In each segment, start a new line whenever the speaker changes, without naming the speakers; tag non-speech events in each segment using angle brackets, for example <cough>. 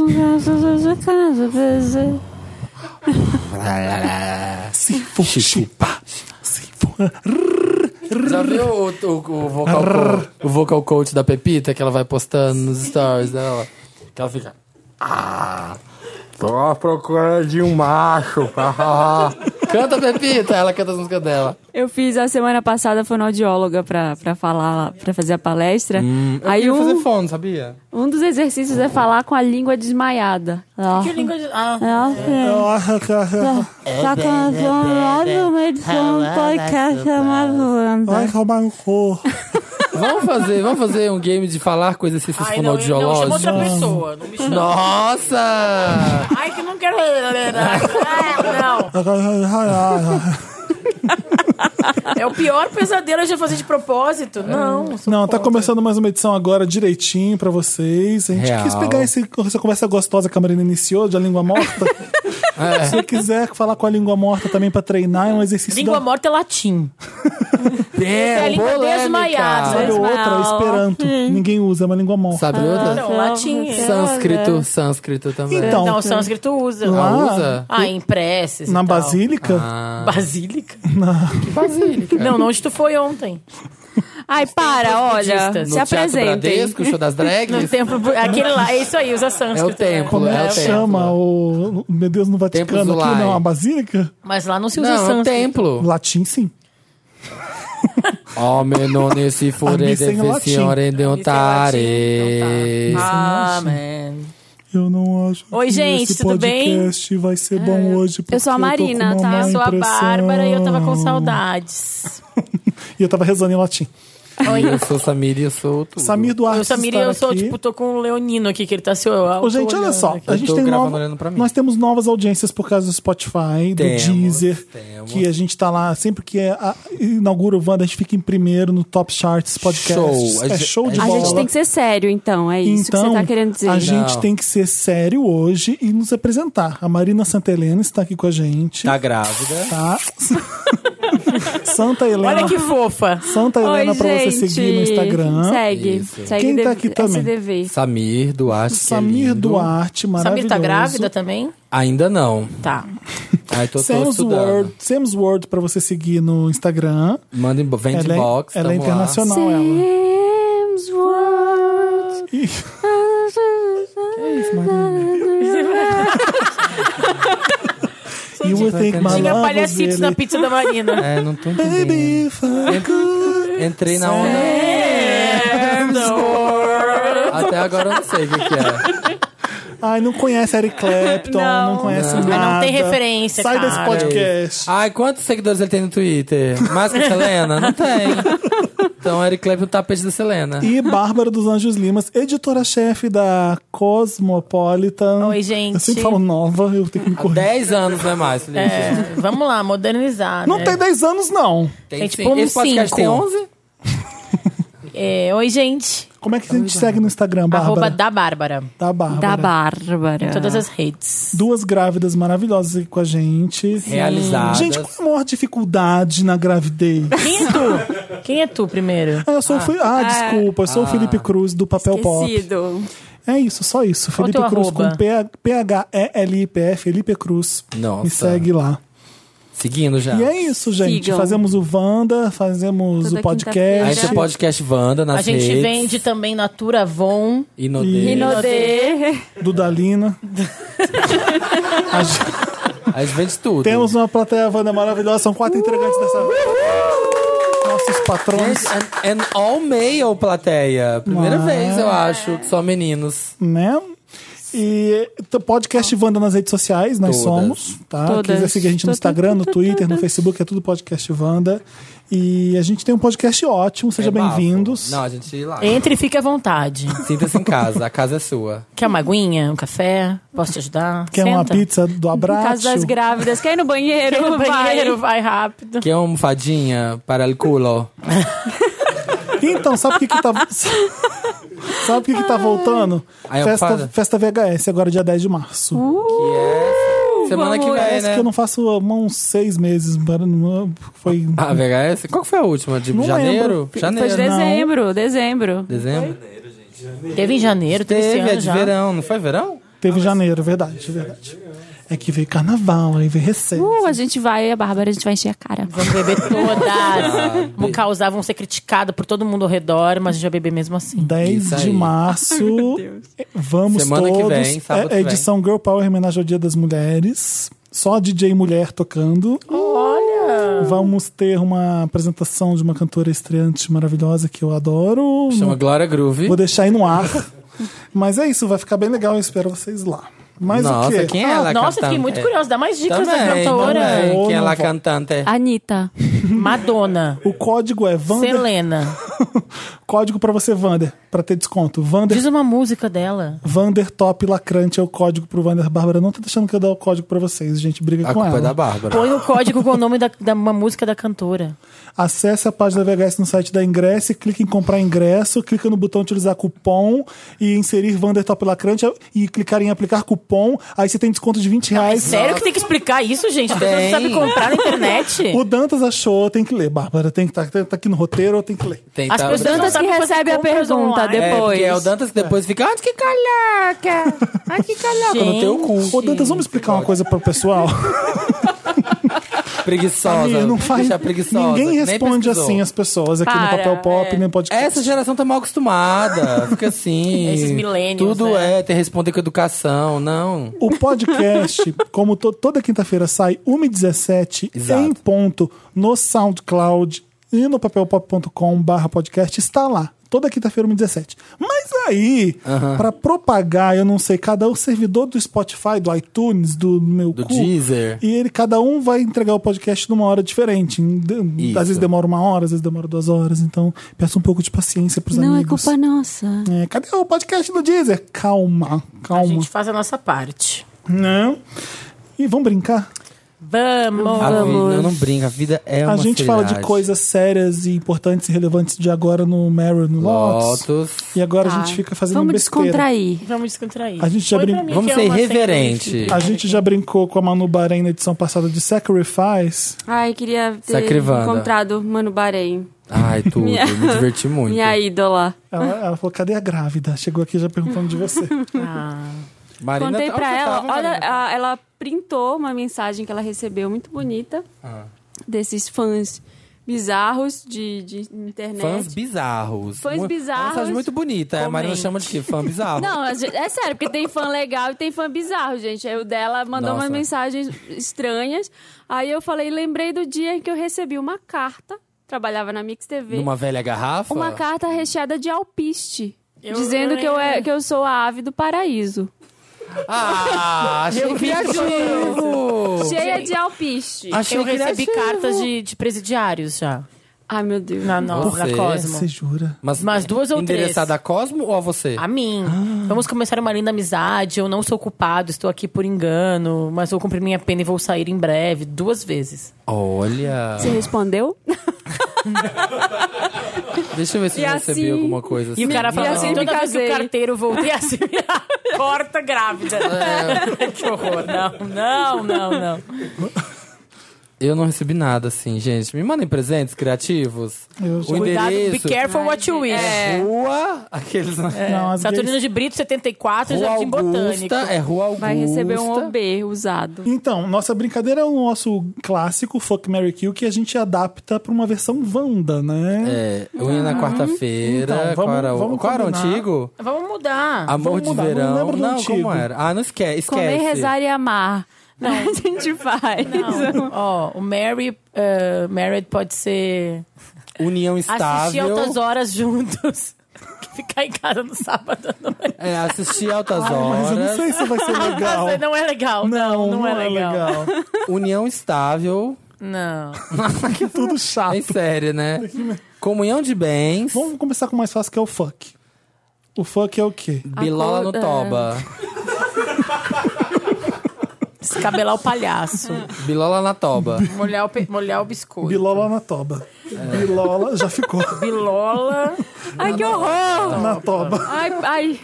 todas a casa fazer.
Se for chupar, se for.
Já viu o, o- o vocal coach, o vocal coach da Pepita que ela vai postando nos stories dela? Que ela fica.
Tô à procura de um macho.
Canta Pepita! Ela canta as músicas dela.
Eu fiz a semana passada fonoaudióloga pra, pra falar, pra fazer a palestra. Aí
Hum, Eu queria
um,
fazer fono, sabia?
um dos exercícios é falar com a língua desmaiada. Ah.
Que língua de. Ah,
Nossa, tá cantando lá no meio do som, podcast chamado
Vai tomar no cu.
Vamos fazer, vamos fazer um game de falar com exercícios
Ai, não, eu- não, chama
fonoaudiológicos.
outra pessoa. Não me chama.
Nossa!
Ai, que não quero. Ah, não. É o pior pesadelo eu já fazer de propósito. Não. sou
<laughs> Não,
contra.
tá começando mais uma edição agora direitinho pra vocês. A gente
Real.
quis pegar esse- essa conversa gostosa que a Marina iniciou, de a língua morta.
<laughs> É.
Se você quiser falar com a língua morta também pra treinar, é um exercício
Língua
da...
morta é latim.
É,
a língua
polêmica.
desmaiada.
Sabe
Mas,
outra?
mas,
Esperanto.
Hum.
sim.
Ninguém usa, é uma língua morta.
Sabe
Tá
outra?
Ah, Não, latim.
né?
é-
Sânscrito, sânscrito também.
Então,
Não, o sânscrito usa.
Ah,
lá-
usa?
Ah, em preces. e
Na
tal.
Basílica,
<laughs>
Ah,
Basílica?
Basílica.
Não, não, onde tu foi ontem.
Ai, para, olha,
No
se
Teatro
apresentem.
Bradesco, show das
No
drags.
templo. bu- Aquele lá, é isso aí, usa
É
sânscrito.
o templo,
como
é
é
o
que
templo.
chama? O... Meu Deus, no Vaticano
Templo
aqui,
Zulai.
não, a Basílica?
Mas lá não se usa
Não, é o
sânscrito.
templo.
Latim, sim.
Homem non si
<laughs> A
fure
missa em
de
latim.
signore de
Isso é latim,
otare.
então tá. Amém.
Eu não acho
Oi,
que
gente,
esse
tudo bem? É.
podcast vai ser bom hoje. porque
sou a
tô com
Marina,
uma
tá?
má
Eu sou a
impressão.
Bárbara e eu tava com saudades.
E eu tava rezando em latim.
Oi.
Eu sou Samir e eu sou tudo.
tá. Samir Duarte
Eu, Samir,
está
eu sou,
aqui.
tipo, tô com o Leonino aqui, que ele tá seu. eu
Ô,
tô
gente, olha
olhando
só.
aqui.
A gente
tô
tem
gravando
nova...
olhando pra mim.
Nós temos novas audiências por causa do Spotify,
Temos,
do Deezer,
temos.
que a gente tá lá sempre que é a- inaugura o Wanda, a gente fica em primeiro no Top Charts Podcast.
Show. A
É
gente-
show de
a
A
bola.
gente tem que ser sério, então, é isso
então,
que você tá querendo dizer.
a gente
Não.
tem que ser sério hoje e nos apresentar. A Marina Santelena está aqui com a gente.
Tá grávida.
tá? <laughs> Santa Helena.
Olha que fofa.
Santa Helena pra você seguir no Instagram.
Segue.
Isso.
segue
Quem tá
deve-
aqui também?
SDV.
Samir Duarte. que é
Samir
lindo.
Duarte,
Samir
maravilhoso.
tá grávida também?
Ainda não.
Tá.
Ai, tô, tô
Sam's
estudando.
World, Sam's World pra você seguir no Instagram.
Manda inbo- vem de
Ela é-
box.
ela é
tamo tá lá.
internacional. Não,
Sam's World.
E
é
you will think my
Tinha
love was
palhacitos na
really...
pizza da Marina.
<laughs> É, não tô entendendo.
Baby, fuck.
Entrei na onda. Até agora eu não sei o que, que é.
Ai, não conhece Eric Clapton, não, conhece
Mas
nada.
não tem referência,
Sai desse
cara.
podcast.
Ai, quantos seguidores ele tem no Twitter? Mais que a Selena? Não tem. Então, Eric Clapton no tapete da Selena.
E Bárbara dos Anjos Limas, editora-chefe da Cosmopolitan.
Oi, gente.
Eu sempre falo nova, eu tenho que me corrigir.
10 anos, não é mais, Felipe?
É, vamos lá, modernizar.
Não
né?
tem 10 anos, não.
tem tipo
Esse
uns
podcast
cinco.
tem 11?
<laughs> É, oi, gente.
Como é que a gente segue no Instagram,
Arroba
Bárbara?
da Bárbara.
Da Bárbara.
Da Bárbara.
Todas
Ah.
as redes.
Duas grávidas maravilhosas aqui com a gente.
Realizadas.
Gente, qual é a maior dificuldade na gravidez?
Quem é tu? Quem é tu primeiro?
Ah, eu sou o Fe- ah, desculpa, eu sou o Felipe Cruz do Papel Pop.
Esquecido.
É isso, só isso.
Qual
Felipe
teu
Cruz
arroba?
com P- P-H-E-L-I-P-F, Felipe Cruz.
Nossa.
Me segue lá.
Seguindo já.
E é isso, gente.
Sigam.
Fazemos o Wanda, fazemos
Toda
o
Aí
podcast.
tem o é podcast Wanda nas
Né? A gente
redes.
vende também Natura Von.
E no D.
Rinodê.
Do Dalina. A gente-
A gente vende tudo.
Temos uma plateia Wanda maravilhosa. São quatro integrantes dessa vez. Nossos patrões.
Gente, an, an all male plateia. Primeira
Ah.
vez, eu acho, que só meninos.
né? E t- podcast Wanda nas redes sociais, nós
Todas.
somos, tá?
Todas.
Quiser seguir a gente no
Todas,
Instagram, no Twitter, no Facebook, é tudo podcast Wanda. E a gente tem um podcast ótimo, seja
É bafo.
bem-vindos.
Não, a gente lá.
Entre e fique à vontade.
Sinta-se em casa, a casa é
<laughs>
sua.
Quer uma aguinha? Um café? Posso te ajudar?
Quer uma
Senta.
pizza do
Em Casa
abraço?
das grávidas. Quer ir no banheiro?
No banheiro, vai rápido.
Quer uma almofadinha para o culo?
Então, sabe o que que tá... sabe o que que tá voltando?
Aí eu
festa,
falo.
festa VHS, agora é dia 10 de março.
Que
Uh,
é semana que
amor,
vem,
Parece que eu
né?
não faço há uns seis meses, mano, não- foi...
Ah, A VHS? Qual que foi a última? De
Não
janeiro?
lembro.
Foi de
Janeiro.
dezembro, dezembro.
Dezembro?
Teve em janeiro, teve, esse
Teve,
ano
é de
já.
verão. Não foi verão?
Teve janeiro, verdade, verdade. É que veio carnaval, aí veio receita.
Uh, a gente vai, a Bárbara, a gente vai encher a cara.
Vamos beber todas. Vão causar, vão ser criticadas por todo mundo ao redor, mas a gente vai beber mesmo assim.
10
Isso aí.
de março. Vamos
Semana que
todos.
vem, sábado
é a
que
edição Girl Power em homenagem ao Dia das Mulheres. Só DJ mulher tocando. Olha! Vamos ter uma apresentação de uma cantora estreante maravilhosa que eu adoro.
Chama Glória Groove.
Vou deixar aí no ar. Mas é isso, vai ficar bem legal. Eu espero vocês lá. Mas o
Nossa,
quê?
quem é ela
Ah, Nossa,
cantante?
fiquei muito curiosa. Dá mais dicas da
Também,
cantora.
também.
Ou
Quem é
não
ela
vou.
cantante?
Anitta.
Madonna.
O código é Vander.
Selena.
<laughs> código pra você, Vander, pra ter desconto. Vander,
Diz uma música dela.
Vander Top Lacrante é o código pro Vander. Bárbara não tá deixando que eu dê o código pra vocês, gente. Briga
A
com
culpa
ela.
é da Bárbara.
Põe o código com o nome da, da uma música da cantora.
Acesse a página da VHS no site da Ingresse, clica em comprar ingresso, clica no botão utilizar cupom e inserir Vander Top Lacrante e clicar em aplicar cupom. Aí você tem desconto de 20 reais.
É Sério que tem que explicar isso, gente? A pessoa não
Tem.
sabe comprar na
<laughs>
internet.
O Dantas achou, tem que ler, Bárbara. Tem que tá, tá aqui no roteiro, tem que ler.
Tem
As
tal-
pessoas
Dantas
não
que
sabem fazer
recebe a
compras
pergunta
online.
assim, depois.
É, porque é o Dantas que depois fica... Onde que coloca? Ai, que coloca no teu um cu.
Ô, Dantas, vamos explicar uma coisa pro pessoal?
Preguiçosa.
não faz.
Deixa preguiçosa.
Ninguém
Nem
responde
pesquisou.
assim as pessoas aqui no
Para,
Papel Pop,
é.
nem podcast.
Essa geração tá mal acostumada. Fica assim.
Esses millennials,
Tudo
né?
é, tem responder com educação. Não.
O podcast, <laughs> como to- toda quinta-feira sai 1h17
Exato.
em ponto no SoundCloud e no papelpop.com barra podcast, está lá. Toda quinta-feira, 1h17. Mas aí, pra propagar, eu não sei, cada um servidor do Spotify, do iTunes, do meu
Do
cu,
Deezer.
E ele, cada um vai entregar o podcast numa hora diferente. De-
Isso.
Às vezes demora uma hora, às vezes demora duas horas. Então, peço um pouco de paciência pros
Não é
amigos.
culpa nossa.
É, cadê o podcast do Deezer? Calma, calma.
A gente faz a nossa parte.
Não. E vamos brincar?
Vamos.
A vida, eu não brinco. A vida é uma
a gente fala de
seriedade.
coisas sérias e importantes e relevantes de agora no Meryl no Lotus.
Lotus.
E agora a
Tá.
gente fica fazendo
Vamos
besteira.
descontrair.
Vamos descontrair.
A gente já
Põe
brin-
pra mim
Vamos
que é
ser
uma sem
irreverente.
qualificação.
A gente já brincou com a Manu Bahrein na edição passada de Sacrifice.
Ai, queria ter
Sacrivanda.
encontrado Mano Bahrein, <laughs>
Ai, tudo. Me diverti muito.
minha ídola.
Ela, ela falou, cadê a grávida? Chegou aqui já perguntando
<laughs>
de você.
Marina,
Contei
tá-
pra
onde você
ela,
tava,
olha,
Marina?
a- ela printou uma mensagem que ela recebeu muito bonita
Ah.
desses fãs bizarros de, de internet.
Fãs bizarros.
né? Fãs
Uma- Uma
bizarros.
mensagem muito bonita. é, A Marina
Comente.
chama de quê?
<laughs>
Fã bizarro.
Não, a gente- é sério, porque tem fã legal e tem fã bizarro, gente. Aí o dela mandou
Nossa.
umas mensagens estranhas. Aí eu falei, lembrei do dia em que eu recebi uma carta, trabalhava na Mix TV.
Numa velha garrafa?
Uma carta recheada de alpiste.
Eu-
dizendo
eu
que, eu é,
lembro.
que eu sou a ave do paraíso.
<laughs>
Ah, achei criativo.
Cheia de alpiste.
Achei
Eu recebi
criativo.
cartas de, de presidiários já.
Ai, meu Deus.
Na, na,
Você?
na Cosmo.
Você jura?
Mas,
Mas duas ou três.
Endereçada a Cosmo ou a você?
A mim.
Ah.
Vamos começar uma linda amizade. Eu não sou culpado, estou aqui por engano, mas vou cumprir minha pena e vou sair em breve. Duas vezes.
Olha.
Você respondeu?
Deixa eu ver se
E
eu recebi
assim-
alguma coisa assim.
E o cara fala
e
assim:
assim me
toda vez que o
casei.
carteiro voltei assim, <laughs> corta <laughs> grávida. que horror. Não, não, não, não.
Eu não recebi nada assim, gente. Me mandem presentes criativos.
Eu
o
já-
Cuidado, be é.
endereço.
careful what you wish.
Rua. Aqueles. né?
É.
É,
Não, as gays-
Saturnino de Brito, 74,
Rua
Jardim Botânico.
Augusta. É Rua Augusta.
Vai receber um OB usado.
Então, nossa brincadeira é o nosso clássico Fuck Mary Kill que a gente adapta pra uma versão Wanda, né?
É, eu ia na quarta-feira.
Então, vamos-
qual era o,
vamos
qual era o
combinar.
antigo?
Vamos mudar.
Amor
Vamos
de
mudar, não
verão.
lembro do antigo.
como era? Ah, não esquece.
Comer,
esquece.
rezar e amar. Não, <laughs> a gente faz.
Não. Ó, o Mary, eh, Married pode ser
União
assistir
estável.
altas horas juntos. <laughs> que Ficar em casa no sábado não é,
É, assistir altas
Mas eu não
horas.
sei se vai ser legal.
não é legal. Não, não, é, legal.
União estável.
Não.
Que tudo
Em
chato.
série, né?
<laughs>
Comunhão de bens.
Vamos começar com o mais fácil, que é o fuck. O fuck é o quê?
Bilola no
Acorda.
toba.
Descabelar o palhaço.
Bilola na toba.
molhar, o pe- molhar o biscoito.
Bilola na toba. Bilola já ficou
Bilola.
Ai, que horror!
na toba.
Ai, ai.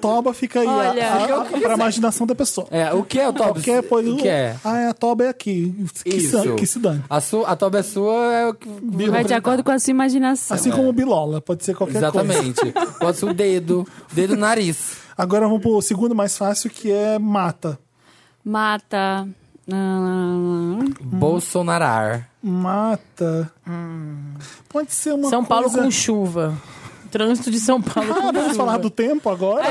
Toba fica aí
Olha,
a,
fica
a, pra imaginação da pessoa.
É, o que é o Toba?
Qualquer coisa.
O que é?
Ah, é a Toba é aqui. Que,
Isso.
se, que se dane.
A, sua, a Toba é sua, é o que.
Vai de acordo com a sua imaginação.
Assim como o Bilola, pode ser qualquer coisa.
Exatamente. Pode ser o dedo, dedo no nariz.
Agora vamos pro segundo mais fácil, que é mata.
Mata.
Hum.
Bolsonarar.
Mata. Pode ser uma
Hum. São Paulo
coisa...
com um chuva. Trânsito de São Paulo
Ah,
com
vamos
chuva.
falar do tempo agora?
<laughs>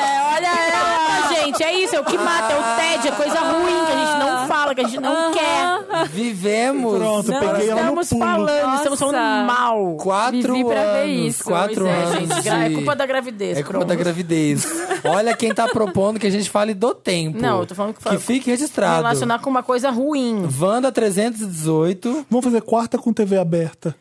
É, olha ela, gente. É isso, é o que mata, é o tédio, é coisa ruim que a gente não fala, que a gente não quer.
Vivemos
Pronto, peguei ela no
Estamos
pulo.
falando, estamos
Nossa.
falando mal.
quatro
Vivi pra ver
anos.
isso,
quatro
pois é,
anos.
Gente,
de-
gra- é culpa da gravidez.
É culpa
pronto.
da gravidez. Olha quem tá propondo que a gente fale do tempo.
Não, eu tô falando que
Que
fala-
fique registrado.
Relacionar com uma coisa ruim.
Wanda 318.
Vamos fazer quarta com TV aberta.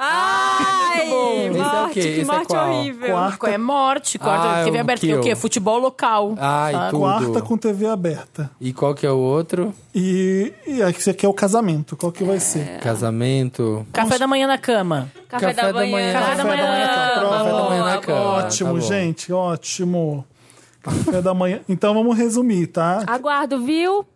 Ai,
bom. Esse é o
morte,
quê?
que
Esse é
morte
qual?
horrível.
Quarta.
É morte, corta.
Ah,
TV
o Ah.
aberta tem o
kill.
quê? Futebol local.
Ai,
sabe?
tudo.
Quarta com TV aberta.
E qual que é o outro?
E, e esse aqui é o casamento. Qual que vai ser?
É. Ah.
Casamento.
Café da manhã na cama.
Café, da, manhã.
Café da manhã na cama.
Café da manhã na
boa,
cama.
Ótimo,
Tá bom.
gente, ótimo. Café da manhã. Então vamos resumir, tá?
Aguardo, viu?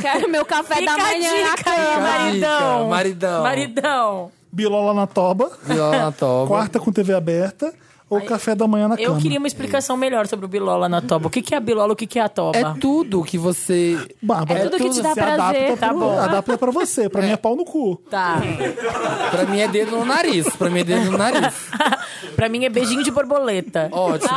Quero meu café
Fica
da
a
manhã na
dica,
cama.
maridão.
Dica, maridão.
Maridão.
Bilola na toba,
Viola na toba.
quarta com TV aberta ou café da manhã na
Eu
cama.
queria uma explicação melhor sobre o bilola na toba. O que que é a bilola, o que que é a toba?
É tudo que você.
Bárbara, então,
É tudo que te dá
você adapta
prazer, tá
pro-
bom.
Adapta pra você, pra mim é pau no cu.
Tá.
Pra mim é dedo no nariz. Pra mim é dedo no
<laughs>
nariz. Ah,
pra mim é beijinho de borboleta.
Ótimo.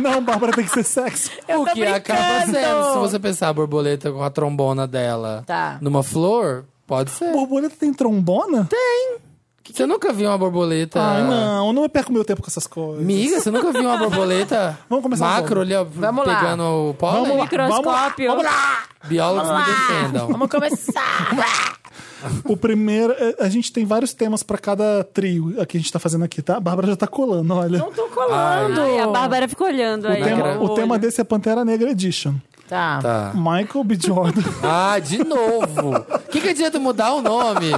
Não, Bárbara, tem que ser sexo.
Eu tô
Porque acaba
brincando.
sendo. Se você pensar a borboleta com a trombona dela
Tá.
numa flor, pode ser.
Borboleta tem trombona? Tem.
Você nunca viu uma borboleta.
Ai, não, não me perco meu tempo com essas coisas.
Amiga, você nunca viu uma borboleta
Vamos começar
macro
logo.
ali, ó,
Vamos lá.
pegando o pólen?
Vamos lá.
Microscópio.
Vamos lá.
Biólogos me defendam.
Vamos começar.
O primeiro, é, a gente tem vários temas pra cada trio que a gente tá fazendo aqui, tá? A Bárbara já tá colando, olha.
Não tô colando.
Ai, a Bárbara fica olhando aí.
o, tema,
ó,
o tema
olho.
desse é Pantera Negra Edition.
Tá.
Tá.
Michael B. Jordan.
Ah, de novo. O que, que adianta mudar o nome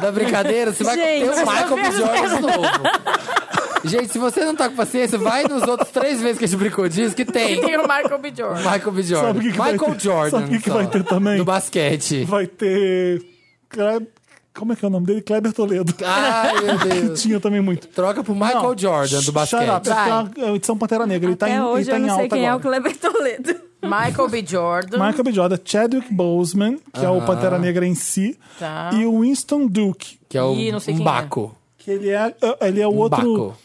da brincadeira? Você vai
Gente,
ter um o
vocês
Michael
estão
B. Jordan de novo. Gente, se você não tá com paciência, vai nos outros três vezes que a gente brincou disso, que tem.
Tem o Michael B. Jordan.
Michael B. Jordan.
Sabe o que que vai
Michael
ter?
Jordan.
Sabe o que que
só.
vai ter também?
Do basquete.
Vai ter. Cle- Como é que é o nome dele? Kleber Toledo.
Ai,
<laughs>
meu
Que
Deus.
tinha também muito.
Troca pro Michael
Não,
Jordan
shut
do basquete.
up, esse é uma edição Pantera Negra. Ele tá
Até
em, ele
hoje
tá
eu
em
não sei
alta
quem é o
agora.
Kleber Toledo.
Michael B. Jordan.
Michael B. Jordan, Chadwick Boseman, que é o Pantera Negra em si,
Tá.
e o Winston Duke,
Que é o
Ih, não sei quem é.
Baco.
que ele é, ele é o outro.
Baco.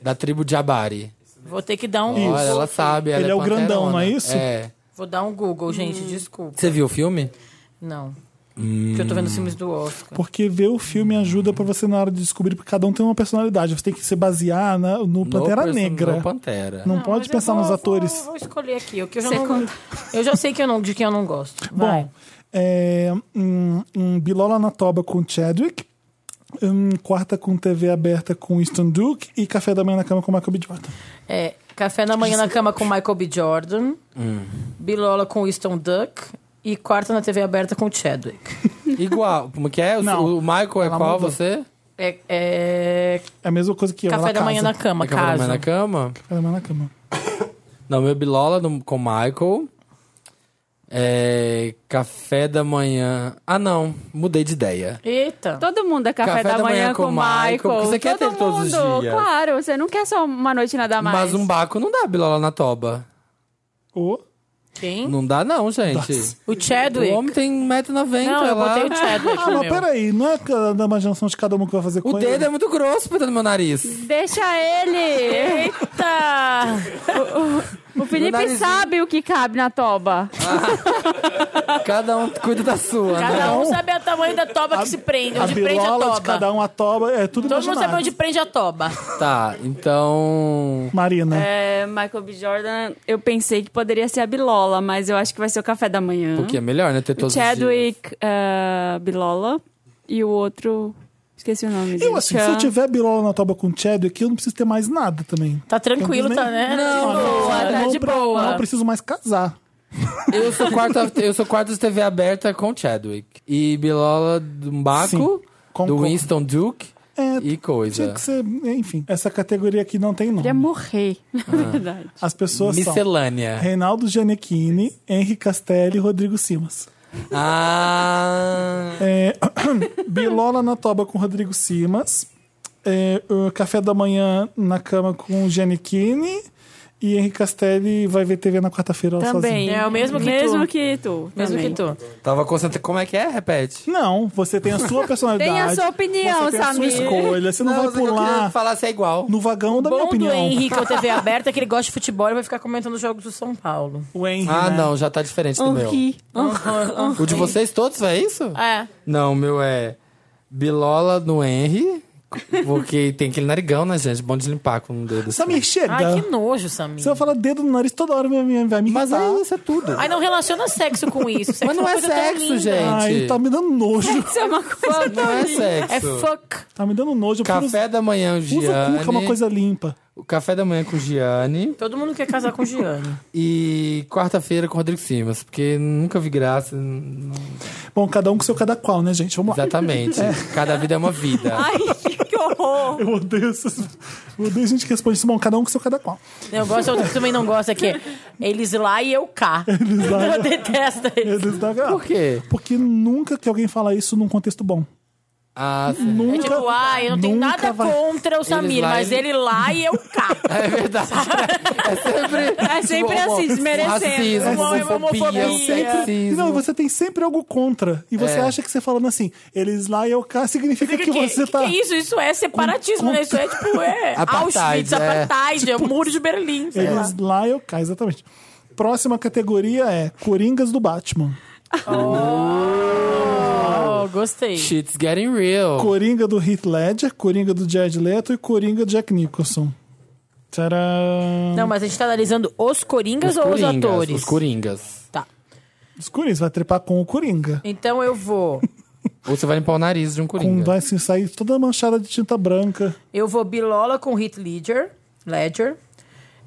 Da tribo Jabari.
Vou ter que dar um
Isso.
Olha, ela sabe. Ela
Ele é o
panterona.
grandão, não é isso?
É.
Vou dar um Google, gente, desculpa.
Você viu o filme?
Não. Porque eu tô vendo os filmes do Oscar.
Porque ver o filme ajuda pra você na hora de descobrir, porque cada um tem uma personalidade. Você tem que se basear na- no Pantera
No person-
Negra.
No Pantera.
Não,
Não,
pode
mas eu
pensar
vou-
nos
vou-
atores.
Vou, escolher aqui. O que eu já
Você
não-
conta.
Eu já sei que eu não, de quem eu não gosto. Vai.
Bom, é, um, um Bilola na Toba com Chadwick. um quarta com TV aberta com Winston Duke e Café da Manhã na Cama com Michael B. Jordan.
É, Café na Manhã na Cama com Michael B. Jordan. Bilola com Winston Duck. E Quarta na TV aberta com Chadwick.
Igual. Como que é? O-
Não.
O Michael é
Ela
qual
mudou.
você?
É, é,
É a mesma coisa que eu.
Café
ela
da Manhã
casa.
na Cama,
É que eu vou
caso.
dormir na cama?
Café da Manhã na Cama.
Não, meu Bilola no- com Michael. É. Café da manhã. Ah, não. Mudei de ideia.
Eita.
Todo mundo é café, da, manhã, com o Michael.
porque você quer
Todo
ter todos os
mundo,
dias.
Claro, você não quer só uma noite e nada mais.
Mas um Baco não dá Bilola na toba.
Ô,
Quem?
Não dá, não, gente.
O Chadwick.
O homem tem 1,90m.
Não, eu
lá.
botei o Chadwick
tá Ah,
no
mas
meu.
peraí, não é ca- da imaginação de cada um que vai fazer
O
coisa.
dedo é muito grosso pra estar no meu nariz.
Deixa ele!
<laughs>
Eita!
O Felipe
narizinho.
sabe o que cabe na toba.
Cada um cuida da sua, né?
Cada um sabe o tamanho da toba que se prende,
A
onde prende a
bilola de
toba.
cada um, a toba, é tudo
Todo mundo sabe
imaginário.
onde prende a toba.
Tá, então.
Marina.
É, Michael B. Jordan, eu pensei que poderia ser a Bilola, mas eu acho que vai ser o café da manhã.
Porque é melhor, né? Ter
O
todos os dias.
Chadwick eh, Bilola e o outro. Esqueci o nome dele.
Eu, assim, se eu
Chan.
tiver bilola na toba com Chadwick, eu não preciso ter mais nada também.
Tá tranquilo, tá, né?
Não,
de boa,
Eu
tá
não
de
pre- Não
boa.
preciso mais casar.
Eu sou quarta, eu sou quarta de TV aberta com Chadwick. E Bilola do Mbaco,
Sim. Com-
do
com-
Winston Duke
É,
e coisa.
tinha que ser, é, enfim, essa categoria aqui não
é
tem nome.
Queria morrer, <laughs> na
Ah.
verdade.
As pessoas são
Miscelânea.
Reinaldo Gianecchini, Henri Castelli e Rodrigo Simas.
Ah.
É, <clears throat> Bilola na toba com Rodrigo Simas. É, o café da manhã na cama com Gianecchini. E Henri Castelli vai ver TV na quarta-feira lá
Também.
sozinho.
É o mesmo que
Mesmo
tu.
que tu.
Mesmo
também.
que tu.
Tava concentrado. Como é que é? Repete.
Não, você tem a sua personalidade.
Tem a sua opinião,
você tem a sua
Samir.
escolha. Você não,
mas
vai
é que Eu queria
pular
falar se é igual.
no vagão da
O
minha
bom do
opinião.
Henrique ao TV aberta é que ele gosta de futebol e vai ficar comentando os jogos do São Paulo.
O Henry,
Ah,
né?
não, já tá diferente do meu.
Henri.
O de vocês todos é isso?
É.
Não, o meu é Bilola no Henry, porque tem aquele narigão, né, gente? Bom de limpar com o dedo. assim.
Samir, chega.
Ai, que nojo, Samir.
Você vai falar dedo no nariz toda hora, minha, minha, tá. vai me
Mas
irritar.
é isso, é tudo.
Ai, não relaciona sexo com isso. Sexo
Mas não
uma
é
coisa tão
sexo,
linda.
gente.
Ai, tá me
<laughs>
dando nojo.
Isso é uma coisa
Não é
É
sexo.
fuck.
Tá me dando nojo. Eu prefiro
Café da manhã, o
Usa o cu,
Gianni.
que é uma coisa limpa.
O café da manhã com o Gianni.
Todo mundo quer casar com o Gianni.
E quarta-feira com o Rodrigo Simas, porque nunca vi graça. n- n-
Bom, cada um com seu cada qual, né, gente? Vamos lá.
Exatamente. Cada vida é uma vida.
<laughs> Ai, que horror.
<laughs> Eu odeio essas... Eu odeio gente que responde isso. Bom, cada um com seu cada qual. <laughs>
Eu gosto, outro que também não gosta, que é eles lá e eu cá.
Eles lá-
Eu detesto eles.
Eles dão aquela-
Por quê?
Porque nunca que alguém fala isso num contexto bom.
Ah, sim.
É
Nunca.
tipo, ai, eu não tenho
nunca
nada
vai-
contra o Samir,
lá e-
mas ele lá e eu cá.
É verdade. É sempre, <laughs>
É sempre
tipo,
assim,
homo-
desmerecendo.
Racismo,
Homo-
homofobia,
homofobia.
Sempre...
sexismo.
Não, você tem sempre algo contra. E você
É.
acha que você falando assim, eles lá e eu cá, significa que, você
que
tá.
que é isso? Isso é separatismo, né? Isso é tipo, é
Apartheid,
Auschwitz,
é.
apartheid, é o muro de Berlim. sei lá.
Eles lá e eu cá, exatamente. Próxima categoria é Coringas do Batman.
Oh, gostei.
Shit's getting real.
Coringa do Heath Ledger, Coringa do Jared Leto e Coringa do Jack Nicholson. Tcharam!
Não, mas a gente tá analisando os Coringas ou os
Coringas,
atores?
Os Coringas.
Tá.
Os Coringas, vai trepar com o Coringa.
Então eu vou.
Ou você vai limpar o nariz de um
Com,
Coringa.
vai assim, sair toda manchada de tinta branca.
Eu vou Bilola com Heath Ledger. Ledger.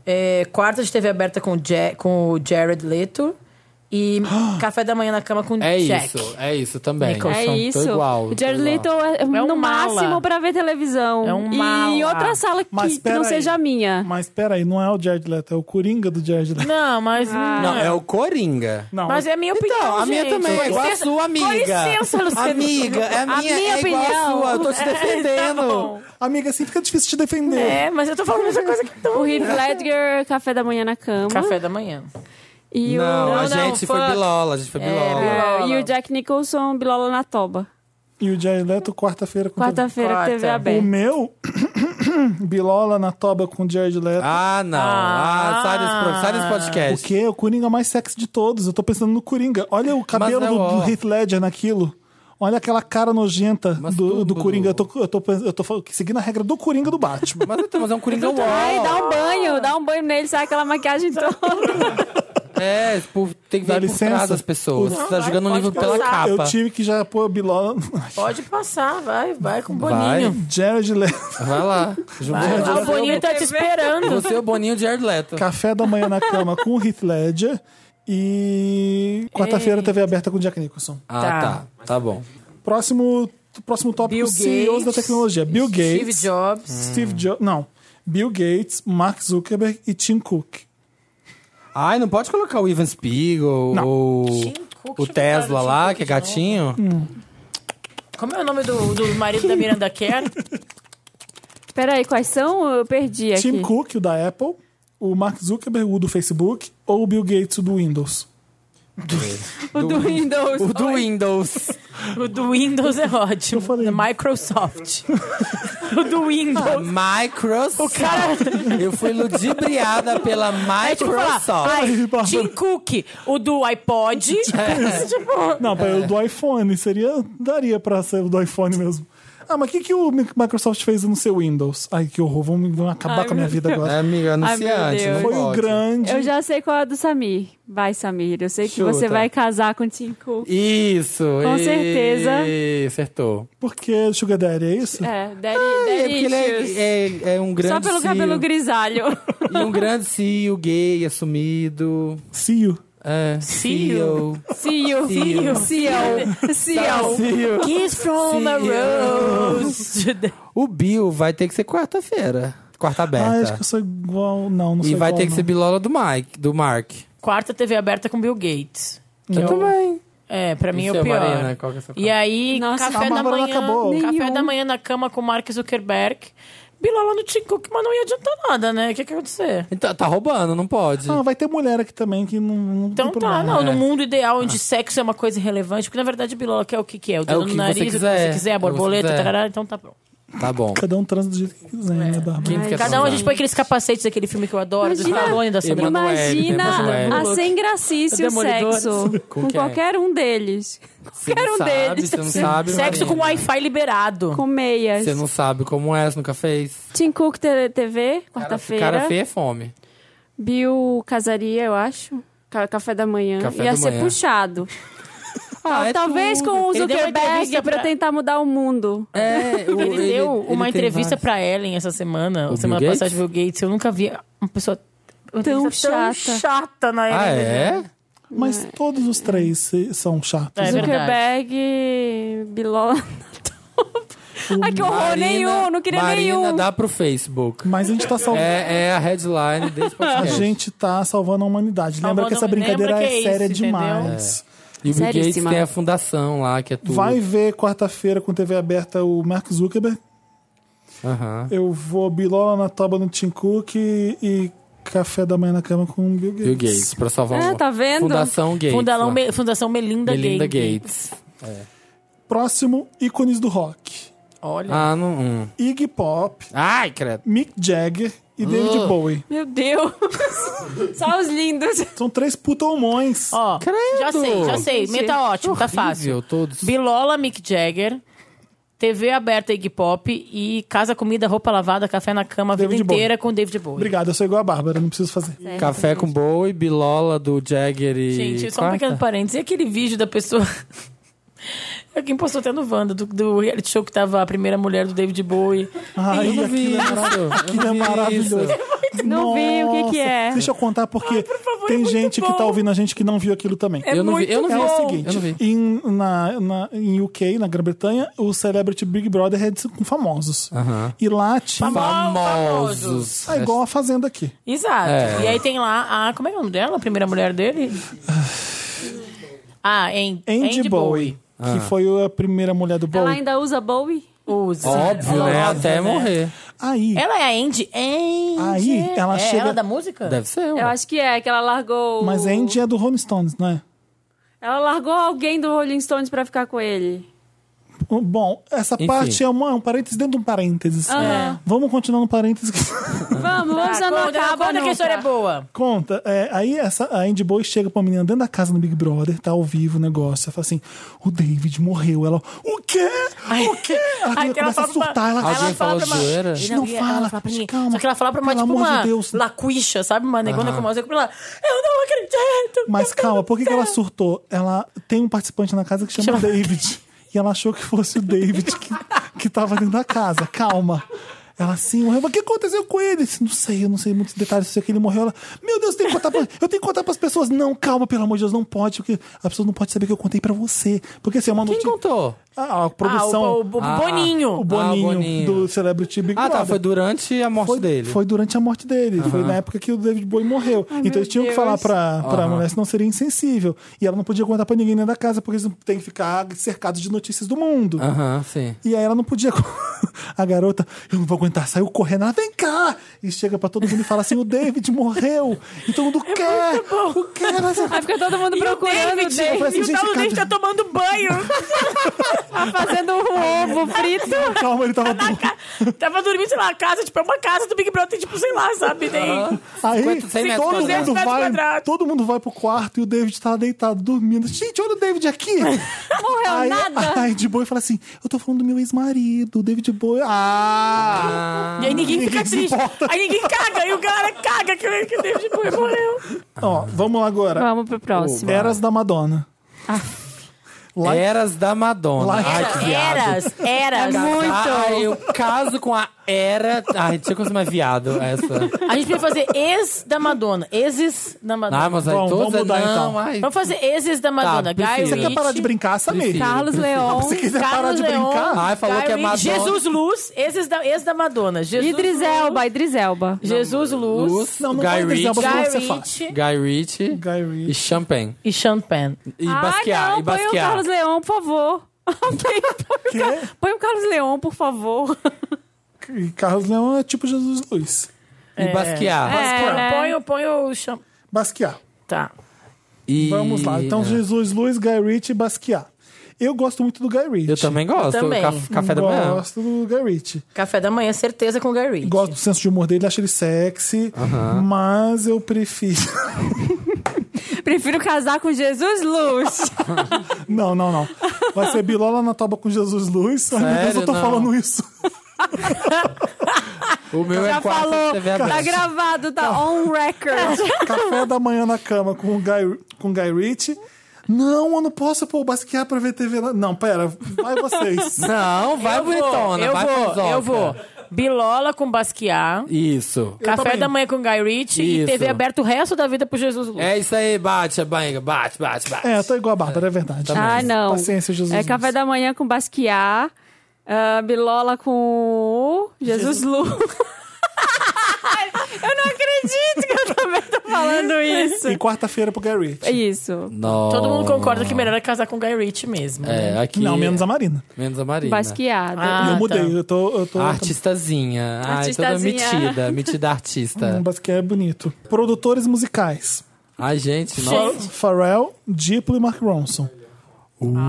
É, quarta de TV aberta com, Ja- com o Jared Leto.
<gasps>
E café da manhã na cama com
É
Jack.
isso, é isso também.
Nicholson.
É
Tô
isso.
igual,
o Jared
tô igual.
Leto é,
É um
no
mala.
máximo pra ver televisão.
É um
e em
mala.
outra sala que,
Mas
que não
peraí.
seja a minha.
Mas peraí, não é o Jared Leto, é o Coringa do Jared Leto.
Não, mas.
Não, é o Coringa.
Não,
Mas é a minha opinião.
Então, a minha
gente.
também,
Com
é igual a
licença-
sua, amiga.
Com licença, Luciano.
Amiga, é a minha,
minha
é igual a
opinião.
sua. Eu tô te defendendo.
bom.
Amiga, assim fica difícil te defender.
É, mas eu tô falando a mesma coisa que
O
tu.
Heath Ledger, café da manhã na cama.
Café da manhã.
E,
não,
o...
a
Não, não,
gente foi
fuck.
bilola, a gente foi bilola.
Bilola.
É, e o Jack Nicholson, Bilola na toba.
E o Jared Leto, quarta-feira com
Quarta-feira, é.
Quarta.
TV
O
aberta.
meu, <coughs> Bilola na toba com o Jared Leto.
Ah, não. Ah, sai, desse, pro- sai desse
O
podcast.
quê? O Coringa é o mais sexy de todos. Eu tô pensando no Coringa. Olha o cabelo
Mas é
do,
ó.
do Heath Ledger naquilo. Olha aquela cara nojenta
Mas
do, do
tudo.
Coringa. Eu tô, eu, tô, pens- eu tô fal- seguindo a regra do Coringa do Batman.
Mas então, mas é um Coringa
Ai,
wall.
dá um banho, dá um banho nele, sai aquela maquiagem toda.
É, por- tem que
Dá
ver por
licença.
trás das pessoas.
Não,
Você tá jogando o
pode
livro pela
passar.
capa.
Eu tive que já pôr a Bilola.
Pode passar, vai, vai com o
Vai.
Boninho.
Jared Leto.
Vai <laughs> lá.
Ah, O Boninho tá te esperando.
Você é o Boninho de Leto.
Café da manhã na cama com o Heath Ledger. E quarta-feira TV aberta com o Jack Nicholson.
Ah,
Tá.
tá. Tá bom.
Próximo, próximo tópico,
Bill
CEOs da
Gates,
é
tecnologia. Bill
Steve
Gates,
Jobs.
Steve Jobs, não. Bill Gates, Mark Zuckerberg e Tim Cook.
Ai, não pode colocar o Ivan Spiegel
Não.
ou
Tim Cook,
o
deixa eu ver a cara do
Tesla
Tim
lá,
Cook
que é
de novo.
gatinho.
Como é o nome do, do marido da Miranda Kerr? <laughs>
Peraí, quais são? Eu perdi É aqui.
Tim Cook, o da Apple, o Mark Zuckerberg, o do Facebook, ou o Bill Gates, o do Windows.
o do Windows.
O do Windows.
O do Windows é ótimo.
falei.
Da Microsoft. <laughs> o do
A
Windows.
Microsoft. Eu fui ludibriada pela tipo Microsoft.
é tipo Ai,
Bárbara.
Tim Cook, o do iPod. <laughs>
é.
Tipo,
Não, peraí, o do iPhone seria. Daria pra ser o do iPhone mesmo. Ah, mas o que, que o Mi- Microsoft fez no seu Windows? Ai, que horror, vão vão acabar
Ai,
com a minha
meu
vida
É,
agora.
amiga, anunciante.
Deus.
não
Foi o
pode.
grande.
Eu já sei qual é a do Samir. Vai, Samir. Eu sei que
Chuta.
você vai casar com o Tim Cook.
Isso.
Com certeza.
Ih, Acertou.
Porque Sugar Daddy, é isso?
É, Daddy,
É
daddy
porque ele
issues.
é, é- é um grande
Só pelo
CEO. <laughs>
cabelo grisalho.
E um grande CEO gay, assumido.
CEO.
É. CEO.
CEO.
CEO.
Seal. Seal.
CEO.
Kiss from the
Seal.
rose. <laughs>
O Bill vai ter que ser quarta-feira. Quarta
Ah, acho
aberta.
que eu sou igual. Não, não
É, tá.
sou
e vai
igual,
ter que ser
não.
bilola do Mike, do Mark.
Quarta TV aberta com Bill Gates. Que
Eu
é o-
também.
É, pra mim
E
é
seu,
o pior.
Marina, qual que é o seu
E aí,
Nossa,
café
a
da
Bárbara
manhã.
acabou.
Café
Nenhum.
da manhã na cama com o Mark Zuckerberg. Bilola no TikTok, mas não ia adiantar nada, né? O que, que ia acontecer?
Então, tá roubando, não pode.
Ah, vai ter mulher aqui também que não. não
Então tá,
tem problema.
não,
É.
no mundo ideal onde sexo é uma coisa irrelevante, porque na verdade Bilola quer o que que é, o dedo
o que
no nariz,
você
o que
quiser.
você quiser, a
É o que você
borboleta,
quiser.
tarará, então tá bom.
Tá bom.
Cada um transa do jeito que quiser, né, Bárbara?
Quem quer
Cada um a
transar?
gente põe aqueles capacetes daquele filme que eu adoro, do
Imagina-
Stallone, da
Emanuele,
Sabrina. Emanuele.
Imagina a
Emanuele.
sem gracice o
Demolidor.
sexo
Com
com,
quem?
qualquer um deles.
é? Você
Quero
não
um
sabe,
deles.
Você não sabe,
Sexo com
Marina.
Wi-Fi liberado.
Com meias.
Você não sabe como é, você nunca fez.
Tim Cook Tele- TV,
Cara-
quarta-feira.
Cara feia é fome.
Bill casaria, eu acho. Ca- Café da manhã.
Café
Ia
da
ser
manhã.
puxado. Tal-
é
Talvez
tudo.
com o
Ele deu uma
Zuckerberg
entrevista
pra...
pra-
tentar mudar o mundo.
<laughs> É, o-
Ele, deu
ele
uma
tem
entrevista
vários.
pra Ellen essa semana,
O
semana
Bill Gates?
passada, Bill Gates. Eu nunca vi uma pessoa uma
Tão
entrevista tão
chata.
chata na Ellen.
Ah, é?
Mas todos os três se- são chatos.
É
né?
verdade.
Zuckerberg, Bilola. Ai, que horror,
Marina-
nenhum, não queria
Marina,
nenhum.
dá pro Facebook.
Mas a gente tá salvando.
É, é a headline desse
A
podcast.
gente tá salvando a humanidade. Lembra
Salvando-
que essa brincadeira
lembra
é,
que é isso,
séria
entendeu?
demais.
E o Bill Gates
Seríssima.
tem a fundação lá, que é tudo.
Vai ver quarta-feira com TV aberta o Mark Zuckerberg.
Aham.
Eu vou bilola na toba no Tim Cook e, e café da manhã na cama com o Bill Gates.
Bill Gates, pra salvar
Ah,
o-
tá vendo?
Fundação Gates.
Fundação,
lá.
Me- Fundação Melinda,
Melinda
Gates.
Gates.
Próximo, ícones do rock.
Olha.
Ah, não. hum.
Iggy Pop,
Ai, credo.
Mick Jagger e David Bowie.
Meu Deus. Só os lindos.
São três putomões.
Ó,
Credo.
já sei, já sei.
Gente,
Meta ótimo, tá fácil.
Horrível, todos.
Bilola, Mick Jagger, TV aberta Iggy Pop e casa, comida, roupa lavada, café na cama, a vida
David Bowie.
inteira com David Bowie.
Obrigado, eu sou igual a Bárbara, não preciso fazer.
Café com Bowie, Bilola do Jagger e.
Gente, só um
quarta?
pequeno parênteses. E aquele vídeo da pessoa... <laughs> É Quem postou até no Wanda, do, do reality show que tava a primeira mulher do David Bowie.
Eu
Ai,
não vi
aquilo é,
isso.
mara-
Eu
aquilo é
não vi
maravilhoso.
isso.
Não vi o que que é.
Nossa, Deixa eu contar, porque
favor, é
tem
muito
gente
bom.
que tá ouvindo a gente que não viu aquilo também.
Eu não vi, eu não
É
vi.
o
Eu não vi.
seguinte, em, na, na- em UK, na Grã-Bretanha, o Celebrity Big Brother é de- com famosos.
Aham.
E lá tinha...
Famosos.
Ah, igual a Fazenda aqui.
Exato.
É.
E aí tem lá a... Como é o nome dela? A primeira mulher dele? Ah, em
Andy, Bowie, que foi a primeira mulher do
Ela
Bowie.
ainda usa Bowie?
Usa.
Óbvio, né?
Ela usa,
Até morrer.
Aí,
Ela é a Andy? Andy.
Aí, ela
é
chega-
ela da música?
Deve ser.
Eu
ué.
acho que é, que ela largou.
mas Andy é do Rolling Stones, não é?
Ela largou alguém do Rolling Stones pra ficar com ele.
Bom, essa
Enfim. É.
parte é uma- um parênteses dentro de um parênteses.
Aham.
Vamos continuar no parênteses. que- <laughs>
Vamos, vamos, já Tá, não tá.
Conta-
acaba
conta que
nunca.
a história é boa.
Conta, é, aí essa, a Andy Boy chega pra uma menina dentro da casa do Big Brother, tá ao vivo o negócio. Ela fala assim: o David morreu. Ela, o quê? o quê? Ela
Aí
começa a
fala pra uma-
surtar. Ela,
aí
Alguém
fala
fala
pra uma...
zoeira?
E
Não
e
fala,
pra mim.
calma.
Só que ela fala pra uma,
Pelo
tipo,
amor de
uma
Deus.
laquixa, sabe? Uma negona
Aham.
com uma música pra ela. Eu não acredito.
Mas calma, por que, que ela surtou? Ela tem um participante na casa que chama David. E ela achou que fosse o David que, que tava dentro da casa. Calma. Ela assim, morreu. Mas o que aconteceu com ele? Disse, Não sei, eu não sei muitos detalhes. Eu sei que ele morreu. Ela, meu Deus, eu tenho que contar pra, eu tenho que contar pras pessoas. Não, calma, pelo amor de Deus, não pode. Porque a pessoa não pode saber que eu contei pra você. Porque assim, é uma
Quem
notícia.
contou?
Ah, a
Ah,
produção.
o, o, o
Ah.
Boninho.
o Boninho,
Ah, o Boninho.
do Celebrity Big
Ah,
Brother.
tá. Foi durante a morte
Foi-
dele.
Foi durante a morte dele. Foi na época que o David Bowie morreu. então
meu
eles tinham
Deus.
que falar pra, pra
Aham.
mulher, senão seria insensível. E ela não podia contar pra ninguém dentro da casa, porque eles têm que ficar cercados de notícias do mundo.
Aham, sim.
E aí ela não podia. <laughs> A garota, eu não vou aguentar, saiu correndo, ela vem cá! E chega pra todo mundo e fala assim: o David morreu! E todo
É
mundo quer! O é
<laughs>
que?
Aí fica todo mundo procurando
David,
o David,
falei assim,
e o
gente,
Paulo David tá
cadê-
tomando banho.
<laughs>
tá fazendo um ovo frito.
Calma, ele tava.
Tava dormindo, sei lá, a casa, tipo, é uma casa do Big Brother, tipo, sei lá, sabe? Tem...
Aí
50, 100 metros
todo
quadrados.
mundo,
200 metros
vai,
quadrados.
todo mundo vai pro quarto e o David tá deitado, dormindo. Gente, olha o David aqui!
Morreu
aí,
nada.
Aí de boa fala assim: Eu tô falando do meu ex-marido, o David Bowie. Ah!
Ah,
E aí ninguém fica
Ninguém se
triste.
importa.
Aí ninguém caga, e o cara caga que o que o David Bowie morreu.
Ó, vamos lá agora.
Vamos pro próximo.
Eras da Madonna. Lá-
Ah, Eras da Madonna.
Lá-
Ai, que viado. É
Eras, eras.
Muito. eu caso com a Era. Ai, deixa eu conseguir mais viado essa.
A gente podia fazer ex da Madonna. Exes da Madonna.
Ah, mas aí
Vamos-
todos.
vamos mudar,
não,
então.
ai,
Vamos fazer exes da
Tá,
Madonna. Guy
prefiro.
Você
Ritchie.
quer parar de brincar, é Samir?
Prefiro.
<laughs>
Carlos Leon,
Se quiser
Carlos
parar de
Leon.
brincar,
ai, falou
Guy
que é
Ritchie.
Madonna.
Jesus Luz, exes da, ex da Madonna. Jesus
Idris
Luz,
Elba, Idris Elba.
Jesus Luz,
Luz,
não, não
Guy
pode dizer,
Ritchie,
mas não você
Guy
faz.
Ritchie
Guy Ritchie,
Guy Ritchie.
e Champagne.
e Sean Penn.
E Basquiat,
ah, não, põe
e
o
Basquiat.
Carlos Leon, por favor. <laughs> Alguém põe,
Quê?
o Ca- põe o Carlos Leon, por favor.
E Carlos Leão é tipo Jesus Luiz.
E Basquiat.
É, né?
Põe, põe o Sean...
Basquiat.
Tá.
E- é.
Vamos lá. Então, Jesus Luiz, Guy Ritchie e Basquiat. Eu gosto muito do Guy Ritchie.
Eu também gosto.
Eu também.
Caf- Café da manhã.
Gosto do Guy Ritchie.
Café da manhã, certeza com o Guy Ritchie.
Gosto do senso de humor dele, acho ele sexy. Mas eu prefiro... <laughs>
Prefiro casar com Jesus Luz.
Não, não, não. Vai ser Bilola na toba com Jesus Luz. Ai, meu Deus, eu
Sério?
tô
Não.
falando isso. <laughs>
O meu
Já
é quarta
falou,
TV aberta.
tá gravado, tá on record.
Café da manhã na cama com o Guy, com o Guy Ritchie. Não, eu não posso pôr o Basquiat pra ver TV. lá. Não, pera. Vai vocês.
Não, vai
eu vou,
bonitona,
eu
vai
vou,
bonzona.
eu vou. Bilola com Basquiat.
Isso.
Café
também.
da manhã com Guy Ritchie e
Isso.
TV aberta o resto da vida pro Jesus Luz.
É isso aí, bate a banha, bate, bate, bate.
É, eu tô igual a Bárbara, é
Tá
verdade.
ah, não.
Paciência, Jesus
É
Luz.
café da manhã com Basquiat, ah, Bilola com o Jesus, Luz. <laughs> eu não acredito que eu também tô falando isso.
E quarta-feira pro Guy Ritchie.
É Isso.
Não.
Todo mundo concorda que melhor é casar com Guy Ritchie mesmo. né?
É, aqui.
Não, menos a Marina.
Menos a Marina.
Basquiada.
Ah,
eu mudei,
tá.
eu tô. Eu tô
Artistazinha. Ai, toda
Artistazinha.
metida. Metida artista.
<laughs> Um basquete é bonito. Produtores musicais:
Ai, gente,
É.
nossa.
Gente,
Pharrell, Diplo e Mark Ronson. Oi!
Tá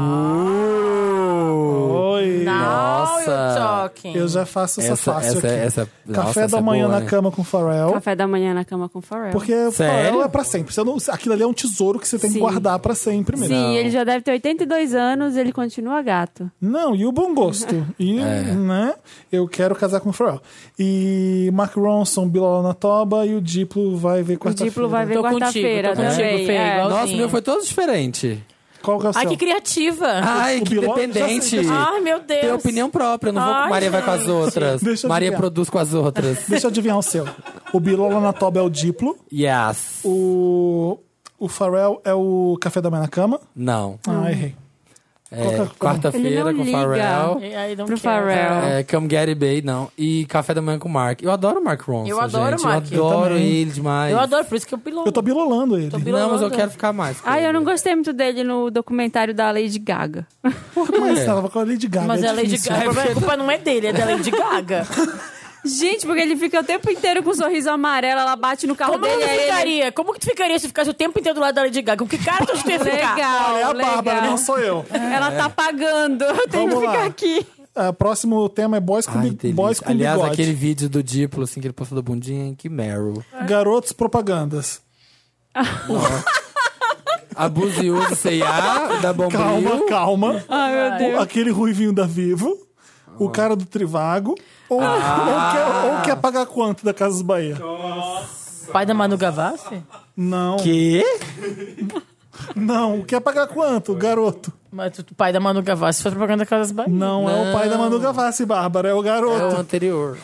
now you're
Nossa.
talking.
Eu já faço essa,
Essa,
fácil
essa, é
aqui.
essa. nossa,
Café
essa
da
é
manhã
boa,
na
né?
cama com Pharrell.
Café da manhã na cama com Pharrell.
Porque Pharrell
Sério?
é pra sempre. Você não, aquilo ali é um tesouro que você tem que
Sim.
guardar pra sempre mesmo.
Sim,
Não.
ele já deve ter 82 anos, ele continua gato.
Não, e o bom gosto.
<laughs>
E,
É.
né? Eu quero casar com o Pharrell. E Mark Ronson, Bilola na Toba e o Diplo vai ver
O
quarta-feira.
Diplo vai ver
Tô contigo,
quarta-feira
tô contigo,
também.
Fê,
é.
igual-
Nossa, o
Igualzinho.
meu foi todo diferente.
Qual que é o
Ai,
seu?
que criativa.
Ai,
Ah, o
que
Biló-
independente.
Já sei, é assim. já
Ai, meu Deus.
Tem opinião própria, não vou
Ah, Ai,
Maria vai com as outras.
Deixa eu
Maria
adivinhar.
produz com as
<laughs>
outras.
Deixa eu adivinhar o seu. O Bilola na Toba é o Diplo.
Yes.
O, o Pharrell é o Café da Manhã na Cama.
Não.
Hum.
Ah, errei. Qual que é-
É, quarta-feira
Ele não
com
liga.
Pharrell.
E aí, don't
Pro
care.
Pharrell.
É, Come Get It Babe, não. E Café da Manhã com o Mark. Eu adoro o Mark Ronson,
Eu adoro
gente.
o Mark.
Eu
Eu
adoro
também.
ele demais.
Eu adoro, por isso que eu pilolo.
Eu tô bilolando ele.
Não, mas eu
Bilolando.
quero ficar mais. com
Ai, eu
ele.
não gostei muito dele no documentário da Lady Gaga.
Por que
É.
Mas tava com a Lady Gaga.
Mas
é
a Lady
difícil.
Gaga, o problema- a culpa não é dele, é da Lady Gaga.
<laughs> Gente, porque ele fica o tempo inteiro com um sorriso amarelo, ela bate no carro
Como que
dele
tu
aí ele...
ficaria? Como que tu ficaria se ficasse o tempo inteiro do lado da Lady Gaga? Com que cara tu acha que tu ia ficar?
Legal,
É a
legal.
Bárbara, não sou eu.
Ela tá pagando, eu tenho
Vamos
que ficar
lá.
aqui.
Ah, próximo tema é Boys com,
Ai,
bi-
delícia.
boys com
Aliás,
Bigode.
aquele vídeo do Diplo, assim, que ele postou da bundinha, hein? que Meryl.
Garotos propagandas.
Abuse e uso <laughs> C&A, da Bombril.
Calma, calma.
Ah,
Ai, meu Deus.
Aquele ruivinho da Vivo.
Ah.
O cara do Trivago. Ou, ou, quer, ou quer pagar quanto da Casas Bahia?
Pai da Manu Gavassi?
Não,
Que?
não. Quer pagar quanto, garoto?
Mas tu- o pai da Manu Gavassi faz propaganda da Casas Bahia.
Não, é o pai da Manu Gavassi, Bárbara. É o
É o
garoto.
anterior.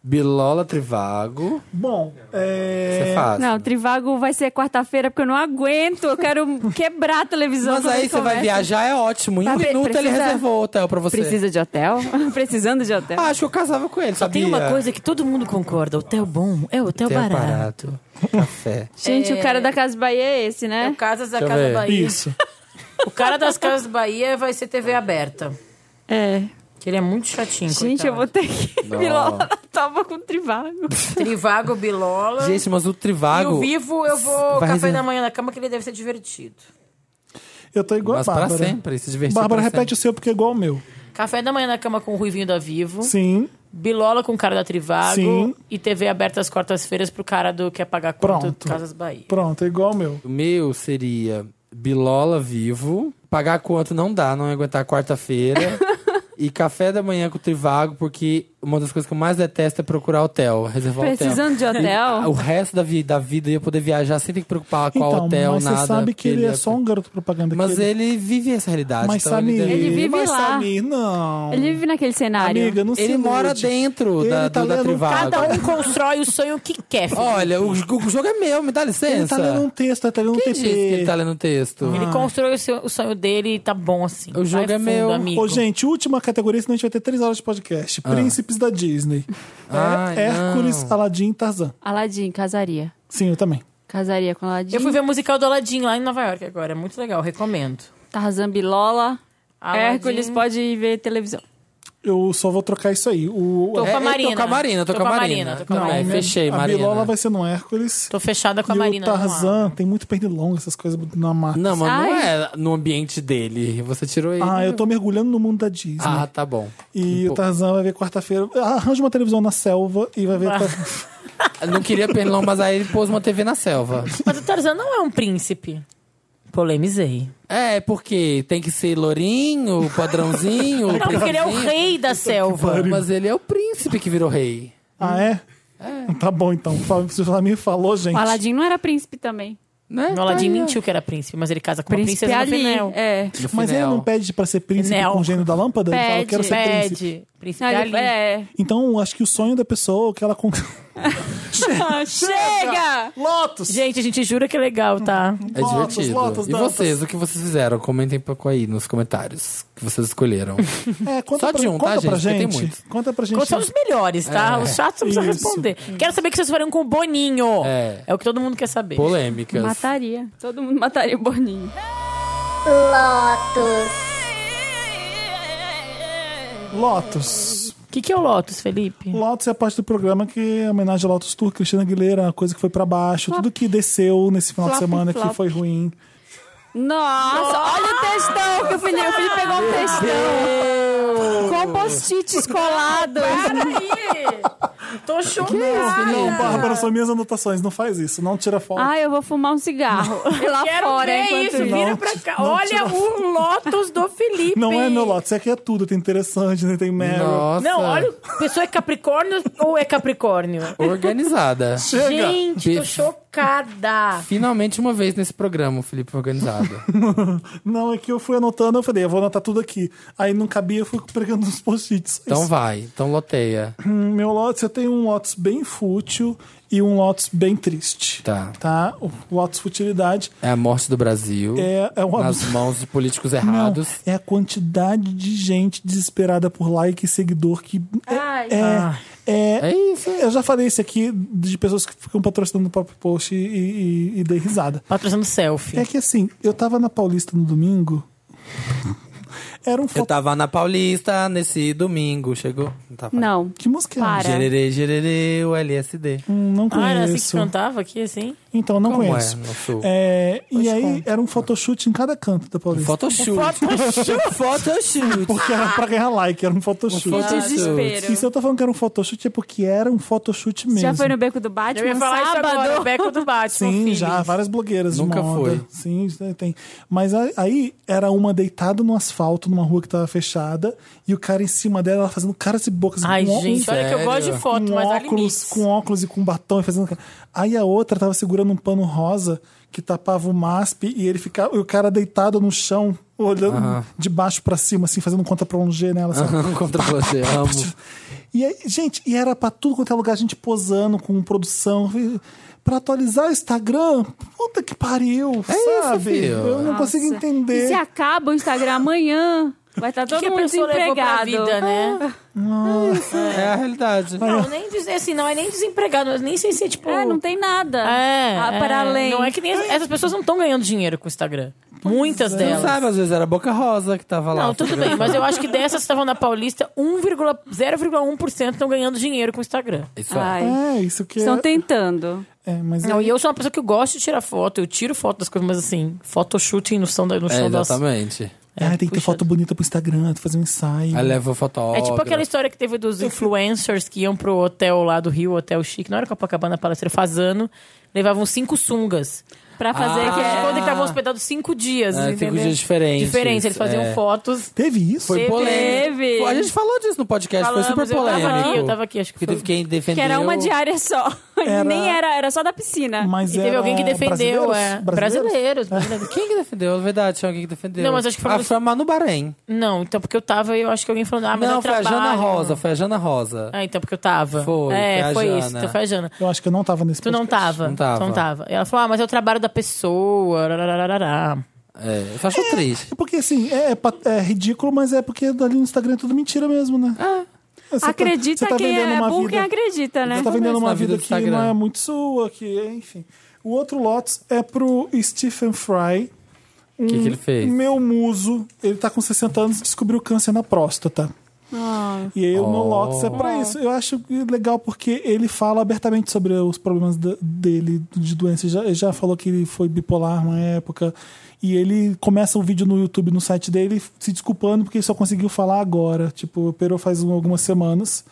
Bilola Trivago.
Bom,
Você
é...
faz.
Não, Trivago vai ser quarta-feira, porque eu não aguento, eu quero quebrar a televisão.
Mas
quando
aí
ele
você vai
começa.
viajar, é ótimo. Em um
Tá, pre-
minuto ele
precisa-
reservou hotel pra você.
Precisa de hotel? <laughs> Precisando de hotel?
Ah, acho que eu casava com ele, sabia?
Tem uma coisa que todo mundo concorda: hotel bom é hotel
Hotel
barato.
barato. Café.
Gente, o cara da Casa Bahia é esse,
É
né?
o Casas da
Deixa eu
Casa
ver.
Bahia.
Isso.
O cara das Casas Bahia vai ser TV aberta.
É.
Que ele é muito chatinho.
Gente, eu vou
coitado.
ter que. <laughs> Bilola tava com Trivago.
Trivago, Bilola.
Gente, mas o
e o
Trivago...
Vivo, eu vou
Vai
café
reservar.
da manhã na cama, que ele deve ser divertido.
Eu tô igual
Mas
a
pra
Bárbara.
sempre, se divertir
Bárbara,
pra
repete o seu porque é igual ao meu.
Café da manhã na cama com o Ruivinho da Vivo.
Sim.
Bilola com o cara da Trivago.
Sim.
E TV aberta às quartas-feiras pro cara do Quer Pagar Conta
Pronto.
do Casas Bahia.
Pronto, é igual ao meu.
O meu seria Bilola Vivo.
<laughs>
Pagar quanto não dá, não ia aguentar quarta-feira. e café da manhã com o Trivago, porque uma das coisas que eu mais detesto é procurar hotel, reservar hotel. Ah,
Precisando de
O <laughs>
hotel?
resto da, vi- da vida eu ia poder viajar sem ter que preocupar qual
então,
hotel,
mas
nada.
você sabe
porque
que ele é só
pro-
um garoto propaganda. que
Mas
ele...
ele vive essa realidade.
Mas
então
Samir,
deve-
Ele vive
mas
lá.
Samir, não.
Ele vive É naquele cenário.
Amiga, não se
Ele mora
ilude.
dentro
Ele
da,
tá
do, da
lendo um
Trivago.
Cada um constrói o sonho que quer. filho.
Ah, Olha, o, j- o jogo é meu, me dá
Ele
licença.
tá lendo um Uhum. texto, ele tá lendo um
Quem
TP.
disse que ele tá lendo texto?
Ele constrói o, seu- o sonho dele e tá bom assim.
O jogo
Vai
é meu.
fundo, amigo.
Ô, gente, última categoria, senão a gente vai ter três horas de podcast. Príncipes da Disney.
Ah. Ai,
é Hércules,
não.
Aladim e Tarzan.
Aladim, casaria.
Sim, eu também.
Casaria com Aladim.
Eu fui ver o musical do Aladdin lá em Nova York agora. É muito legal, recomendo.
Tarzan Bilola.
Aladdin.
Hércules pode ir ver televisão.
Eu só vou trocar isso aí. O,
Tô
É,
com a
eu
Marina.
Tô com a Marina, tô, com a Marina.
tô com a
Não,
Marina.
é, fechei,
a
Marina.
Bilola vai ser no Hércules.
Tô fechada com a
e
Marina.
o
vamos lá.
Tarzan tem muito pernilongo, essas coisas na mata.
Não, mas não
Ai.
é no ambiente dele. Você tirou ele.
Ah, eu tô mergulhando no mundo da Disney.
Ah, tá bom.
e o Tarzan vai ver quarta-feira. Ah, Arranja uma televisão na selva e vai ver.
Ah.
Tar-
Eu Não queria pernilão, mas aí ele pôs uma TV na selva.
Mas o Tarzan não é um príncipe. Polemizei.
É, porque tem que ser lourinho, padrãozinho.
Não, porque ele é o
privazinho.
rei da selva.
Mas ele é o príncipe que virou rei.
Ah, é? Tá bom, então. Fala- Se o Flamir falou, gente.
O Aladim não era príncipe também.
Né?
O Aladdin
Tá aí, ó.
mentiu que era príncipe, mas ele casa com
Príncipe
uma princesa
ali.
no final.
É.
No
Mas ele
final.
não pede pra ser príncipe
Nel.
com o gênio da lâmpada? ele fala,
Pede,
quero ser príncipe.
Pede. Príncipe
Não,
ali.
ele- é.
Então, acho que o sonho da pessoa, o que
<laughs>
ela. con-
<laughs> Chega!
Lotus!
Gente, a gente jura que é legal, tá?
É
Lotus,
divertido.
Lotus,
e
Dantas.
vocês, o que vocês fizeram? Comentem pouco aí nos comentários que vocês
<laughs>
escolheram.
É, conta
Só
pra,
de um,
conta
tá,
pra
gente? Porque tem
gente.
muito.
Conta pra gente.
Quais são os melhores, tá? Os chatos não precisam
Isso.
responder. Quero saber o que vocês fariam com o Boninho.
É.
o que todo mundo quer saber.
Polêmicas.
Mataria. Todo mundo mataria o Boninho.
Lotus.
O que, que é o Lotus, Felipe?
Lotus é a parte do programa que é homenagem a Lotus Tour, Cristina Aguilera, a coisa que foi pra baixo, tudo que desceu nesse final de
Flop,
semana
flop.
que foi ruim.
Nossa, olha o textão que o Felipe, o Felipe pegou um textão. Com post-its colados.
Tô chocada.
Não, Bárbara, são minhas anotações, não faz isso, não tira foto.
Ah, eu vou fumar um
<laughs>
cigarro. lá
Quero
fora,
ver
enquanto
isso. Vira
Não,
pra cá.
não
Olha
tira
o Lotus do Felipe.
não é meu Lotus, é que é tudo, tem interessante, né? tem Meryl.
Nossa.
Não, olha. o- Pessoa é Capricórnio <laughs> ou é Capricórnio?
Organizada.
Chega.
<laughs> Gente, tô
Bife.
chocada.
Finalmente uma vez nesse programa, o Felipe
<laughs>
organizado.
Não, é que eu fui anotando, eu falei, eu vou anotar tudo aqui. Aí não cabia, eu fui pregando uns post-its.
Então vai, então loteia.
Hum, Meu Lotus, eu tenho um Lotus bem fútil e um Lotus bem triste.
Tá.
Tá? O Lotus Futilidade
É a morte do Brasil.
é, é um
nas
absurdo.
mãos de políticos
Não,
errados.
é a quantidade de gente desesperada por like e seguidor que. É,
Ai.
é, é-
É isso.
Eu já falei isso aqui de pessoas que ficam patrocinando o próprio post e, e, e dei risada.
Patrocinando selfie.
É que assim, eu tava na Paulista no domingo. <laughs> Era um
Eu
foto.
tava na Paulista nesse domingo, chegou. Tá, vai.
Não.
Que música é
Para.
essa?
Gererê, gererê, o LSD.
Hum, Não
Ah, era assim que
conheço.
cantava aqui, assim?
então, não
Como é
conheço.
no sul?
É, e aí, era um photoshoot em cada canto da Paulista.
Photoshoot. <laughs> Photoshoot.
Porque era pra ganhar like, era um photoshoot.
photo-
Que desespero.
E se eu tô falando que era um photoshoot, é porque era um photoshoot mesmo.
Já foi no Beco do
Eu
Batman?
ia falar isso agora, o
sábado?
beco do Batman.
Tipo um Sim,
filho.
já, várias blogueiras
Nunca
de moda.
foi.
Sim, já tem. Mas a- aí era uma deitada no asfalto, numa rua que tava fechada, e o cara em cima dela, ela fazendo caras e bocas. um,
Ai,
com ó-
gente, olha que eu
Sério?
gosto de
com
foto, mas há
óculos,
limites.
com óculos e com batom e fazendo. cara. Aí a outra tava segurando um pano rosa que tapava o MASP e ele ficava, e o cara deitado no chão, olhando de baixo pra cima, assim, fazendo um contra prolongê nela. Sabe?
Contra você, amo.
E aí, gente, e era pra tudo quanto é lugar, gente posando com produção. Pra atualizar o Instagram, puta que pariu,
É isso,
sabe?
filho.
Eu não consigo
E
entender.
se acaba o Instagram amanhã? Vai estar todo
que a
mundo
pessoa levou
desempregado.
pra
Ah.
vida, né?
É a realidade.
Não, nem des- assim, não é nem desempregado, mas nem sem ser tipo.
É, não tem nada.
É,
Ah,
é.
para além.
Não é que nem as- essas pessoas não estão ganhando dinheiro com o Instagram. Muitas
é.
Você não
delas.
sabe, às vezes era a Boca Rosa que tava lá.
Não, tudo bem, mas eu acho que dessas que estavam na Paulista, 1,0,1% 0,1% estão ganhando dinheiro com o Instagram.
Isso é.
Ai,
É, isso que
Estão
é.
tentando.
é mas
Não,
aí-
e eu sou uma pessoa que eu gosto de tirar foto, eu tiro foto das coisas, mas assim, photoshooting no chão da, no
É,
chão das.
exatamente.
Ai, É, tem que ter foto bonita pro Instagram, tem que fazer um ensaio.
Aí leva o
É
fotógrafo.
tipo aquela história que teve dos influencers que iam pro hotel lá do Rio, hotel chique, não era Copacabana Palestra, Fazano, levavam cinco sungas.
Pra fazer
Ah.
que
Porque eles ficam- é eles estavam hospedados cinco dias,
É, cinco
entendeu?
dias diferentes.
Diferentes, eles faziam
É.
fotos.
Teve isso?
Foi polêmico.
Teve.
a gente falou disso no podcast,
Falamos,
foi super
eu tava aqui, Eu
polêmico.
tava aqui, acho que
Porque
foi.
teve quem defendeu.
Que era uma diária só. <laughs>
Era-
Nem era, era só da piscina.
Mas
E teve
era
alguém que defendeu,
brasileiros?
é.
Brasileiros?
Brasileiros. brasileiros.
Quem que defendeu? É verdade, tinha alguém que defendeu.
Não, mas acho que foi
Ah,
uma-
foi a Manu Bahrein.
Não, então porque eu tava, eu acho que alguém falou, ah, mas
não,
eu
foi a Jana
trabalho.
Rosa, foi a Jana Rosa.
Ah, então porque eu tava.
Foi,
É,
foi a
foi,
Jana.
isso. Então foi a Jana.
Eu acho que eu não tava nesse
Tu não
podcast.
tava.
Não
Tu
tava.
não tava. E ela falou, ah, mas é o trabalho da pessoa. rarararará.
É, eu só acho triste.
É
tá-
porque, assim, é, é pa- é ridículo, mas é porque ali no Instagram é tudo mentira mesmo, né?
Ah,
É.
acredita quem é, é burro quem acredita, né?
Você tá vendendo
Começa
uma
na vida
vida,
do
que
Instagram.
não é muito sua, que, enfim. O outro Lotus é pro Stephen Fry. um
O que, que ele fez?
Meu muso, ele tá com 60 anos e descobriu câncer na próstata.
Ah,
E aí o meu
Oh.
Lotus é pra isso. Eu acho legal porque ele fala abertamente sobre os problemas da- dele, de doença. Ele já, ele já falou que ele foi bipolar uma época. E ele começa um vídeo no YouTube, no site dele, se desculpando porque ele só conseguiu falar agora. Tipo, operou faz um- algumas semanas.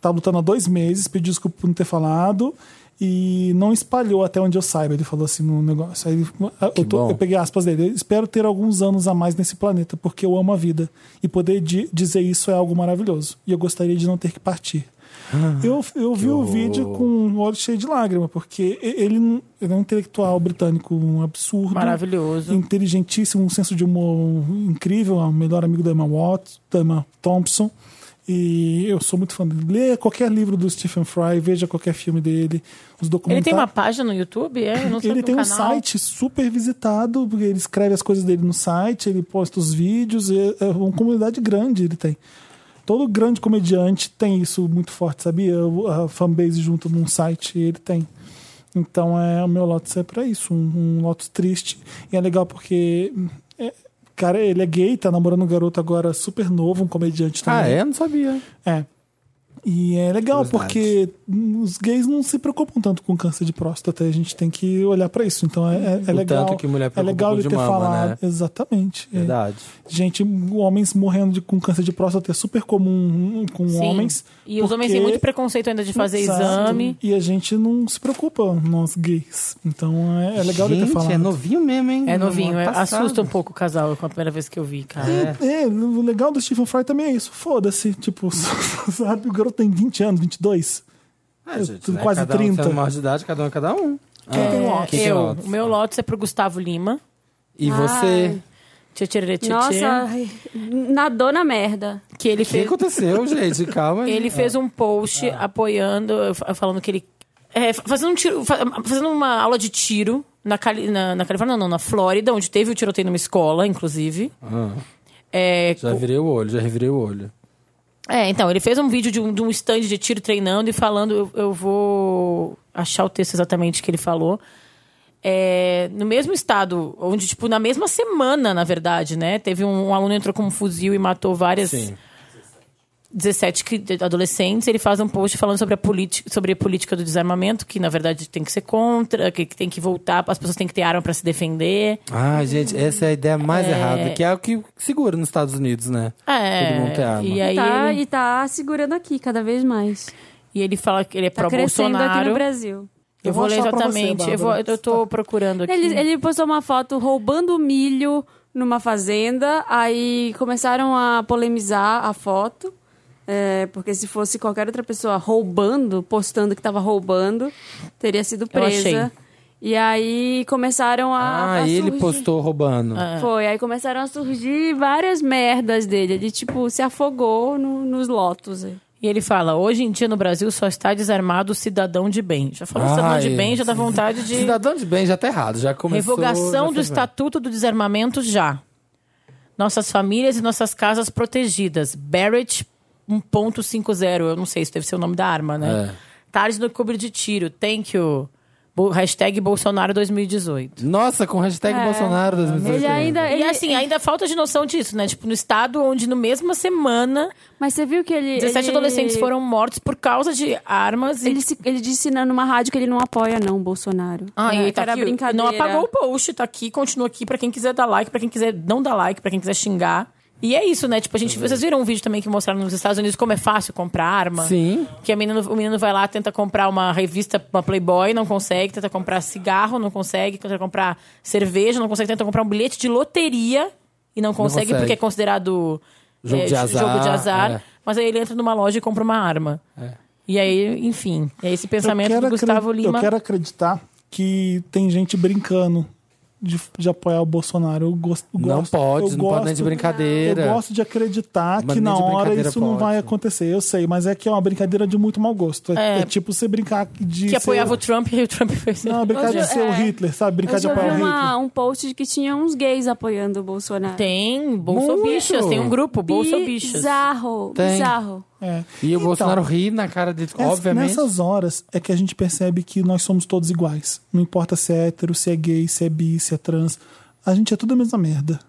Tá lutando há dois meses, pediu desculpa por não ter falado. E não espalhou até onde eu saiba, ele falou assim no negócio. Aí, ele- "Ah, eu, tô-
bom.
eu peguei aspas dele. Eu espero ter alguns anos a mais nesse planeta, porque eu amo a vida. E poder di- dizer isso é algo maravilhoso. E eu gostaria de não ter que partir. Eu, eu vi o vídeo com o olho cheio de lágrima, porque e- ele, n- ele é um intelectual britânico um absurdo.
Maravilhoso.
Inteligentíssimo, um senso de humor incrível, é o melhor amigo da Emma Watts, da Emma Thompson. E eu sou muito fã dele. Lê qualquer livro do Stephen Fry, veja qualquer filme dele, os
Ele
documentários.
tem uma página no YouTube? É, eu não sei
tá? Ele
do
tem um
canal.
site super visitado, porque ele escreve as coisas dele no site, ele posta os vídeos, e é uma comunidade grande ele tem. Todo grande comediante tem isso muito forte, sabia? O- A fanbase junto num site ele tem. Então é o meu Lotus é pra isso, um, um Lotus triste. E é legal porque. hum, é- cara, ele é gay, tá namorando um garoto agora super novo, um comediante também.
Ah, é? Eu não sabia.
É. E é legal
Curiosidade.
porque hum, os gays não se preocupam tanto com câncer de próstata, a gente tem que olhar pra isso. Então é, é- é
O
legal.
tanto que mulher
é
preocupa
legal
com
ele
de
ter
mama,
falado.
né?
Exatamente. é.
Verdade.
Gente, homens morrendo de- com câncer de próstata é super comum hum, com
Sim.
homens.
E os homens
porque-
têm muito preconceito ainda de fazer
Exato.
exame.
E a gente não se preocupa, nós gays. Então é, é legal ele ter
Gente,
falado.
é novinho mesmo, hein?
Hum,
Tá
É novinho, é-
Passado.
assusta um pouco o casal com a primeira vez que eu vi, cara.
É, o legal do Stephen Fry também é isso. Foda-se. Tipo, <laughs> sabe, o garoto tem 20 anos, 22.
É, gente,
Tudo quase
cada um
30.
sendo maior de idade, cada um é cada um.
Quem tem
É,
Lotus?
Quem tem um
eu,
Lotus?
o meu Lotus é pro Gustavo Lima.
E você?
Tchê, tchê, tchê, tchê,
nossa, ai, nadou na merda.
Que ele
O que
fez,
aconteceu, gente? Calma aí.
ele fez um post
Ah.
apoiando, fa- falando que ele. é, fa- fazendo, um tiro, fa- fazendo uma aula de tiro na, Cali, na, na Califórnia, não, não, na Flórida, onde teve o tiroteio numa escola, inclusive.
Ah,
É,
já virei o olho, já revirei o olho.
É, então, ele fez um vídeo de um, de um stand de tiro treinando e falando, eu, eu vou achar o texto exatamente que ele falou. É, no mesmo estado, onde, tipo, na mesma semana, na verdade, né? Teve um, um aluno entrou com um fuzil e matou várias.
Sim.
17 que- adolescentes, ele faz um post falando sobre a, politi- sobre a política do desarmamento, que na verdade tem que ser contra, que que tem que voltar, as pessoas têm que ter arma para se defender.
Ah, gente, essa é a ideia mais
É.
errada, que é o que segura nos Estados Unidos, né?
É,
Todo mundo tem arma.
E aí
tá,
ele,
E tá segurando aqui cada vez mais.
e ele fala que ele é
Tá crescendo aqui no
pró-Bolsonaro.
Brasil.
Eu vou ler
achar pra você,
exatamente. eu, vou,
Bárbara.
eu tô procurando aqui.
Ele, ele postou uma foto roubando milho numa fazenda, aí começaram a polemizar a foto, é, porque se fosse qualquer outra pessoa roubando, postando que estava roubando, teria sido
achei.
presa. E aí começaram a.
Ah,
a
ele
surgir-
postou roubando.
Foi, aí começaram a surgir várias merdas dele. Ele, tipo, se afogou no- nos lotos.
E ele fala: hoje em dia no Brasil só está desarmado o cidadão de bem. Já falou cidadão
Ai.
de bem, já dá vontade de.
Ah, Cidadão de bem já tá errado, já começou... já
Revogação
fez
do
merda.
Estatuto do Desarmamento já. Nossas famílias e nossas casas protegidas. Barrett 1.50. Eu não sei, isso deve ser o nome da arma,
É.
né? Tarde no cobre de tiro. Thank you. Bo- hashtag Bolsonaro 2018.
Nossa, com hashtag Bolsonaro 2018.
Ele ainda.
E
Então, Ele,
assim, ainda falta de noção disso, né? Tipo, no estado onde, no mesma semana,
Mas você viu que ele.
17
ele-
adolescentes foram mortos por causa de armas e
Ele, se- ele disse na- numa rádio que ele não apoia, não, o Bolsonaro.
Ah,
É,
e
que
tá
era
aqui,
brincadeira.
Não apagou o post, tá aqui, continua aqui pra quem quiser dar like, pra quem quiser não dar like, pra quem quiser xingar. E é isso, né? Tipo, a gente. Vocês viram um vídeo também que mostraram nos Estados Unidos como é fácil comprar arma?
Sim.
Que a menina, o menino vai lá, tenta comprar uma revista, uma Playboy, não consegue, tenta comprar cigarro, não consegue, tenta comprar cerveja, não consegue, tenta comprar um bilhete de loteria e não consegue,
consegue.
porque é considerado
Jogo
é,
de azar.
jogo de azar,
é.
mas aí ele entra numa loja e compra uma arma. E aí, enfim, é esse pensamento
É. Eu
do
quero
Gustavo
acre-
Lima.
Eu quero acreditar que tem gente brincando de, de apoiar o Bolsonaro. Eu gosto, eu
Não
gosto-
pode,
eu
não pode
gosto-
nem de
Eu
brincadeira.
gosto de acreditar
Mas
que
nem
na
de
hora
brincadeira
isso não
pode.
vai acontecer. Eu sei, mas é que é uma brincadeira de muito mau gosto.
É.
É, é tipo você brincar de.
que
ser-
apoiava o Trump <laughs> e o Trump assim, fez.
Não, brincar de
Hoje-
ser o
é.
Hitler, sabe? Brincar
Hoje
de
eu vi
apoiar o Hitler.
uma- um post de que tinha uns gays apoiando o Bolsonaro.
Tem Bolsa
Muito.
Bichas, tem um grupo, Bolsa Bichas.
Bizarro,
Tem.
bizarro.
É.
E o Bolsonaro ri na cara dele,
Ness-
obviamente.
Nessas horas é que a gente percebe que nós somos todos iguais. Não importa se é hétero, se é gay, se é bi, se é trans. A gente é tudo a mesma merda.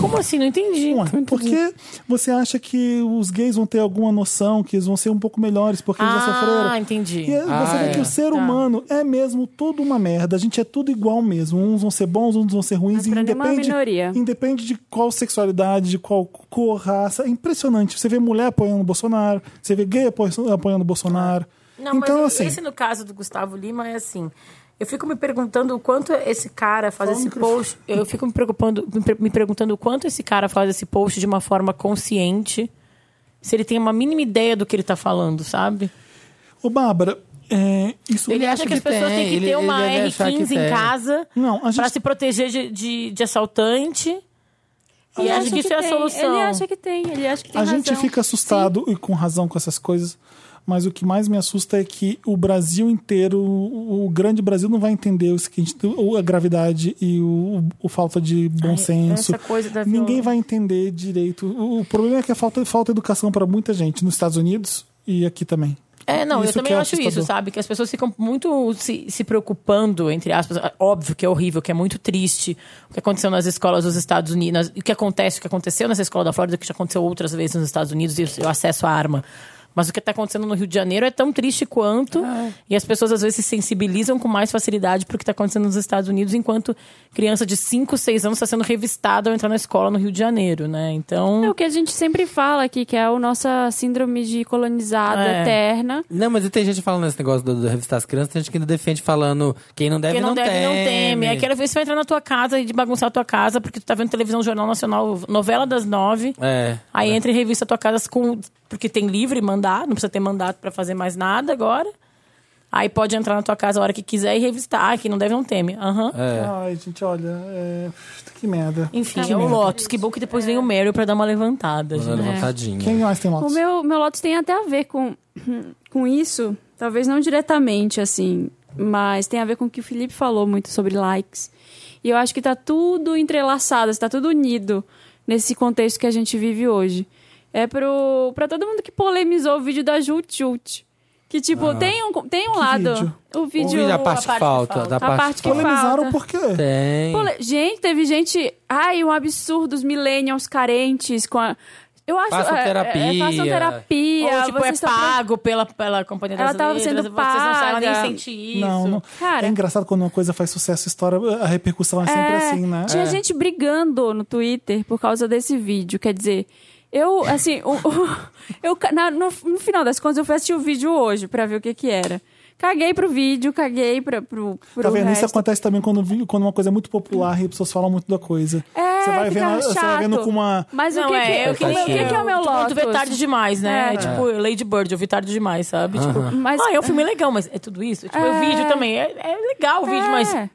Como assim? Não entendi.
Ué, porque você acha que os gays vão ter alguma noção, que eles vão ser um pouco melhores porque eles já sofreram?
Ah, entendi. Tá.
E aí você
Ah,
vê
é.
que o ser humano é mesmo tudo uma merda. A gente é tudo igual mesmo. Uns vão ser bons, uns vão ser ruins.
Mas
E
pra nenhuma
independe,
minoria.
independe de qual sexualidade, de qual cor, raça. É impressionante. Você vê mulher apoiando o Bolsonaro, você vê gay apo- apoiando o Bolsonaro.
Não,
então,
mas
assim,
esse no caso do Gustavo Lima é assim. Eu fico me perguntando o quanto esse cara faz
Fala no
esse
microfone.
post. Eu fico me preocupando, me per- me perguntando o quanto esse cara faz esse post de uma forma consciente. Se ele tem uma mínima ideia do que ele tá falando, sabe?
ô Bárbara, é, isso
Ele
Ele
acha
acha
que as
que
pessoas
tem,
têm que
ele-
ter uma
ele deve achar que
R15 em
tem.
casa
Não, a gente-
pra se proteger de, de, de assaltante. E
Ele
acha
acha
que isso é a
tem,
solução.
Ele acha que tem, ele acha que tem
A gente
razão.
fica assustado e com razão com essas coisas, mas o que mais me assusta é que o Brasil inteiro, o o grande Brasil, não vai entender o seguinte, o- a gravidade e o, o falta de bom senso.
essa coisa da
Ninguém
violência.
vai entender direito. O, o problema é que falta falta educação para muita gente nos Estados Unidos e aqui também.
É, não, eu
Isso
também
que é
acho isso,
assustador.
sabe? Que as pessoas ficam muito se, se preocupando, entre aspas. Óbvio que é horrível, que é muito triste o que aconteceu nas escolas dos Estados Unidos, o que acontece, o que aconteceu nessa escola da Flórida, que já aconteceu outras vezes nos Estados Unidos, e o acesso à arma. Mas o que está acontecendo no Rio de Janeiro é tão triste quanto.
Ah, é.
E as pessoas às vezes se sensibilizam com mais facilidade para o que está acontecendo nos Estados Unidos, enquanto criança de 5, 6 anos está sendo revistada ao entrar na escola no Rio de Janeiro, né? Então.
É o que a gente sempre fala aqui, que é a nossa síndrome de colonizada
É.
eterna.
Não, mas tem gente falando esse negócio do, do revistar as crianças, tem gente que ainda defende falando quem não deve,
Quem não, deve
teme.
não teme. É Aí quero ver se vai entrar na tua casa e de bagunçar a tua casa, porque tu tá vendo televisão, Jornal Nacional, novela das nove.
É.
Aí entra e revista a tua casa com. Porque tem livre mandar, não precisa ter mandato pra fazer mais nada agora. Aí pode entrar na tua casa a hora que quiser e revistar. Ah, quem não deve não teme. Aham.
É.
Ai, gente, olha, é, que merda.
Enfim,
Tá
Que
é o
merda.
Lotus. Que bom que depois vem o Meryl pra dar uma levantada. gente.
Dando vontadinha.
Quem mais tem
O
motos?
meu, meu Lotus tem até a ver com, com isso, talvez não diretamente, assim, mas tem a ver com o que o Felipe falou muito sobre likes. E eu acho que tá tudo entrelaçado, está tudo unido nesse contexto que a gente vive hoje. É pro, pra todo mundo que polemizou o vídeo da Jut Jut. Que, tipo, tem um, tem um lado.
vídeo?
O
O
vídeo.
vídeo da
a
parte que
parte
falta,
falta.
Da
A
parte,
parte
que
que
falta.
Polemizaram
falta.
por quê?
Tem.
Pole- Gente, teve gente. Ai, um absurdo, os millennials carentes com a. Eu acho.
Façam
é, é,
terapia.
façam terapia.
Ou, tipo, é
ah, vocês tão preocupados.
pago pela, pela companhia das
Ela tava
letras.
sendo
Vocês não sabem, ela
paga.
nem sente isso.
Não, não.
Cara.
é engraçado quando uma coisa faz sucesso, história, a repercussão é sempre
É,
assim, né?
Tinha gente brigando no Twitter por causa desse vídeo. Quer dizer, eu, assim, o- o- <laughs> eu, ca- na- no, no final das contas, eu fui assistir o vídeo hoje pra ver o que que era. Caguei pro vídeo, caguei pra, pro, pro
Tá vendo? Isso
resto.
acontece também quando, vi- quando uma coisa é muito popular e as pessoas falam muito da coisa.
É,
você, vai
fica
vendo, você vai vendo
chato.
com uma.
Mas
Não,
o que,
é,
que,
eu que
o
nem-
que que é o meu
Todo mundo vê tarde
Lotus?
demais, né?
É.
É, tipo, Lady Bird, eu vi tarde demais, sabe? Tipo,
Mas-
ah, é um filme legal, mas é tudo isso? Tipo, o
É.
vídeo também, é, é legal o vídeo, mas
É.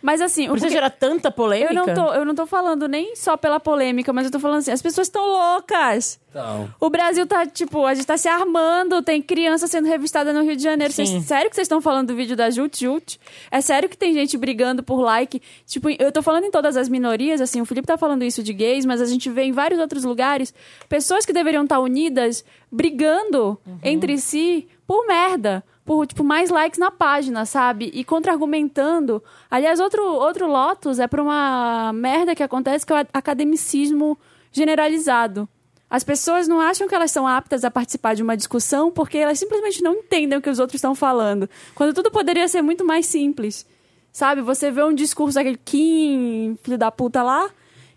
Mas assim, o
precisa
que-
gerar tanta polêmica?
eu não, tô, eu não tô falando nem só pela polêmica, mas eu tô falando assim, as pessoas estão loucas.
Então.
O Brasil tá, tipo, a gente tá se armando, tem criança sendo revistada no Rio de Janeiro. Vocês-
Sim.
sério que vocês estão falando do vídeo da Jut Jut? É sério que tem gente brigando por like? Tipo, eu tô falando em todas as minorias, assim, o Felipe tá falando isso de gays, mas a gente vê em vários outros lugares pessoas que deveriam estar unidas brigando entre si por merda. Por, tipo, mais likes na página, sabe? E contra-argumentando. Aliás, outro, outro Lotus é pra uma merda que acontece, que é o academicismo generalizado. As pessoas não acham que elas são aptas a participar de uma discussão porque elas simplesmente não entendem o que os outros estão falando. Quando tudo poderia ser muito mais simples. Sabe? Você vê um discurso daquele Kim, filho da puta lá,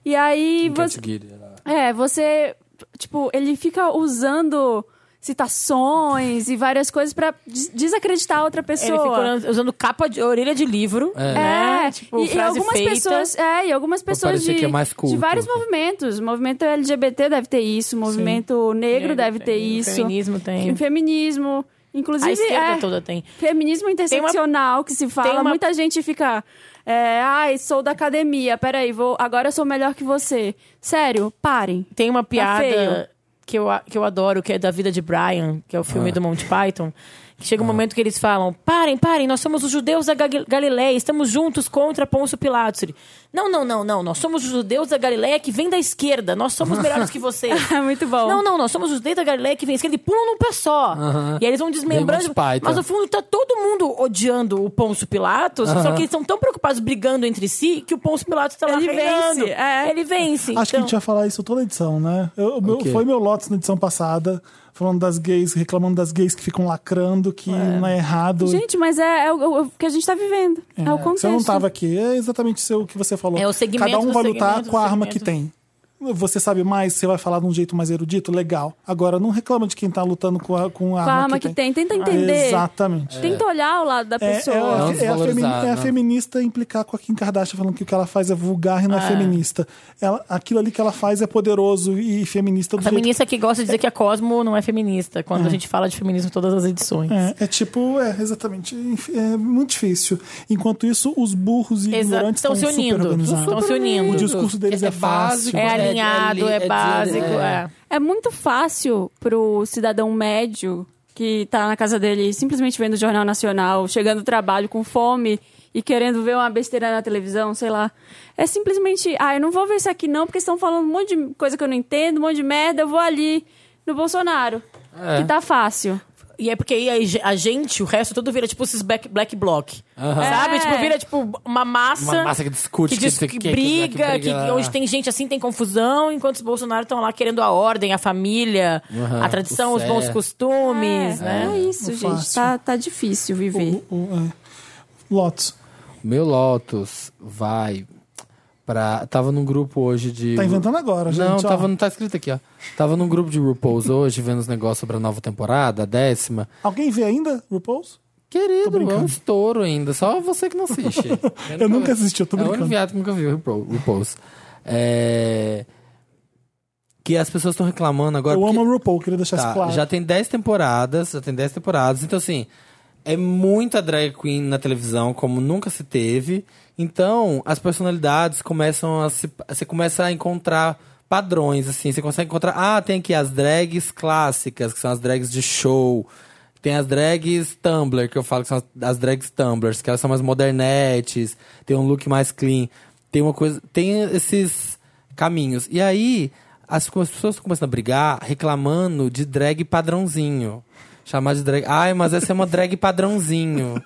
e aí você.
Kate Gillian, né?
É, você. Tipo, ele fica usando citações e várias coisas pra des- desacreditar a outra pessoa.
Ele ficou usando capa de orelha de livro.
É.
Né?
É,
Tipo,
e, e
frase
algumas
feita.
pessoas, é, e algumas pessoas
parecer
de,
que é mais culto.
de vários movimentos. O movimento LGBT deve ter isso, o movimento negro deve ter
tem,
isso.
Feminismo tem.
O feminismo,
A
inclusive,
esquerda
é,
toda tem.
feminismo interseccional que se fala.
tem uma-
Muita gente fica, é, ai, sou da academia, peraí, vou, agora eu sou melhor que você. Sério, parem. <laughs>
Tem uma
Tá feio.
piada que eu, a- que eu adoro, que é da vida de Brian, que é o
Ah.
filme do Monty Python. Que chega um momento que eles falam: parem, parem, nós somos os judeus da Ga- Galileia, estamos juntos contra Pôncio Pilatos. Ele, não, não, não, não, nós somos os judeus da Galileia que vem da esquerda, nós somos melhores que
<laughs>
vocês.
É muito bom.
Não, não, nós somos os dentro da Galileia que vem esquerda e pulam num pé só. E aí eles vão
Bem
desmembrando.
Monty Python.
Mas no fundo tá todo mundo odiando o Pôncio Pilatos, só que eles estão tão preocupados brigando entre si que o Pôncio Pilatos tá lá
Ele vence,
reinando.
é.
Ele vence.
Acho que a
então...
gente ia falar isso toda edição, né? Eu- o meu-
Ok.
Foi meu Lotus na edição passada, falando das gays, reclamando das gays que ficam lacrando, que não é errado.
Gente, mas é, é o, é o que a gente tá vivendo. É, o contexto.
Você não estava aqui. É exatamente isso que você falou.
É o segmento
Cada um
do
vai
segmento
lutar
do
com a arma que
segmento.
tem. Você sabe mais, você vai falar de um jeito mais erudito, legal. Agora, não reclama de quem tá lutando com a, com a
Com a arma que tem. Tenta entender.
Exatamente.
Tenta olhar o lado da
É, é,
pessoa.
a-
Não
é a, femi-
desvalorizar,
é a
né?
feminista implicar com a Kim Kardashian falando que o que ela faz é vulgar e não é, feminista. Ela, aquilo ali que ela faz é poderoso e feminista do jeito
Feminista que gosta de dizer que a Cosmo não é feminista, quando a gente fala de feminismo em todas as edições.
É, é tipo, é, exatamente. Enfim, É muito difícil. Enquanto isso, os burros e
Exato.
ignorantes
Estão se
super
unindo.
organizados.
Estão se unindo.
O discurso deles é, fácil.
É alinhado, é,
ali-
básico, é.
É muito fácil pro cidadão médio que tá na casa dele simplesmente vendo o Jornal Nacional, chegando do trabalho com fome e querendo ver uma besteira na televisão, sei lá. É simplesmente, ah, eu não vou ver isso aqui não, porque estão falando um monte de coisa que eu não entendo, um monte de merda, eu vou ali no Bolsonaro. Que tá fácil.
E é porque aí a- a gente, o resto tudo vira tipo esses black, black block. Sabe?
É.
Tipo, vira tipo uma massa.
Uma massa que discute,
que,
que
dis-
não sei o
que
quê, que
briga,
não sei o
que,
quê, que briga.
onde tem gente assim tem confusão, enquanto os Bolsonaro estão lá querendo a ordem, a família,
Aham,
a tradição,
o
os bons
certo.
costumes,
é,
né?
é isso, gente.
fácil.
Tá, tá difícil viver.
O- o- é. Lotus.
Meu Lotus vai pra. Tava num grupo hoje de.
Tá inventando agora, gente.
Não,
ó.
tava, não tá escrito aqui, ó. Tava num grupo de RuPaul's hoje, vendo os negócios sobre a nova temporada, a décima.
Alguém vê ainda RuPaul's?
Querido, é
brincando.
um estouro ainda. Só você que não assiste.
<laughs> Eu, nunca assisti, eu tô
É o único
brincando.
viado que nunca viu o RuPaul- RuPaul's. É... Que as pessoas estão reclamando agora.
Eu
porque-
amo a RuPaul, queria deixar
Tá,
isso claro.
Já tem 10 temporadas, já tem 10 temporadas. Então, assim, é muita drag queen na televisão, como nunca se teve. Então, as personalidades começam a se. Você começa a encontrar padrões, assim. Você consegue encontrar. Ah, tem aqui as drags clássicas, que são as drags de show. Tem as drags Tumblr, que eu falo que são as, as drags Tumblers, que elas são mais modernetes, tem um look mais clean. Tem uma coisa. Tem esses caminhos. E aí, as, co- as pessoas estão começando a brigar, reclamando de drag padrãozinho. Chamar de drag. Ai, mas essa é uma
<laughs>
drag padrãozinho.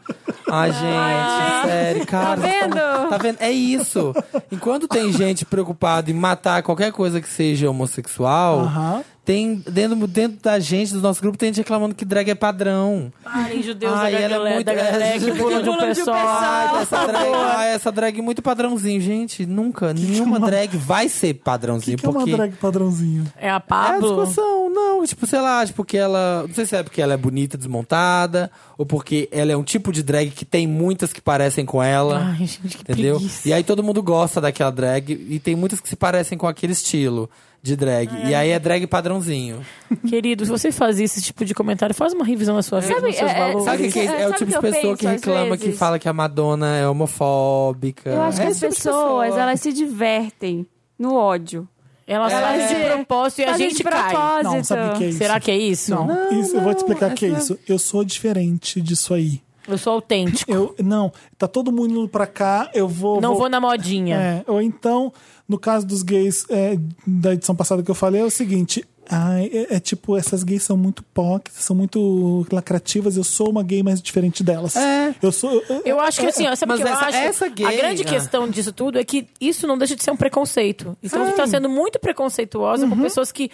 Ai, gente, sério, cara.
Tá vendo?
Tá vendo? É isso. Enquanto tem gente preocupada em matar qualquer coisa que seja homossexual,
Aham.
tem dentro, dentro da gente, do nosso grupo, tem gente reclamando que drag é padrão.
Parem, judeus
Ai,
da
ela é
Galileia,
muito- <laughs>
da Galileia que pulam de um
Pulam de um
pessoal.
Ai, essa drag, ai, essa drag é muito padrãozinho. Gente, nunca, nenhuma drag vai ser
O
padrãozinho.
é que é uma
porque
drag padrãozinho?
É a
É a
Pablo.
discussão, não. Tipo, sei lá, tipo, que ela. Não sei se é porque ela é bonita, desmontada, ou porque ela é um tipo de drag que tem muitas que parecem com ela.
Ai, gente, que
entendeu?
preguiça.
E aí todo mundo gosta daquela drag, e tem muitas que se parecem com aquele estilo de drag. E aí é drag padrãozinho.
Querido, se você faz esse tipo de comentário, faz uma revisão na sua vida,
Sabe,
nos seus
é- é-
valores.
Sabe o que, que é?
Sabe
É o
o
tipo
que
de
eu
pessoa que
penso, às
reclama, que
vezes?
fala que a Madonna é homofóbica.
Eu acho que
É
as
esse tipo de
pessoas,
pessoa.
elas se divertem no ódio.
é?
Elas fazem de propósito e a
Fazem
gente
de
cai.
propósito.
Não, sabe o que é isso?
Será que é isso?
Não, isso, eu vou te explicar o
essa
que é
não.
isso. Eu sou diferente disso aí.
Eu sou autêntico.
Eu, não, tá todo mundo indo pra cá, eu vou.
Não vou na modinha.
É, ou então, no caso dos gays é, da edição passada que eu falei, é o seguinte. Ai, é, é tipo, essas gays são muito pocs, são muito lacrativas, eu sou uma gay mais diferente delas.
É.
Eu sou. eu- eu-
Eu acho que assim, ó, sabe o
Mas
que eu
essa-
acho?
essa
A
gay-
grande
Ah.
questão disso tudo é que isso não deixa de ser um preconceito. Então você tá sendo muito preconceituosa
Uhum.
com pessoas que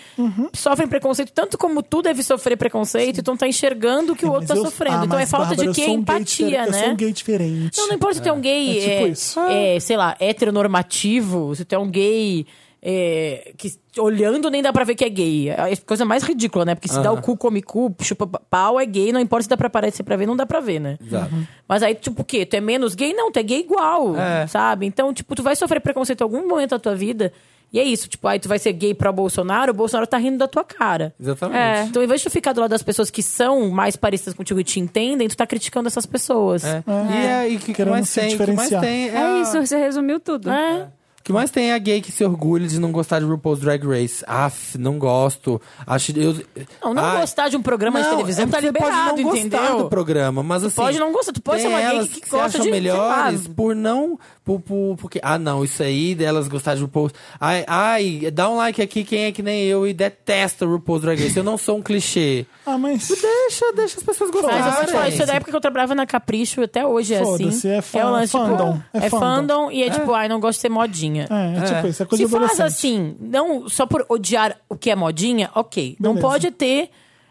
sofrem preconceito, tanto como tu deve sofrer preconceito, então tá enxergando que o outro
mas
tá
eu-
sofrendo.
Ah,
então é
mas,
falta
Bárbara, eu
de quê?
sou um gay
Empatia,
diferente, Eu sou
né?
um gay diferente.
Não, não importa se tu é um gay,
É
é,
tipo isso.
é, sei lá, heteronormativo, se tu é um gay é, que olhando nem dá pra ver que é gay. É a coisa mais ridícula, né? Porque se dá o cu, come cu, chupa pa- pau, é gay. Não importa se dá pra aparecer pra ver, não dá pra ver, né?
Exato.
Uhum.
Mas aí, tipo, o quê? Tu é menos gay? Não, tu é gay igual,
É.
sabe? Então, tipo, tu vai sofrer preconceito em algum momento da tua vida. E é isso, tipo, aí tu vai ser gay pra Bolsonaro, o Bolsonaro tá rindo da tua cara.
Exatamente.
Então, ao invés de tu ficar do lado das pessoas que são mais parecidas contigo e te entendem, tu tá criticando essas pessoas.
É. E aí, o que, que
Querendo
mais
se
tem? O que mais
diferenciar.
tem é,
É
a-
isso, você resumiu tudo.
É.
O que mais tem é a gay que se orgulha de não gostar de RuPaul's Drag Race. Aff, não gosto. Acho eu
Não, não
Ai,
gostar de um programa de
não,
televisão
é
tá
porque
liberado,
pode não
entendeu?
gostar do programa, mas assim...
pode não gostar, tu pode
tem
ser uma gay
elas
que
se
gosta
acham
de- sei
melhores
lá.
por não... Por, por- porque, ah, não, isso aí delas gostar de RuPaul's... Ai, ai, dá um like aqui quem é que nem eu e detesta RuPaul's Drag Race. Eu não sou um clichê.
Ah, mas.
Deixa, deixa as pessoas gostarem.
Mas eu vou te falar, isso é da época que eu trabalhava na Capricho, até hoje é
Foda-se,
assim.
é fã-
o lance, tipo,
fandom, é
é
fandom.
fandom e é tipo, ai, não gosto de ser modinha.
É, é tipo isso, é coisa
Se
de
faz
adolescente.
assim, não só por odiar o que é modinha, ok. Não
Beleza.
pode ter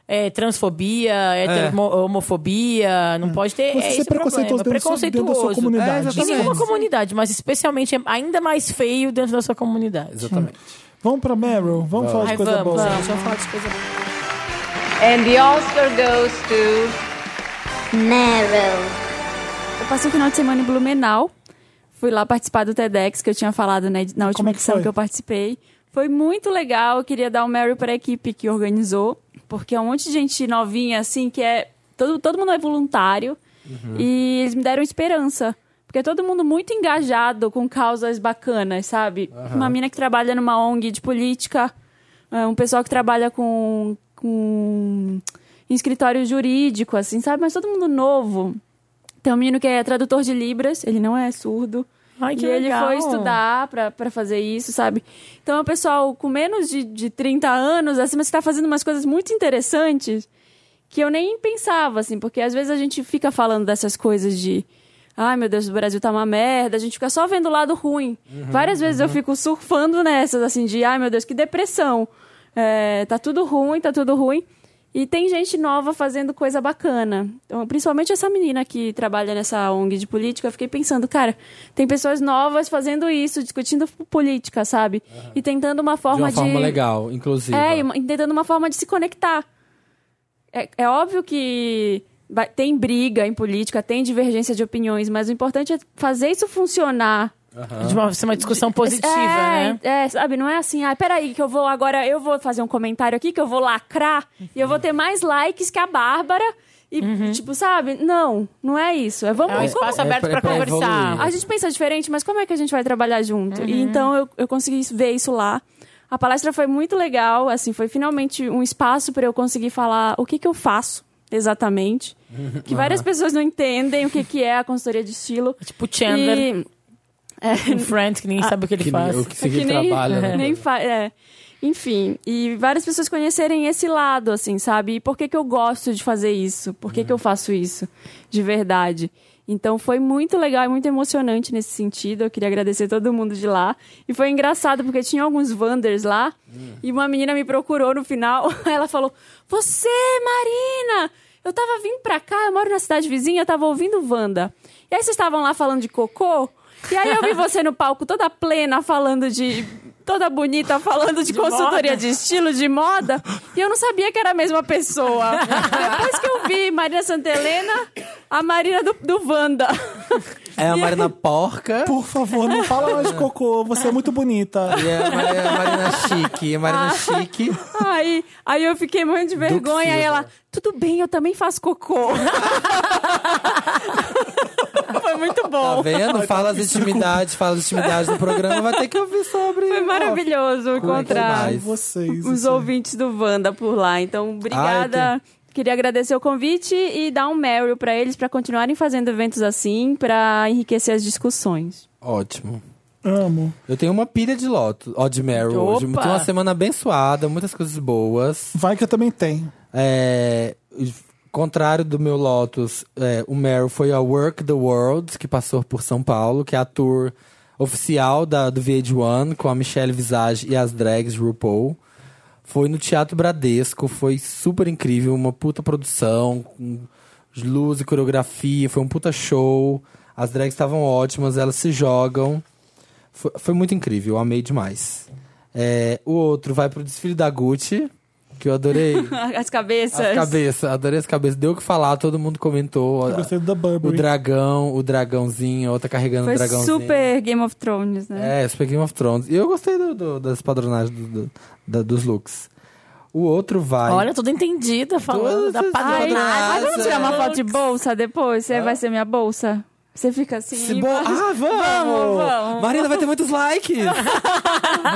é, transfobia, heteromo- homofobia, não pode ter.
Você
é
ser
esse o
preconceituoso
problema,
dentro da sua- dentro da sua
preconceituoso. É,
comunidade.
Em nenhuma
Exatamente.
comunidade, mas especialmente é ainda mais feio dentro da sua comunidade.
Exatamente.
Vamos pra Meryl, vamos, falar de
Ai,
coisa
vamos,
boa.
vamos, vamos falar de coisa boa.
And the Oscar goes to
Meryl.
Eu passei o final de semana em Blumenau. Fui lá participar do TEDx que eu tinha falado né, na
Como
última
é que
edição
foi?
que eu participei. Foi muito legal. Eu queria dar o Mary para a equipe que organizou, porque é um monte de gente novinha, assim, que é. Todo, todo mundo é voluntário.
Uhum.
E eles me deram esperança. Porque é todo mundo muito engajado com causas bacanas, sabe? Uma mina que trabalha numa ONG de política, é, um pessoal que trabalha com, com em escritório jurídico, assim, sabe? Mas todo mundo novo. Tem um menino que é tradutor de Libras, ele não é surdo.
Ai, que
e
legal.
ele foi estudar pra, pra fazer isso, sabe? Então é um pessoal com menos de, de 30 anos, assim, mas que tá fazendo umas coisas muito interessantes que eu nem pensava, assim, porque às vezes a gente fica falando dessas coisas de. Ai, meu Deus, o Brasil tá uma merda. A gente fica só vendo o lado ruim.
Uhum,
Várias vezes eu fico surfando nessas, assim, de ai, meu Deus, que depressão. É, tá tudo ruim, tá tudo ruim. E tem gente nova fazendo coisa bacana. Então, principalmente essa menina que trabalha nessa ONG de política, eu fiquei pensando, cara, tem pessoas novas fazendo isso, discutindo política, sabe? E tentando uma
De
forma
uma
de.
forma legal, inclusive.
É, e uma- e tentando uma forma de se conectar. É, é óbvio que vai- tem briga em política, tem divergência de opiniões, mas o importante é fazer isso funcionar.
De uma, ser uma discussão positiva,
é,
né?
é, sabe? Não é assim, ah, peraí, que eu vou agora, eu vou fazer um comentário aqui que eu vou lacrar e eu vou ter mais likes que a Bárbara. E, tipo, sabe? Não, não é isso. É vamos.
Uhum. É um
como-
espaço aberto
pra-
pra
pra
conversar.
evoluir.
a gente pensa diferente, mas como é que a gente vai trabalhar junto? E então eu, eu consegui ver isso lá. A palestra foi muito legal, assim, foi finalmente um espaço para eu conseguir falar o que, que eu faço exatamente. Que várias pessoas não entendem o que, que é a consultoria de estilo.
Tipo Chandler
E-
em Friends, que ninguém sabe o que ele
Que,
faz.
o que se
é que nem,
<laughs> trabalha. né?
<laughs> nem fa- é. Enfim, e várias pessoas conhecerem esse lado, assim, sabe? E por que, que eu gosto de fazer isso? Por que, que eu faço isso de verdade? Então foi muito legal e muito emocionante nesse sentido. Eu queria agradecer todo mundo de lá. E foi engraçado, porque tinha alguns Wanders lá. E uma menina me procurou no final. <laughs> Ela falou: Você, Marina! Eu tava vindo pra cá, eu moro na cidade vizinha, eu tava ouvindo Wanda. E aí vocês estavam lá falando de cocô? E aí eu vi você no palco toda plena, falando de. toda bonita, falando de, consultoria de estilo, de moda. E eu não sabia que era a mesma pessoa. Depois que eu vi Marina Santelena, a Marina do, do Wanda.
É a Marina Porca.
Por favor, não fala mais de cocô, você é muito bonita.
E é a Mari- a Marina Chique. A Marina Chique.
Aí, aí eu fiquei muito de vergonha. Aí ela, tudo bem, eu também faço cocô. Foi muito
Tá
bom.
vendo? Fala as intimidades, fala as intimidades do programa. Vai ter que ouvir sobre.
<laughs> Foi maravilhoso encontrar
demais.
Vocês.
os
assim.
ouvintes do Wanda por lá. Então, obrigada.
Ai,
Queria agradecer o convite e dar um Meryl pra eles pra continuarem fazendo eventos assim, pra enriquecer as discussões.
Ótimo.
Amo.
Eu tenho uma pilha de loto, ó, de Meryl hoje.
Opa!
Tem uma semana abençoada, muitas coisas boas.
Vai que eu também tenho.
É, contrário do meu Lotus, é, o Meryl foi a Work the World, que passou por São Paulo, que é a tour oficial da, do VH1, com a Michelle Visage e as drags de RuPaul. Foi no Teatro Bradesco, foi super incrível, uma puta produção, com luz e coreografia, foi um puta show. As drags estavam ótimas, elas se jogam. Foi, foi muito incrível, eu amei demais. É, o outro vai pro desfile da Gucci, que eu adorei.
Ah, As cabeças.
As cabeças, adorei as cabeças. Deu o que falar, todo mundo comentou.
Eu gostei do da
O
Burberry.
dragão, o dragãozinho, a outra carregando
Foi
o dragãozinho.
super Game of Thrones, né?
É, Super Game of Thrones. E eu gostei do, do- das padronagens do- do- da- dos looks. O outro vai.
Olha, toda entendida falando
Todas
da
as
Ai,
padronagem.
ai, Ah. vamos tirar uma foto de bolsa depois? Você vai ser minha bolsa? Você fica assim.
Se
e
bo-
vai-
Ah, vamos!
Vamos, vamos.
Marina vai ter
<laughs>
muitos likes!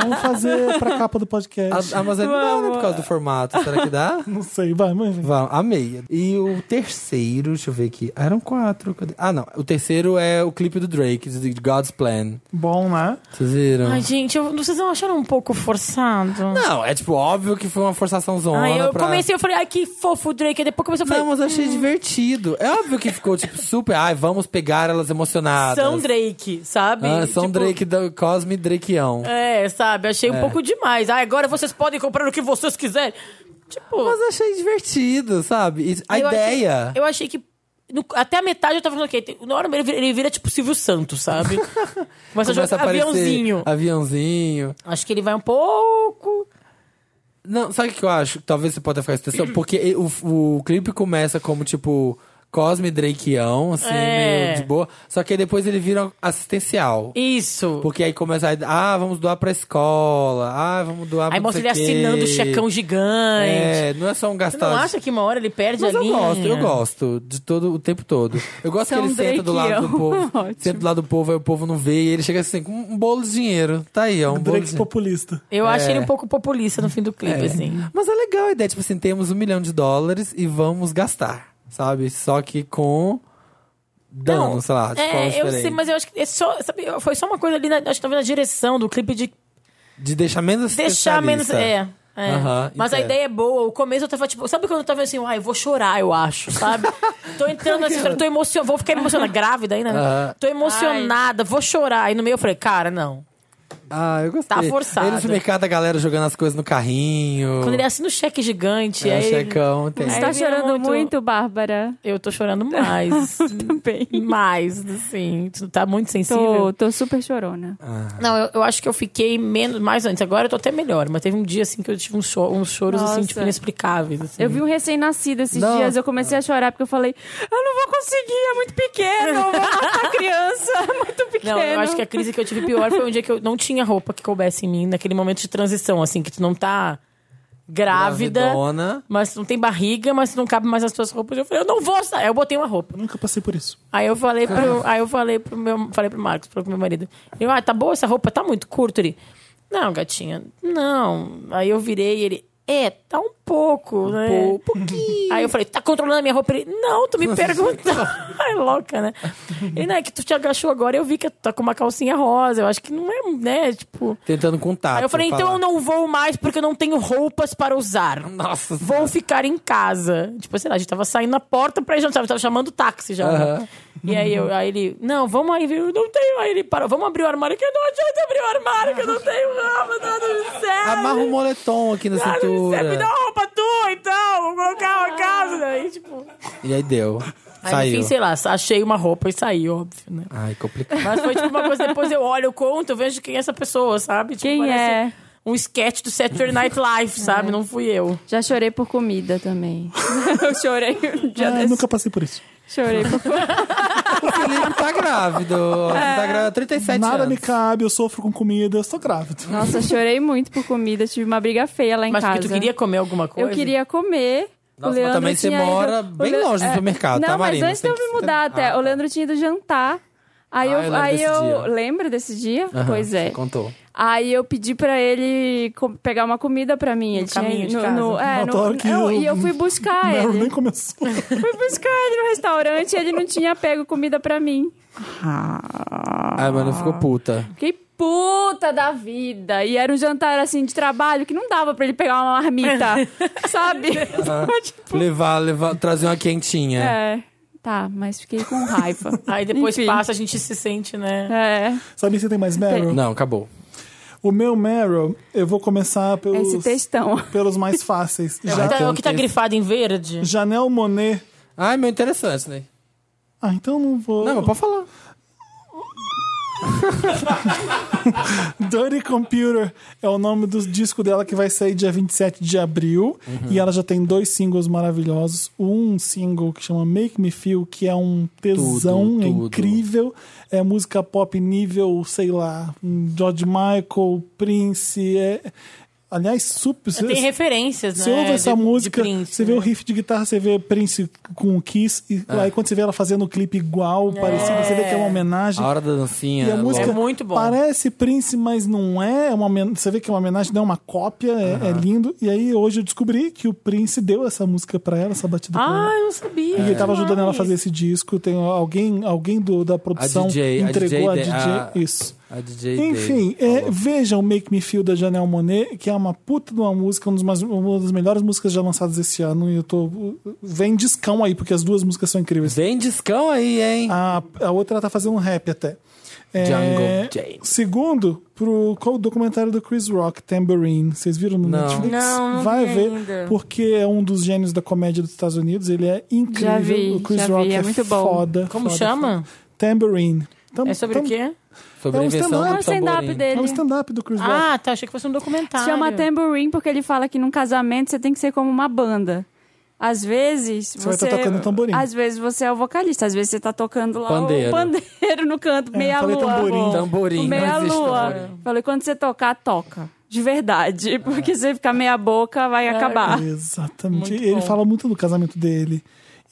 Vamos fazer pra capa do podcast.
a, a, mas é- não, não é por causa do formato. Será
<laughs>
que dá?
Não sei, vai, mas.
Vamos, amei. E o terceiro, deixa eu ver aqui. Ah, eram quatro. cadê? Ah, não. O terceiro é o clipe do Drake, de God's Plan.
Bom, né?
Vocês viram?
Ai, gente, eu, vocês não acharam um pouco forçado?
Não, é tipo, óbvio que foi uma forçação zona.
Ai, eu
pra...
comecei, Hum. eu falei, ai, que fofo o Drake. Aí depois comecei, eu falei,
Não, mas eu achei divertido. É óbvio que ficou, tipo, super. Ai, vamos pegar elas emocionadas.
São Drake, sabe?
Ah, São
Tipo,
Drake, do Cosme Drakeão.
É, sabe? Achei
É.
um pouco demais. Ah, agora vocês podem comprar o que vocês quiserem. Tipo,
Mas achei divertido, sabe? E A
eu achei-
ideia.
eu achei que. no- até a metade eu tava falando, ok, tem- na hora ele vira, ele vira tipo Silvio Santos,
<laughs>
sabe? Começa a
Começa
jogar
aparecer
aviãozinho.
Aviãozinho.
Acho que ele vai um pouco.
Não, sabe o que eu acho? Talvez você possa ficar atenção, porque e- o, o clipe começa como, tipo, Cosme Drakeão, assim,
É.
meio de boa. Só que aí depois ele vira assistencial.
Isso.
Porque aí começa a. Ah, vamos doar pra escola. Ah, vamos doar pra
Aí
não
mostra ele
sei quê.
assinando o checão gigante.
É, não é só um
Você
gastar.
não acha que uma hora ele perde
Mas
a
eu
linha?
gosto, eu gosto. De todo, o tempo todo. Eu
é
gosto
São
um
que ele senta do lado do
Drakeão.
<laughs>
povo.
Ótimo.
Senta do lado do povo, aí o povo não vê. E ele chega assim, com um bolo de dinheiro. Tá aí, ó, um bolo de
Drake
dinheiro.
populista.
Eu acho
É.
ele um pouco populista no fim do clipe,
É.
assim.
Mas é legal a ideia, tipo assim, temos um milhão de dólares e vamos gastar, sabe? Só que com dano, sei lá, de forma
É, eu
diferente.
sei, mas eu acho que é só, sabe, foi só uma coisa ali, na, acho que talvez na direção do clipe de
De deixar menos
deixar menos.
especialista.
É. é.
Aham,
mas a
entendo.
ideia é boa. O começo eu tava tipo, sabe quando eu tava assim, ai, eu vou chorar, eu acho,
<laughs>
sabe? tô entrando nessa história, tô emocionada, vou ficar emocionada, grávida ainda, né?
Aham.
Tô emocionada, vou chorar. Aí no meio eu falei, cara, não.
Ah, eu gostei.
Tá forçado.
Ele no supermercado, a galera jogando as coisas no carrinho.
Quando ele assina o cheque gigante,
é,
aí
checão, tem.
Você
Aí
tá
vira
chorando muito,
muito-
Bárbara?
eu tô chorando
<laughs>
mais.
<laughs> Também.
mais, assim, tu tá muito sensível.
Tô, tô super chorona.
Ah,
Não, eu, eu acho que eu fiquei menos, mais antes. Agora eu tô até melhor, mas teve um dia assim que eu tive uns, cho- uns choros assim,
Nossa.
tipo, inexplicáveis. assim.
Eu vi um recém-nascido esses
né? Não.
dias, eu comecei a chorar porque eu falei, eu não vou conseguir, é muito pequeno, eu vou matar a criança, é muito pequeno.
Não, eu acho
é
que a crise que eu tive pior foi um dia que eu não tinha roupa que coubesse em mim, naquele momento de transição, assim, que tu não tá grávida,
Gravidona.
mas tu não tem barriga, mas tu não cabe mais as tuas roupas. Eu falei, eu não vou sair. Aí eu botei uma roupa.
Nunca passei por isso.
Aí eu falei <laughs> pro, aí eu falei pro meu, falei pro Marcos, pro meu marido. Eu, ah, tá boa essa roupa, tá muito curta ele. Não, gatinha, não. Aí eu virei e ele, é, tá um pouco, né? Um pouquinho. Aí eu falei, tá controlando a minha roupa? Ele, não, tu me perguntou. <laughs> Ai, louca, né? Ele, não, é que tu te agachou agora, eu vi que tu tá com uma calcinha rosa. Eu acho que não é, né, tipo...
Tentando contar.
Aí eu falei, então eu não vou mais porque eu não tenho roupas para usar.
Nossa
Vou ficar em casa. Tipo, sei lá, a gente tava saindo na porta pra ir jantar, tava chamando o táxi já. né?
Aham.
E aí, eu, aí ele, não, vamos aí, eu não tenho. Aí ele parou, vamos abrir o armário, que eu não adianta abrir o armário, que eu não tenho tá roupa, nada me serve.
Amarra um moletom aqui na
nada me serve. Tá Me dá
cintura.
uma roupa tua, então, vou colocar uma casa. Aí, tipo,
E aí deu.
aí,
Saiu.
enfim, sei lá, achei uma roupa e saí, óbvio, né?
Ai, complicado.
Mas foi tipo uma coisa, depois eu olho, eu conto, eu vejo quem é essa pessoa, sabe? Tipo,
Quem
parece
é?
Um sketch do Saturday Night Live, sabe? Não fui eu.
Já chorei por comida também. <laughs> eu chorei um dia
Ah,
desse.
nunca passei por isso.
Chorei por comida.
O Felipe tá grávido.
É,
Tá grávido há 37
Nada
anos.
me cabe, eu sofro com comida, eu sou grávido.
Nossa, chorei muito por comida, tive uma briga feia lá em
Mas
casa.
porque tu queria comer alguma
Eu
coisa?
queria comer.
Nossa,
o
mas
Leandro
também você
tinha ido-
mora
o É.
bem longe do supermercado,
Não,
tá,
mas
Marina?
antes
Você
de eu
tem
me
que-
mudar até.
Ah, tá.
O Leandro tinha ido jantar. Aí
Ah, eu
eu,
lembro
aí
desse dia.
eu lembro desse dia? pois é.
Contou.
Aí eu pedi pra ele co- pegar uma comida pra mim. Ele tinha
caminho de
no,
casa.
no, é,
Notaram
no,
que
não,
o- né?
e eu fui buscar
Meryl nem
Ah, ele.
começou.
Fui buscar ele no restaurante e ele não tinha pego comida pra mim.
Ai, mas não ficou puta.
Fiquei puta da vida. E era um jantar assim de trabalho que não dava pra ele pegar uma
<laughs>
marmita, sabe? Então, tipo,
Levar, levar, trazer uma quentinha.
é. Tá, mas fiquei com
<laughs>
raiva.
Aí depois
Enfim.
passa, a gente se sente, né?
É.
Sabe se tem mais
É.
Meryl?
Não, acabou.
O meu Meryl, eu vou começar pelos,
Esse textão.
pelos mais fáceis.
É o que
Ja-
tá-
tem
é
um
o que tá
texto.
grifado em verde?
Janel Monet.
Ai, meu interessante, né?
Ah, então não vou.
Não, mas pode falar.
Dirty Computer é o nome do disco dela que vai sair dia 27 de abril. E ela já tem dois singles maravilhosos. Um single que chama Make Me Feel, que é um tesão
Tudo,
é
tudo.
incrível. É música pop nível, sei lá, um George Michael, Prince. é- Aliás, super.
É, Tem referências, né?
Você ouve essa
de- de
música,
Prince,
você vê
né?
o riff de guitarra, você vê Prince com o Kiss, e
É.
aí quando você vê ela fazendo o clipe igual, parecido, você vê que é uma homenagem.
A hora da dancinha.
E a música
É muito bom.
parece Prince, mas não é. é uma, homen- você vê que é uma homenagem, não é uma cópia, é, é lindo. E aí hoje eu descobri que o Prince deu essa música pra ela, essa batida pra ela.
Ah, eu não sabia.
né? E ele tava
Demais.
ajudando ela a fazer esse disco. Tem alguém, alguém do, da produção
DJ, a
entregou a
DJ,
DJ.
a-
Isso.
A DJ
Enfim,
dele
é,
falou.
vejam Make Me Feel da Janelle Monet, que é uma puta de uma música, uma das, mais- uma das melhores músicas já lançadas esse ano. E eu tô. Vem discão aí, porque as duas músicas são incríveis.
Vem discão aí, hein?
A, a outra ela tá fazendo um rap até. É,
Django James.
Segundo, pro qual o documentário do Chris Rock, Tambourine. Vocês viram no
Não.
Netflix?
Não, não
Vai
vi
ver,
ainda.
porque é um dos gênios da comédia dos Estados Unidos. Ele é incrível.
Já vi,
o Chris
já vi,
Rock
é muito bom.
foda.
Como
foda,
chama?
foda. Tambourine. Tam-
É sobre
tam-
o quê?
Sobre
é
a
um
invenção
stand-up.
É
É
o
do
stand-up
tamborim.
É
dele.
um stand-up do Chris Rock.
Ah, tá. Achei que fosse um documentário.
Se chama Tambourine porque ele fala que num casamento você tem que ser como uma banda. Às vezes
Você vai
você.
tá tocando tamborim.
Às vezes você é o vocalista, às vezes você tá tocando lá
Pandeiro.
o pandeiro no canto,
É,
meia
falei
lua.
tamborim.
amor.
Tamborim,
meia
não existe
lua.
tamborim.
Falei, quando você tocar, toca. De
É.
verdade. Porque se você ficar meia boca, vai acabar.
Exatamente.
Muito
ele
bom.
fala muito do casamento dele.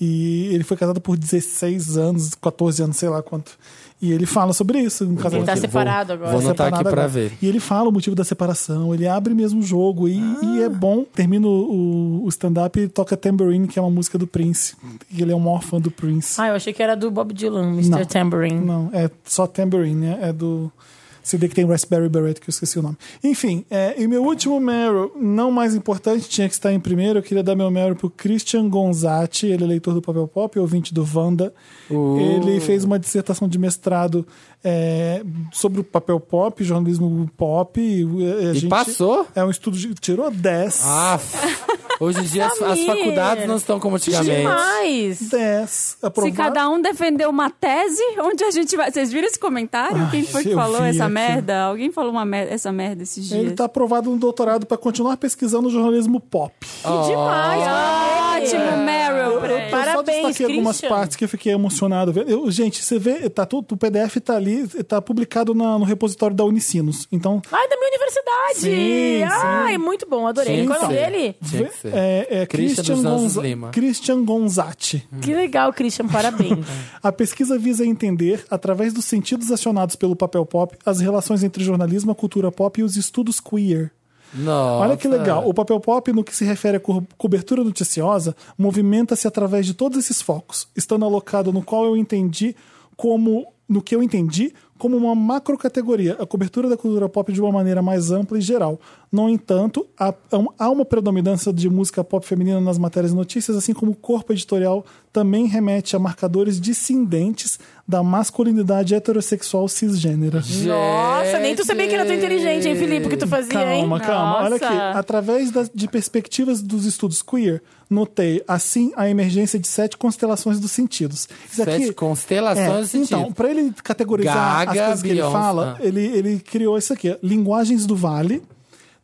E ele foi casado por 16 anos, 14 anos, sei lá quanto. E ele fala sobre isso. Um casamento
Ele tá
que-
separado agora.
Vou anotar aqui
separado
pra
é agora.
ver.
E ele fala o motivo da separação, ele abre mesmo o jogo e, e
Ah.
é bom. Termina o, o stand-up e toca Tambourine, que é uma música do Prince. E ele é o maior fã do Prince.
Ah, eu achei que era do Bob Dylan, Mr.
Não.
Tambourine.
Não, é só Tambourine, né? É do CD que tem Raspberry Beret, que eu esqueci o nome. Enfim, é, e meu último Meryl, não mais importante, tinha que estar em primeiro. Eu queria dar meu Meryl pro Christian Gonzatti, ele é leitor do Papel Pop, ouvinte do Wanda.
Uh.
Ele fez uma dissertação de mestrado é, sobre o papel pop, jornalismo pop. E, a
E
gente-
passou?
É um estudo de. Tirou 10.
Ah, f- hoje em dia as, as faculdades não estão como antigamente.
Demais!
10.
Se
Aprovado.
cada um defender uma tese, onde a gente vai. Vocês viram esse comentário? Quem foi que
eu
falou
vi
essa
aqui.
merda? Alguém falou uma merda, essa merda esses dias?
Ele tá está aprovado no doutorado para continuar pesquisando jornalismo pop.
Demais!
Ah, Ótimo, Meryl. pra ele.
Eu só
É. Parabéns,
destaquei algumas
Christian.
partes que eu fiquei emocionado. vendo. Eu, gente, você vê, tá tudo, o PDF tá ali, tá publicado na- no repositório da Unicinos. Então,
Ai, da minha universidade!
Sim,
Ai,
sim.
muito bom, adorei.
Sim,
Qual é o nome
sim.
dele?
Tinha que ser.
é, é
Christian
Christian,
dos Anjos
Gonza-
Lima. Hum.
Christian Gonzatti.
Que legal, Christian,
<laughs>
parabéns.
A pesquisa visa entender, através dos sentidos acionados pelo papel pop, as relações entre jornalismo, a cultura pop e os estudos queer.
Nossa.
Olha que legal. O papel pop, no que se refere à co- cobertura noticiosa, movimenta-se através de todos esses focos, estando alocado no qual eu entendi como. no que eu entendi como uma macrocategoria, a cobertura da cultura pop de uma maneira mais ampla e geral. No entanto, há, um, há uma predominância de música pop feminina nas matérias e notícias, assim como o corpo editorial também remete a marcadores discendentes da masculinidade heterossexual cisgênera.
Nossa, nem tu sabia que era tão inteligente, hein, Felipe, o que tu fazia, hein?
Calma, calma. Olha
Nossa.
aqui. Através das- de perspectivas dos estudos queer, notei, assim, a emergência de sete constelações dos sentidos. Isso
Sete
aqui-
constelações dos
É, Então,
sentidos.
para ele categorizar
Gaga,
as coisas que ele
Beyoncé,
fala,
ah.
ele, ele criou isso aqui. ó. Linguagens do Vale,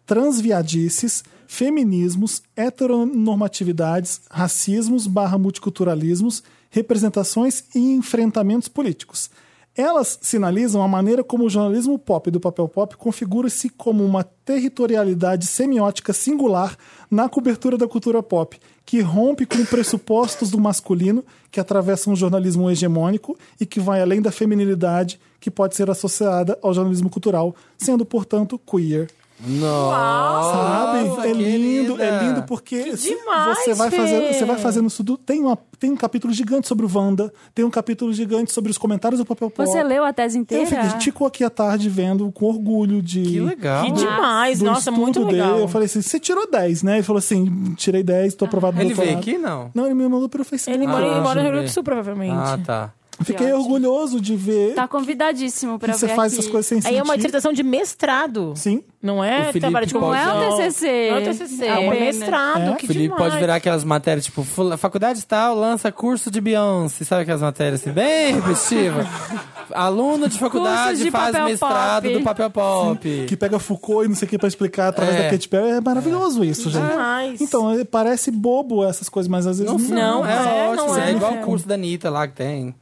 transviadices, feminismos, heteronormatividades, racismos barra multiculturalismos, representações e enfrentamentos políticos. Elas sinalizam a maneira como o jornalismo pop do papel pop configura-se como uma territorialidade semiótica singular na cobertura da cultura pop, que rompe com pressupostos do masculino, que atravessa um jornalismo hegemônico e que vai além da feminilidade, que pode ser associada ao jornalismo cultural, sendo, portanto, queer. Sabe?
Nossa,
é lindo,
querida.
é lindo porque se
demais,
você vai
Fê.
fazendo, você vai fazendo isso tudo. Tem, uma, tem um capítulo gigante sobre o Wanda, tem um capítulo gigante sobre os comentários do papel pop.
Você leu a tese
Eu
inteira?
fiquei, ficou aqui à tarde vendo com orgulho de
Que legal.
Que demais,
do
nossa,
estudo
muito legal.
dele. Eu falei assim: você tirou 10, né? Ele falou assim: tirei 10, tô
Ah.
aprovado no
Ele veio
doutorado.
aqui, não?
Não, ele me mandou pelo Facebook.
Ele mora,
Ah,
ele mora
deixa
no Rio
eu
Grande do Sul, provavelmente.
Ah, tá.
Fiquei orgulhoso de ver
Tá convidadíssimo pra
que você
ver
faz
aqui.
essas coisas sem
Aí é uma
sentido.
dissertação de mestrado.
Sim.
Não
O
é
Felipe
trabalho de
pode-
conclusão.
Não é o TCC.
Não é o TCC. É um
Apenas.
mestrado,
É.
que
Felipe
demais.
pode virar aquelas matérias, tipo, fula- faculdade tal lança curso de Beyoncé, sabe aquelas matérias assim, bem
<laughs>
repetitivas? Aluno de faculdade
Cursos de
faz
papel
mestrado
pop.
do papel pop.
Que pega Foucault e não sei o que pra explicar através
É.
da Katy Perry. É maravilhoso isso, gente.
Demais.
Então, é, parece bobo essas coisas, mas às vezes não.
Não, é,
é,
ótimo.
não
é,
é.
igual o curso da Anitta lá que tem.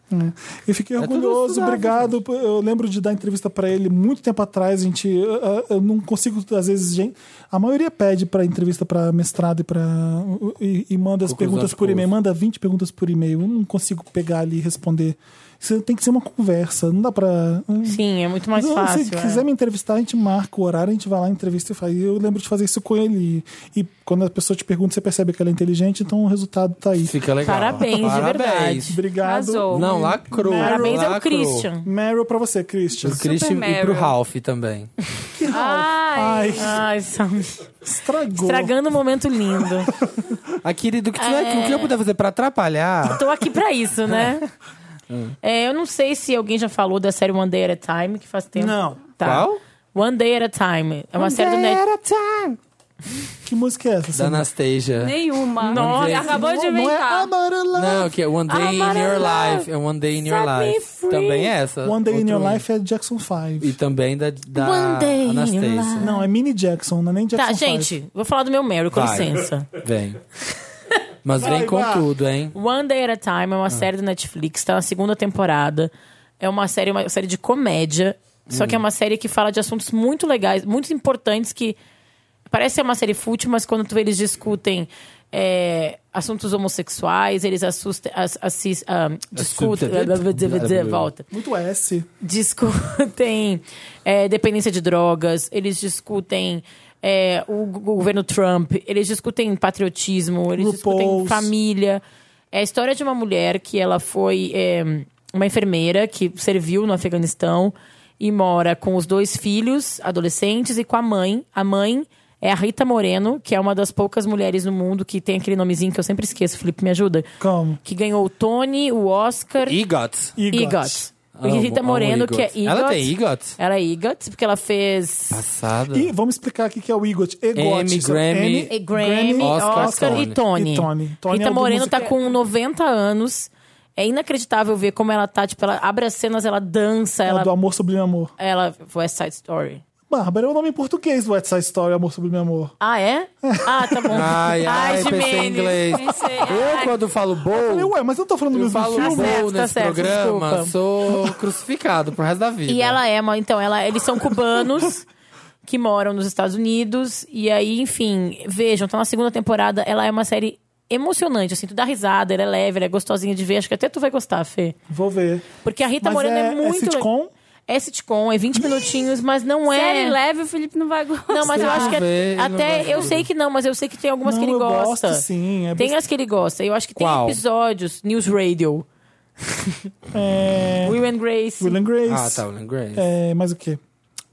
E fiquei
É tudo
orgulhoso,
estudado,
obrigado. Eu lembro de dar entrevista pra ele muito tempo atrás. A gente, eu, eu- eu não consigo, às vezes, gente. A maioria pede pra entrevista pra mestrado e para e, e manda as
Conclusão
perguntas
de
por e-mail.
curso.
Manda 20 perguntas por e-mail. Eu não consigo pegar ali e responder. Isso tem que ser uma conversa. Não dá pra. hum.
Sim, é muito mais
Não,
fácil.
Se
é.
quiser me entrevistar, a gente marca o horário, a gente vai lá, entrevista e faz. Eu lembro de fazer isso com ele. E quando a pessoa te pergunta, você percebe que ela é inteligente, então o resultado tá aí.
Fica legal.
Parabéns, de verdade.
Obrigado.
Arrasou.
Não, lacrou.
Parabéns ao
lacrou.
Christian.
Meryl pra você, Christian.
Pro Christian e pro
Meryl.
Ralph também.
Ai,
Ai, Samir.
estragou.
Estragando um momento lindo.
Ah, querido, o que, tiver-
É.
o que eu puder fazer pra atrapalhar?
Tô aqui pra isso,
<laughs>
né? É, eu não sei se alguém já falou da série One Day at a Time, que faz tempo.
Não.
Tá.
Qual?
One Day at a Time. É uma série do Net...
Que música é essa?
Da
Samir?
Anastasia.
Nenhuma.
Nossa,
Ele acabou de
não, não é
inventar.
Amarela.
Não, que é One Day in Your
Amarela.
Life. É One Day in
Set
Your
me
Life.
free.
Também é essa.
One Day in
Outro
Your
hino.
Life é Jackson 5.
E também da, da
One Day in Your
Anastasia.
Life.
Não, é Mini Jackson, não é nem Jackson
Tá,
5.
gente, vou falar do meu Mary, com
Vai.
licença.
Vem. Mas vem
Vai,
com
vai.
tudo, hein?
One Day at a Time é uma série do Netflix, tá na segunda temporada. É uma série, uma série de comédia. Só que é uma série que fala de assuntos muito legais, muito importantes que. Parece ser uma série fútil, mas quando tu vê, eles discutem é, assuntos homossexuais, eles assustem, as, assis- ah, discutem. Volta
Muito S.
discutem <laughs> é, dependência de drogas, eles discutem é, o, go- o governo Trump, eles discutem patriotismo, eles discutem
RuPaul's.
família. É a história de uma mulher que ela foi é, uma enfermeira que serviu no Afeganistão e mora com os dois filhos adolescentes e com a mãe. A mãe é a Rita Moreno, que é uma das poucas mulheres no mundo que tem aquele nomezinho que eu sempre esqueço. Felipe, me ajuda.
Como?
Que ganhou o Tony, o Oscar.
Egot.
Igot. Rita Moreno, que é Igot.
Ela tem Igot?
Ela é Igot, porque ela fez
Passada.
E vamos explicar aqui que é o Egot. Egot.
M,
Isso é
Grammy.
M,
e Grammy,
Grammy,
Oscar,
Oscar,
e Tony.
E Tony. Tony é
Rita
o do
Moreno
musical.
tá com 90 anos. É inacreditável ver como ela tá, tipo, ela abre as cenas, ela dança,
é
ela...
do Amor Sublime Amor.
ela West Side Story.
Bárbara é o nome em português do West Side Story, Amor Sublime Amor.
Ah, é? Ah, tá bom.
Ai, ai, pensei em
Jimenez.
inglês.
Pensei,
Eu, quando falo
Eu,
bowl,
ué, mas eu não tô falando do
eu
mesmo
falo assim.
filme.
Tá certo,
bowl
tá
nesse
certo,
programa,
desculpa.
sou crucificado pro resto da vida.
E ela é uma. Então, ela, eles são
<laughs>
cubanos que moram nos Estados Unidos. E aí, enfim, vejam, tá na segunda temporada. Ela é uma série emocionante, assim, tu dá risada, ela é leve, ela é gostosinha de ver. Acho que até tu vai gostar, Fê.
Vou ver.
Porque a Rita
Mas
Moreno é,
é- é
muito.
sitcom?
É sitcom, é 20 minutinhos, mas não é.
Série leve, o Felipe não vai gostar.
Não, mas eu acho que
vê,
é-
ele não
até
gosta.
eu sei que não, mas eu sei que tem algumas que ele
Não, eu
gosta.
gosto, sim, é
tem
best-
as que ele gosta. Eu acho que tem
Qual?
episódios News Radio,
É...
Will and Grace,
Will and
Ah,
Grace.
tá, Will and Grace.
É, mais o quê?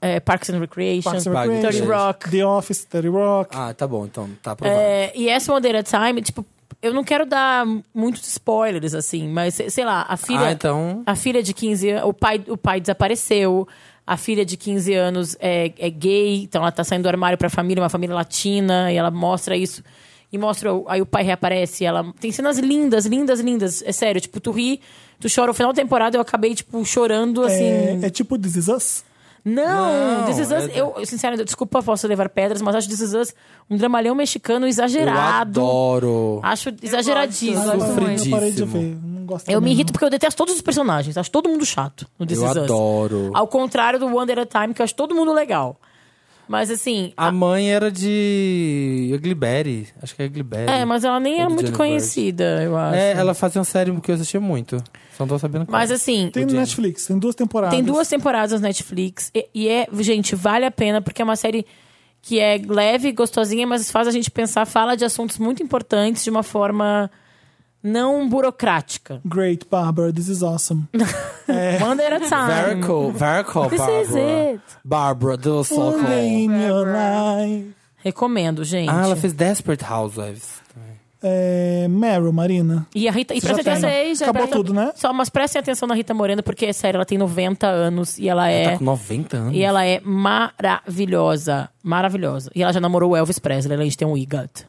é, Parks and Recreation,
Parks and
Parks and
Dirty
Recreation.
Recreation.
Rock.
The Office, Terry Rock.
Ah, tá bom, então tá aprovado.
É, e essa One Day at a Time, tipo, eu não quero dar muitos spoilers, assim, mas se- sei lá, a filha.
Ah, então.
A filha de 15 anos. O pai, o pai desapareceu. A filha de 15 anos é, é gay, então ela tá saindo do armário pra família, uma família latina, e ela mostra isso. E mostra, o- aí o pai reaparece, e ela. Tem cenas lindas, lindas, lindas. É sério, tipo, tu ri, tu chora. O final da temporada eu acabei, tipo, chorando assim.
É, é tipo This Is Us?
Não,
Não,
This Is Us,
é-
eu, sinceramente, desculpa, posso levar pedras, mas acho This Is Us um dramalhão mexicano exagerado.
Eu adoro.
Acho exageradíssimo.
gosto.
eu parei
Sofridíssimo.
de ver. Não gosto
Eu me
também,
irrito porque eu detesto todos os personagens. Acho todo mundo chato no This
Eu
Is Us.
adoro.
Ao contrário do Wonder at a Time, que eu acho todo mundo legal. Mas assim.
A mãe era de Gliberry. Acho que é Gliberry.
É, mas ela nem
Ou
é
do
muito
Johnny
conhecida, eu acho.
É, ela fazia uma série que eu assistia muito. Só não tô sabendo qual.
Mas assim.
não. Tem no Netflix, tem duas temporadas.
Tem duas temporadas na Netflix. E, e é, gente, vale a pena, porque é uma série que é leve, gostosinha, mas faz a gente pensar, fala de assuntos muito importantes de uma forma não burocrática.
Great, Barbara, This Is Awesome.
Wonder at a Time.
Vertical, Vertical,
This
Barbara.
is it.
Barbara do
One day
Soco.
in your life.
Recomendo, gente.
Ah, ela fez Desperate Housewives. também.
é, Meryl, Marina.
E a Rita. E
Você já
presta
tem,
atenção.
sei, já
Acabou
presta-
tudo, né?
Só, mas prestem atenção na Rita Moreno, porque é sério, ela tem 90 anos e ela é.
Tá com 90 anos.
E ela é maravilhosa. Maravilhosa. E ela já namorou o Elvis Presley, ela a gente tem um IGAT.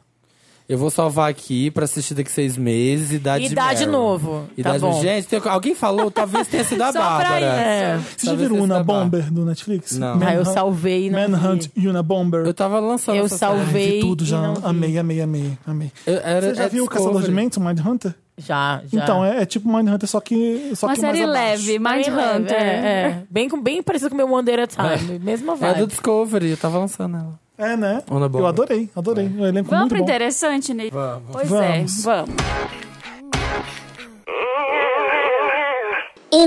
Eu vou salvar aqui pra assistir daqui seis meses. Idade
Idade
Meryl.
novo, tá
Idade
bom.
Gente, tem- alguém falou, talvez tenha sido
<laughs>
Só
a
pra
Bárbara.
isso.
Vocês já
Talvez
viram
esse
Una
da Bárbara.
Bomber do Netflix?
Não.
Ah, eu
Manhunt-
salvei e não
Manhunt
vi.
Una Bomber. Ah,
Eu tava lançando
Eu
essa
salvei.
série.
vi tudo
e
já.
não vi.
Amei, amei, amei, amei.
Eu- era-
Você já
é
viu o Caçador de
Discovery.
Mentes, o Mindhunter?
Já, já.
Então, é, é tipo Mindhunter, só que. Só
Uma
que
série
mais abaixo.
leve,
Bem leve,
Mindhunter.
É, é. Bem, com- bem parecido com o meu One Day at a Time. Mesma
É a
vibe.
do Discovery, eu tava lançando ela.
É, né?
Una Bomber.
Eu adorei, adorei. Eu elenco
Vamos
muito
pro
bom.
interessante, Ney?
Vamos.
Pois
Vamos.
é, vamos.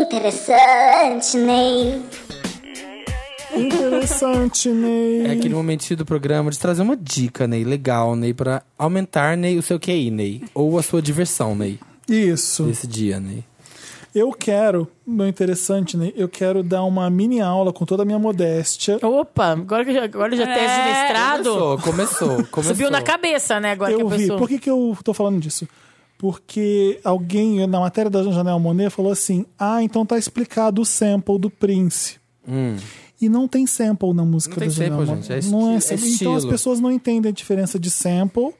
Interessante, Ney.
Interessante, né? Ney.
É
Hum.
aquele momentinho do programa de trazer uma dica, Ney, legal, Ney, pra aumentar, Ney, o seu QI, Ney. Ou a sua diversão, Ney,
Isso.
nesse dia, Ney.
Eu quero, meu interessante, Ney, eu quero dar uma mini aula com toda a minha modéstia.
Opa, agora que eu já, agora eu já
É,
tenho esse mestrado.
Começou, começou, começou.
<laughs> Subiu na cabeça, né? Agora
eu
que a
vi.
pessoa.
Por que, que eu tô falando disso? Porque alguém, na matéria da Janelle Monet, falou assim: ah, então tá explicado o sample do Prince.
Hum.
E não tem sample na música
Não tem
do Janelle
sample,
Monáe.
gente. É
não é
esti- é
sample. Então as
estilo.
pessoas não entendem a diferença de sample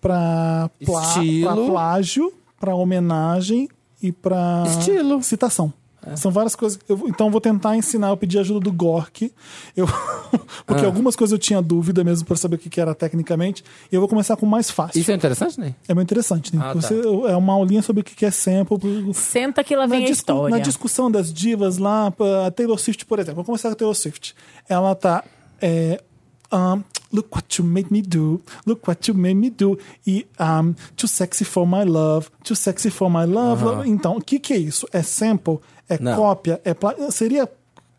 pra, plá-
Estilo.
pra plágio, pra homenagem e pra
Estilo.
citação. São várias coisas. Eu vou- então eu vou tentar ensinar. Eu pedi ajuda do Gork. Eu, <laughs> porque
Ah.
algumas coisas eu tinha dúvida mesmo pra saber o que, que era tecnicamente. E eu vou começar com o mais fácil.
Isso é interessante, Ney?
É muito interessante. Né?
Ah, tá.
Você, é uma aulinha sobre o que que é sample.
Senta que lá
Na,
vem a
discu-
história.
na discussão das divas lá, a Taylor Swift, por exemplo. Vamos começar com a Taylor Swift. Ela tá. é, um, look what you made me do. Look what you made me do. E um, too sexy for my love. Too sexy for my love. love. Então, o que, que é isso? É sample? É
Não.
cópia? É plá- Seria.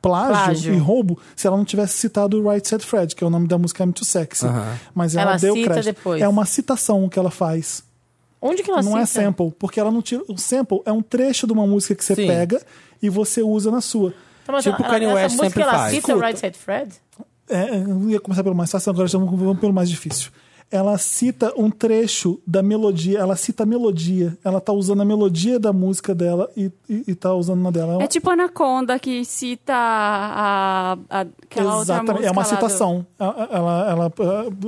Plágio,
Plágio.
e roubo se ela não tivesse citado o Right Said Fred, que é o nome da música I'm Too Sexy. Mas ela,
Ela
deu
cita
crédito.
depois.
É uma citação o que ela faz
Onde que ela
não é
senta?
sample, porque ela não tira. O sample é um trecho de uma música que você
Sim.
pega e você usa na sua.
Então, mas
Tipo
ela-
o Kanye
ela-
West
essa música
sempre
ela
faz.
cita o
Escuta.
Right Side Fred?
É, eu ia começar pelo mais fácil, agora já vamos vamos pelo mais difícil. Ela cita um trecho da melodia, ela cita a melodia. Ela tá usando a melodia da música dela e, e, e tá usando na dela.
É tipo Anaconda que cita a, a- aquela outra música.
é uma
lá do-
citação. Ela, ela, ela,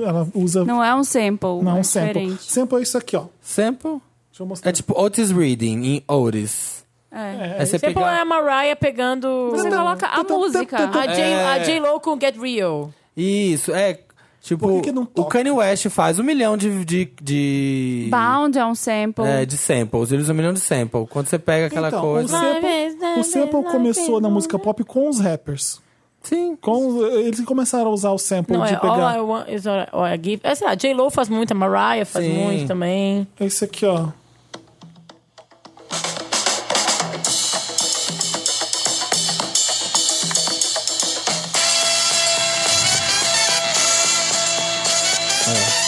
ela usa. Não,
Não é um sample.
é
é
um sample.
Diferente.
Sample é isso aqui, ó.
Sample?
Deixa eu mostrar.
É tipo Otis Reading em Otis.
É.
É, você
Sempre é
pegar...
a Mariah pegando
Você tá- coloca a música.
a J-
É.
a J-Lo com Get Real.
Isso, é... Tipo,
Por que que não
o
toca?
Kanye West faz um milhão de... de, de...
Bound é um sample.
É, de samples. Ele usa um milhão de sample. Quando você pega aquela
Então, o
coisa...
sample, o sample começou na música pop com os rappers.
Sim.
Com, eles começaram a usar o sample
Não,
de
é
pegar.
All I Want Is All I- All I Give. É, sei lá, J-Lo faz muito, a Mariah faz
Sim.
muito também.
É isso aqui, ó. É.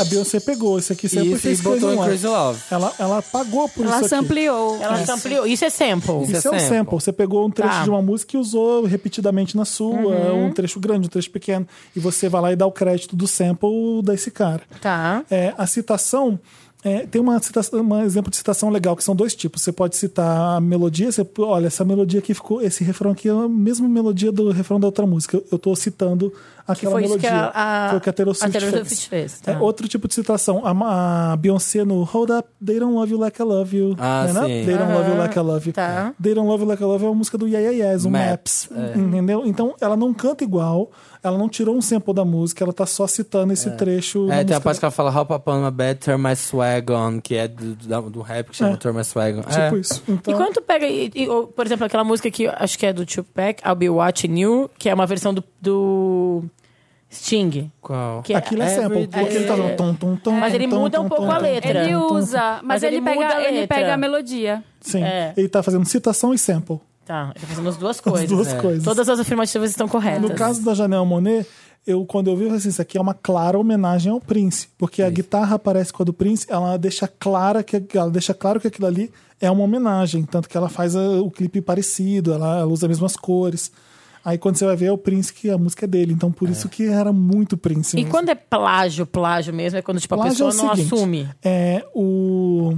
A Beyoncé pegou esse aqui, sempre
Isso, e
fez
botou
Crazy
em
Love.
Crazy Love.
é. Ela, ela pagou por
Ela
isso aqui.
sampleou.
Ela
Isso.
ampliou. Isso é sample.
Isso é um sample. Você pegou um trecho
Tá. Uhum.
de uma música e usou repetidamente na sua, um trecho grande, um trecho pequeno. E você vai lá e dá o crédito do sample desse cara.
Tá.
É, a citação. é, tem uma citação, um exemplo de citação legal, que são dois tipos. Você pode citar a melodia, você, olha, essa melodia aqui ficou, esse refrão aqui é a mesma melodia do refrão da outra música. Eu- Eu tô citando aquela
foi isso
melodia.
que a- a-
foi o que a
a
Taylor Swift
Taylor
fez.
Swift fez, tá.
É, outro tipo de citação. A, Ma- a Beyoncé no Hold Up, They Don't Love You Like I Love You.
Ah,
Né, né?
sim.
They Don't Love You Like I Love You.
Tá.
They Don't Love You Like I Love You é uma música do Yeah Yeah Yeahs, o Maps.
Maps, é.
Entendeu? Então, ela não canta igual, ela não tirou um sample da música, ela tá só citando esse trecho. da
É, tem
música
a parte que ela fala Hop up on my bed, turn my swag on, que é do, do, do rap que chama
É.
Turn My Swag on.
Tipo
é.
isso. Então,
E quando tu pega, e- e- ou, por exemplo, aquela música que eu acho que é do Tupac, I'll Be Watching You, que é uma versão do, do Sting.
Qual?
Que é-
aquilo é sample.
Everyday.
Porque ele tá falando tom, tom, tom,
Mas ele
tom,
muda
tom,
um pouco
tom,
a
tom,
letra.
Ele
tom, tom, tom.
usa, mas,
Mas
ele,
ele muda
pega,
a
ele
letra.
pega a melodia.
Sim.
É.
Ele tá fazendo citação e sample.
Tá, ele tá fazendo as duas coisas.
duas
É.
coisas.
Todas as afirmativas estão corretas.
No caso da Janelle Monet, eu quando eu vi, eu falei assim, isso aqui é uma clara homenagem ao Prince, porque a guitarra aparece com a do Prince, ela deixa clara que ela deixa claro que aquilo eh, ali é uma homenagem, tanto que ela faz ah, o clipe parecido, ela, ela usa as mesmas cores. Aí quando você vai ver, é o Prince que a música é dele. Então por isso que era muito Prince.
E
mesmo.
quando é plágio, plágio mesmo, é quando tipo, a
Plágio
pessoa
é o
não
seguinte,
assume.
É o.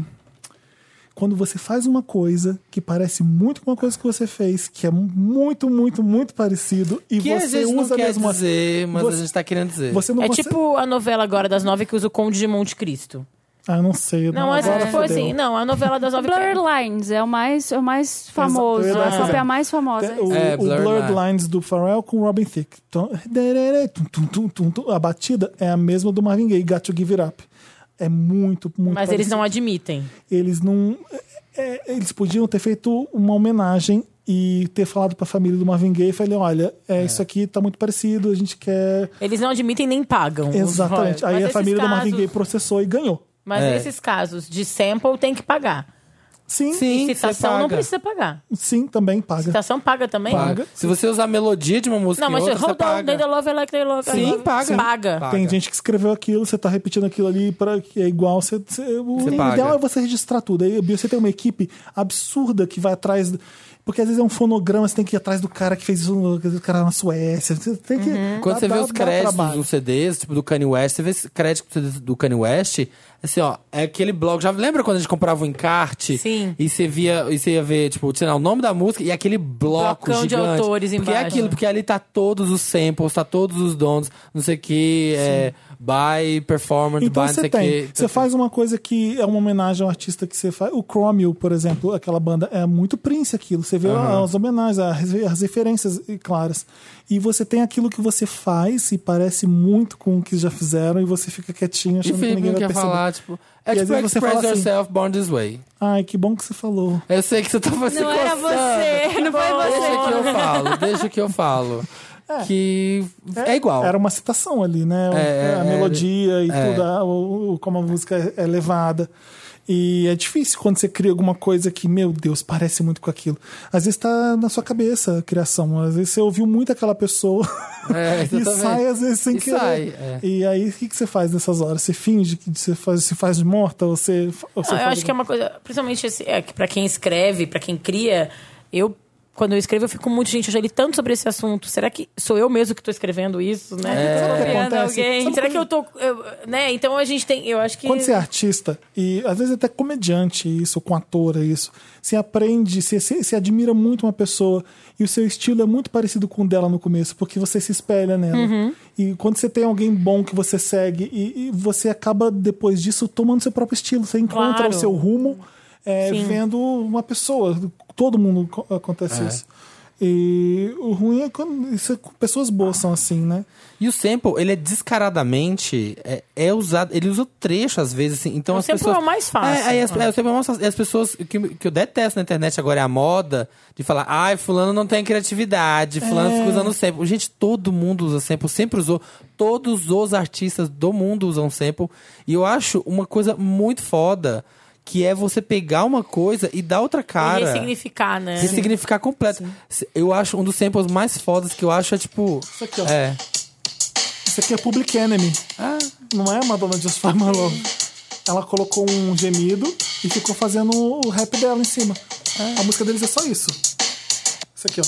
Quando você faz uma coisa que parece muito com uma coisa que você fez, que é muito, muito, muito parecido, e
Que a
você
gente não
usa a
quer
mesma.
dizer, mas
Você-
a gente tá querendo dizer.
Você não
é
consegue-
tipo a novela agora das nove que usa o Conde de Monte Cristo.
Ah, eu não sei.
Não, mas
agora
foi
fodeu.
assim, não, a novela das nove.
Blur Lines é o mais, é o mais famoso.
eu ia dar esse
Essa é a
exemplo.
mais famosa.
Tem O,
É,
o
Blurred
Blurred
Lines.
Lines do Pharrell com Robin Thicke. Tum, dererê, tum, tum, tum, tum, tum. A batida é a mesma do Marvin Gaye, Got to Give It Up. É muito, muito
Mas eles
parecido.
não é- admitem.
Eles não... é, é, eles podiam ter feito uma homenagem e ter falado pra família do Marvin Gaye e falei, olha, é, isso aqui tá muito parecido, a gente quer...
Eles não admitem nem pagam. os royalties. Mas
Exatamente. Aí a
esses
família do Marvin
casos-
Gaye processou e ganhou.
Mas
É.
esses casos de sample tem que pagar.
Sim, sim,
Sim, você
Citação
paga.
não precisa pagar.
também paga.
Citação paga também?
Paga. Se você usar a melodia de uma música
Não, mas
e outra, você
hold on, they
paga.
love it like they love it.
Sim, paga.
Paga.
Paga.
Tem gente que escreveu aquilo, você tá repetindo aquilo ali para que é igual, você, você- o
Você
ideal
paga.
é você registrar tudo. Aí Bill, você tem uma equipe absurda que vai atrás do- porque às vezes é um fonograma, você tem que ir atrás do cara que fez isso, no- do cara na Suécia, você tem que
Quando
dá-
você vê
É dá-
os
dá
créditos
trabalho.
dos CDs, tipo do Kanye West, você vê esse crédito do Kanye West, assim, ó, é aquele blog. Já lembra quando a gente comprava um encarte?
Sim.
E você via, e você ia ver, tipo, sei lá, o nome da música e aquele bloco
Blocão de
gigante.
autores
porque é
embaixo.
aquilo, porque ali tá todos os samples, tá todos os dons, não sei o que, é, by performance,
Então
by não
você
sei o
tem.
é que.
Você faz uma coisa que é uma homenagem ao artista que você faz. O Cromwell, por exemplo, aquela banda é muito Prince aquilo. Você vê as homenagens, as as referências eh, claras. E você tem aquilo que você faz e parece muito com o que já fizeram e você fica quietinho
E
achando que
Felipe
ninguém
não
vai
quer
perceber.
falar, tipo, é
às
tipo
vezes você fala
Express
assim-
Yourself, Born This Way.
Ai, que bom que você falou.
Eu sei que você tava se
Não era
coçando.
você, <laughs> não
É
foi
Deixa que
você.
eu
<laughs>
falo, deixa que eu falo. Que é, igual.
um-
Era uma citação ali, né? O-
É, é,
a melodia e
é.
tudo, a- o, o- como a música é- é levada. E é difícil quando você cria alguma coisa que, meu Deus, parece muito com aquilo. Às vezes tá na sua cabeça a criação. Às vezes você ouviu muito aquela pessoa
É,
<laughs> e
exatamente.
sai, às vezes, sem
E
querer.
sai, é.
E aí, o que, que você faz nessas horas? Você finge que você faz, se faz de morta? Ou você, ou você
Não, eu
faz
acho que é uma coisa, principalmente esse, é, que pra quem escreve, pra quem cria, eu quando eu escrevo eu fico muito gente, eu já li tanto sobre esse assunto. Será que sou eu mesmo que tô escrevendo isso,
É.
né?
Sabe o que
copiando
acontece?
alguém.
Sabe
Será
quando-
que eu tô, eu- né? Então a gente tem, eu acho que
Quando você é artista, e às vezes é até comediante isso, com ator é isso, você aprende, você, você, você admira muito uma pessoa e o seu estilo é muito parecido com o dela no começo, porque você se espelha nela.
Uhum.
E quando você tem alguém bom que você segue e, e você acaba depois disso tomando seu próprio estilo, você encontra
Claro.
o seu rumo é,
Sim.
vendo uma pessoa. Todo mundo co- acontece isso. E o ruim é quando isso, é- pessoas boas são assim, né?
E o sample, ele é descaradamente é, é usado, ele usa o trecho às vezes, assim. Então
O
as
sample
pessoas,
é o mais fácil. né?
É, aí as, é, o sample é o mais fácil. E as pessoas o que, o que eu detesto na internet agora é a moda de falar, ai, fulano não tem criatividade, fulano
É.
fica usando sample. Gente, todo mundo usa sample, sempre usou. Todos os artistas do mundo usam sample. E eu acho uma coisa muito foda, que é você pegar uma coisa e dar outra cara.
ressignificar, né?
Ressignificar completo. Eu acho um dos samples mais fodas que eu acho é tipo. Isso
aqui, ó.
É.
Isso aqui é Public Enemy. Não é Madonna Just For My Love. Ela colocou um gemido e ficou fazendo o rap dela em cima. A música deles é só isso. Isso aqui, ó.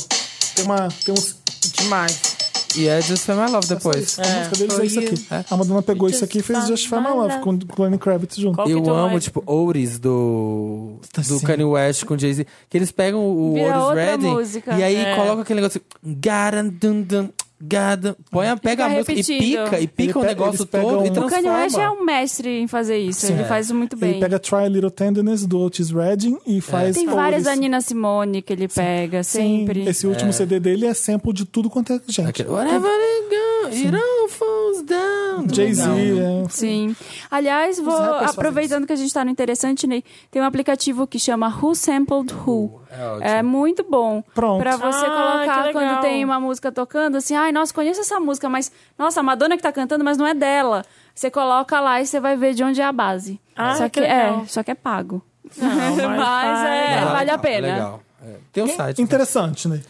Tem uma. Tem uns.
Demais.
E é Just For My Love
é só
depois.
isso. A música deles é isso aqui. A Madonna pegou isso aqui e fez Just For My Love com o Glenn Kravitz junto.
Qual-
Eu
Então,
amo,
vai.
tipo, Ouris do,
Tá
do
sim.
Kanye West com Jay-Z. Que eles pegam o
Vira
Ouris
outra
Redding
música.
e aí
É.
colocam aquele negócio assim. garan, dun, dun, garan. Põe, a- pega a música e
repetindo.
pica, e pica o
pe-
negócio
eles pegam
todo e
um-
O Kanye
transforma.
West é um mestre em fazer isso. Ele faz muito
Ele
bem.
pega Try a Little Tenderness do Otis Redding e faz.
Tem várias da
Otis.
Nina Simone que ele pega,
Sim,
sempre.
Esse último CD dele é sample de tudo quanto é gente.
Aquele, Whatever it goes, it all falls down.
Jay-Z.
Não.
É...
Sim. Aliás, vou,
rappers fazem
aproveitando que a gente está no Interessante, Ney, tem um aplicativo que chama Who Sampled Who.
É ótimo.
É muito bom.
Pronto.
Pra você
Ah,
colocar
que
quando
legal.
tem uma música tocando, assim, ai, nossa, conheço essa música, mas, nossa, a Madonna que tá cantando, mas não é dela. Você coloca lá e você vai ver de onde é a base.
Ah,
só
que
que,
legal.
é, só que é pago.
Não, mas
<laughs> mas é,
Ah,
vale a
legal,
pena.
legal. É, Tem um site. né?
Interessante, né?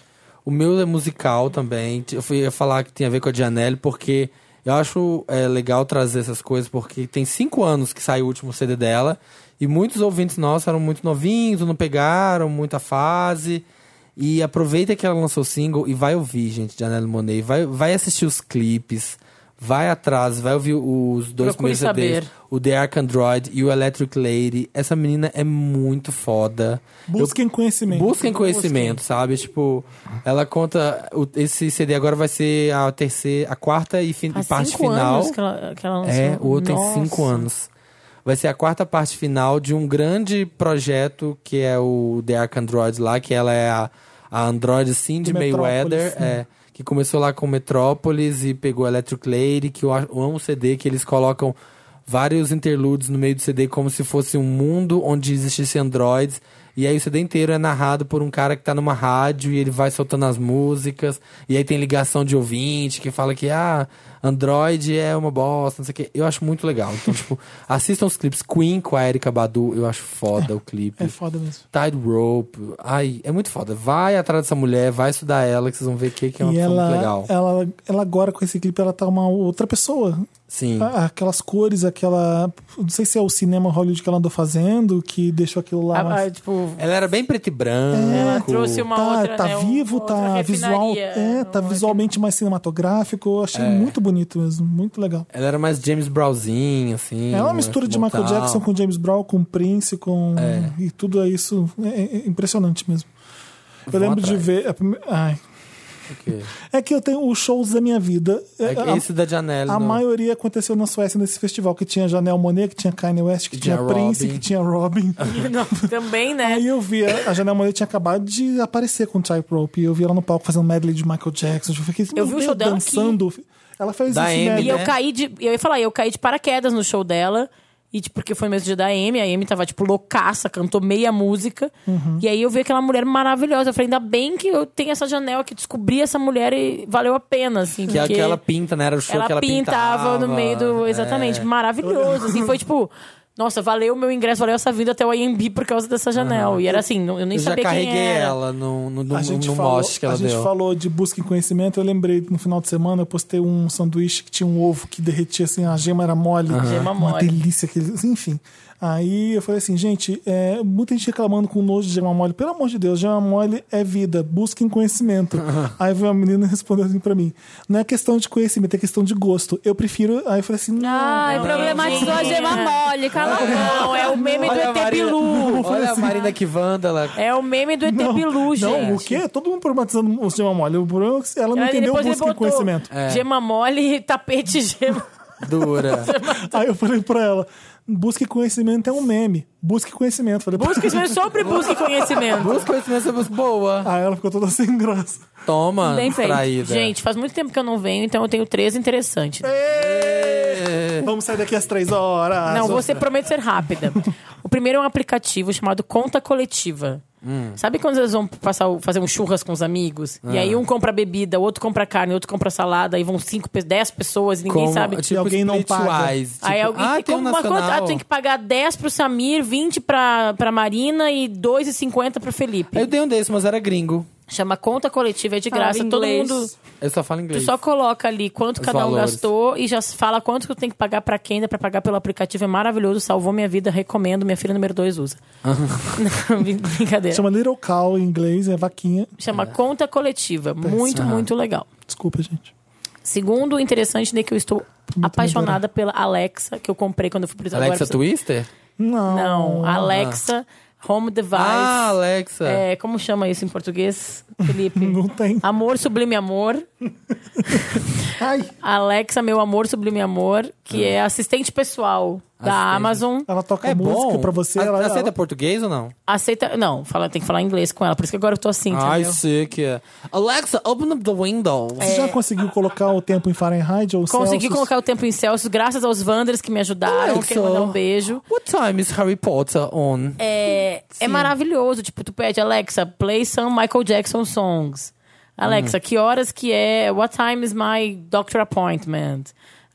O meu é musical também. Eu fui falar que tem a ver com a Janelle, porque eu acho é, legal trazer essas coisas, porque tem cinco anos que saiu o último CD dela, e muitos ouvintes nossos eram muito novinhos, não pegaram muita fase. E aproveita que ela lançou o single e vai ouvir, gente, Janelle Monet. Vai, vai assistir os clipes, vai atrás, vai ouvir os dois
Procure
primeiros CDs.
saber.
O The Ark Android e o Electric Lady. Essa menina é muito foda.
Busquem conhecimento.
Busquem conhecimento, sabe? Tipo, ela conta. o- esse CD agora vai ser a terceira, a quarta e, fin-
Faz
e parte
cinco
final.
anos que ela, que ela lançou.
É, o outro
Nossa.
tem cinco anos. Vai ser a quarta parte final de um grande projeto que é o The Ark Android lá, que ela é a, a Android Cindy
Do
Mayweather,
Metrópolis,
é, que começou lá com Metrópolis e pegou Electric Lady, que eu a- eu amo o CD, que eles colocam vários interludes no meio do CD como se fosse um mundo onde existissem androids. E aí o CD inteiro é narrado por um cara que tá numa rádio e ele vai soltando as músicas. E aí tem ligação de ouvinte que fala que, ah, Android é uma bosta, não sei o quê. Eu acho muito legal. Então, <laughs> tipo, assistam os clipes. Queen com a Erika Badu, eu acho foda o clipe.
É foda mesmo.
Tide Rope. Ai, é muito foda. Vai atrás dessa mulher, vai estudar ela, que vocês vão ver que, que é uma
e
pessoa
ela,
muito legal.
ela, ela agora com esse clipe, ela tá uma outra pessoa.
Sim.
A- Aquelas cores, aquela. Não sei se é o cinema Hollywood que ela andou fazendo, que deixou aquilo lá.
Ah,
mais-
ah, tipo, <laughs>
Ela era bem preto e branco.
ela trouxe uma
tá,
outra.
tá
né, um-
vivo,
outra
tá visual.
refinaria, né,
É, tá
uma-
visualmente mais cinematográfico. Eu
É.
achei muito bonito mesmo, muito legal.
Ela era mais James Brownzinho, assim.
É uma mistura de Michael
Motown.
Jackson com James Brown, com Prince, com. E tudo é isso. É, é impressionante mesmo. Eu
Vão
lembro de
atrás.
ver. a prime- Ai.
O quê?
É que eu tenho os shows da minha vida.
É que
A-
esse da Janelle.
A
não.
maioria aconteceu na Suécia nesse festival, que tinha Janelle Monet, que tinha Kanye West, que
Que
tinha
tinha
Prince,
Robin.
que
<laughs>
tinha Robin.
Não, também, né?
Aí eu vi, a a Janelle Monet tinha acabado de aparecer com o Tightrope, e eu vi ela no palco fazendo medley de Michael Jackson. Eu, fiquei,
Eu vi o show dela aqui.
dançando. Ela fez
Da
esse
Amy,
E
medley.
eu
né?
caí de. Eu ia falar, eu caí de paraquedas no show dela. E, tipo, porque foi no mesmo dia da Amy, a Amy tava, tipo, loucaça, cantou meia música.
Uhum.
E aí eu vi aquela mulher maravilhosa. Eu falei, ainda bem que eu tenho essa janela que descobri essa mulher e valeu a pena, assim.
Que é o
porque
que ela pinta, né? Era o show
ela
que ela
pintava no meio do.
É.
Exatamente. Maravilhoso. Assim, foi tipo. Nossa, valeu o meu ingresso, valeu essa vinda até o IMB por causa dessa janela. E era assim, não- eu nem
Uhum. Eu já
sabia quem
carreguei
era.
ela no, no, no,
A gente,
no
falou,
mosh que ela
a gente
deu.
falou de busca em conhecimento. Eu lembrei no final de semana eu postei um sanduíche que tinha um ovo que derretia assim, a gema era mole.
Gema
uma
mole.
delícia aquele. Enfim. Aí eu falei assim, gente, é, muita gente reclamando com nojo de gema mole. Pelo amor de Deus, gema mole é vida, busca em conhecimento. Aí veio uma menina e respondeu assim pra mim: não é questão de conhecimento, é questão de gosto. Eu prefiro. Aí eu falei assim, não.
Ah,
Ai, problematizou a gema mole, cala a boca.
Não, é o meme do
Olha a
ET
<laughs>
Bilu.
Marina, olha a Marina que vândala.
É o meme do ET Bilu, gente.
assim. não, o quê? Todo mundo problematizando o gema mole. O problema é que ela não
Aí
entendeu
depois ele
busca em
botou
conhecimento.
Gema mole e tapete gema. <laughs>
Dura.
<laughs> Aí eu falei pra ela: busque conhecimento é um meme. Busque conhecimento. Falei, pra
Busca conhecimento sobre busca e conhecimento.
Busca conhecimento sobre boa.
<laughs> Aí ela ficou toda sem graça.
Toma,
Bem feito.
traída.
Gente, faz muito tempo que eu não venho, então eu tenho três interessantes.
É.
Vamos sair daqui às três horas.
Não, você promete ser rápida. O primeiro é um aplicativo chamado Conta Coletiva.
Hum.
Sabe quando eles vão passar, o- fazer um churras com os amigos? E
Ah.
aí um compra bebida, o outro compra carne, o outro compra salada, aí vão cinco, pe- dez pessoas e ninguém
Como-
sabe.
Tipo,
alguém não paga.
Splitwise, tipo,
aí alguém
ah,
tem
tem um
como uma
nacional.
conta. Ah, tem que pagar 10 pro Samir, 20 pra, pra Marina e 2,50 pro Felipe.
Eu dei um desse, mas era gringo.
Chama conta coletiva, é de
Falava
graça. Todo
inglês.
mundo.
Eu só falo
Tu
inglês.
só coloca ali quanto
Os
cada um
valores.
gastou e já se fala quanto que eu tenho que pagar pra quem, dá pra pagar pelo aplicativo. É maravilhoso, salvou minha vida, recomendo. Minha filha número 2 usa.
Ah.
<laughs> Não, brin- brincadeira. Chama,
Chama Little Cow em inglês, é vaquinha.
conta coletiva. Muito, muito legal.
Desculpa, gente.
Segundo, interessante, né, que eu estou apaixonada pela Alexa, que eu comprei quando eu fui pro
Alexa
agora-
Twister?
Não.
Não, Alexa Home Device.
Ah, Alexa.
É, como chama isso em português,
<laughs>
Felipe?
Não tem.
Amor Sublime Amor.
Ai.
Alexa, meu amor, sublime amor, que é assistente pessoal da
Assistente.
Amazon.
Ela toca
É
música
bom.
pra você.
A-
Ela, ela-
Aceita português ou não?
Aceita. Não, fala, tem que falar inglês com ela, por isso que agora eu tô assim,
Ai,
entendeu?
sei que é. Alexa, open up the window.
Você já conseguiu colocar o tempo em Fahrenheit ou
Consegui
Celsius?
colocar o tempo em Celsius, graças aos Wanders que me ajudaram.
Alexa.
Quero mandar um beijo.
What time is Harry Potter on?
É, é maravilhoso. Tipo, tu pede, Alexa, play some Michael Jackson
Uhum.
songs. Alexa, que horas que é? What time is my doctor appointment?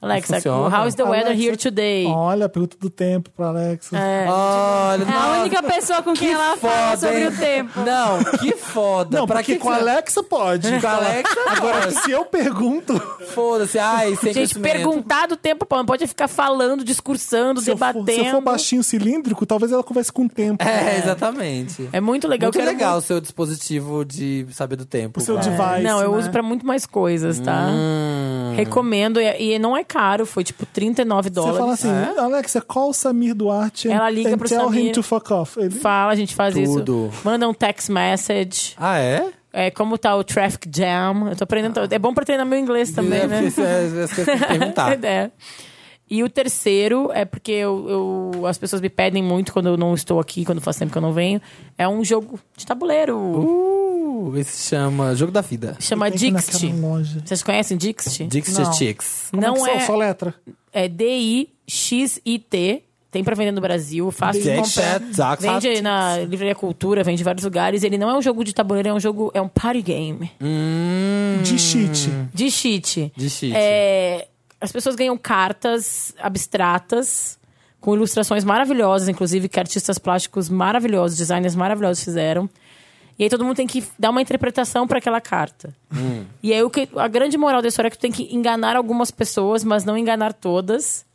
Alexa,
Funciona.
how's the weather
Alexa,
here today?
Olha, a pergunta do tempo pra Alexa.
É.
Olha,
É a
nossa,
única pessoa com quem ela fala sobre
hein?
o tempo.
Não, que foda.
Não,
pra
porque
que
com a Alexa pode.
Com a Alexa,
Agora,
agora
se eu pergunto,
foda-se. Ai, sem
Gente,
conhecimento.
perguntar do tempo, pô, não pode ficar falando, discursando,
se eu, for,
debatendo.
se eu for baixinho cilíndrico, talvez ela converse com o tempo.
É, exatamente.
É muito legal.
Muito
eu quero
legal o seu dispositivo de saber do tempo.
O seu
cara.
device.
muito- Não, eu
né?
uso pra muito mais coisas, tá?
Hum.
Recomendo. E, e não é caro, foi tipo 39
Você
dólares.
fala assim, Alexa, call Samir Duarte and-
Ela liga
and
pro
tell him
Samir.
to fuck off. Ele-
Fala, a gente faz
Tudo.
isso. Manda um text message.
Ah, é?
É, como tá o traffic jam. Eu tô
Ah.
aprendendo. É bom pra treinar meu inglês também,
é,
né?
porque Isso é, isso que eu tenho que perguntar.
<laughs> É. E o terceiro é porque eu, eu- as pessoas me pedem muito quando eu não estou aqui, quando faz tempo que eu não venho. É um jogo de tabuleiro.
Uh, esse se chama Jogo da Vida.
Chama
Tem que ir naquela
Dixit.
loja.
Vocês conhecem Dixit?
Dix
Não.
Chicks.
Como
Não
que só-
é.
Só letra.
É D-I-X-I-T. Tem pra vender no Brasil, fácil de comprar. Vende na Livraria Cultura, vende em vários lugares. Ele não é um jogo de tabuleiro, é um jogo. É um party game.
De cheat.
De cheat.
Hum, De cheat.
É, as pessoas ganham cartas abstratas com ilustrações maravilhosas, inclusive que artistas plásticos maravilhosos, designers maravilhosos fizeram. E aí todo mundo tem que dar uma interpretação para aquela carta.
Hum.
E aí o que, a grande moral da história é que tu tem que enganar algumas pessoas, mas não enganar todas.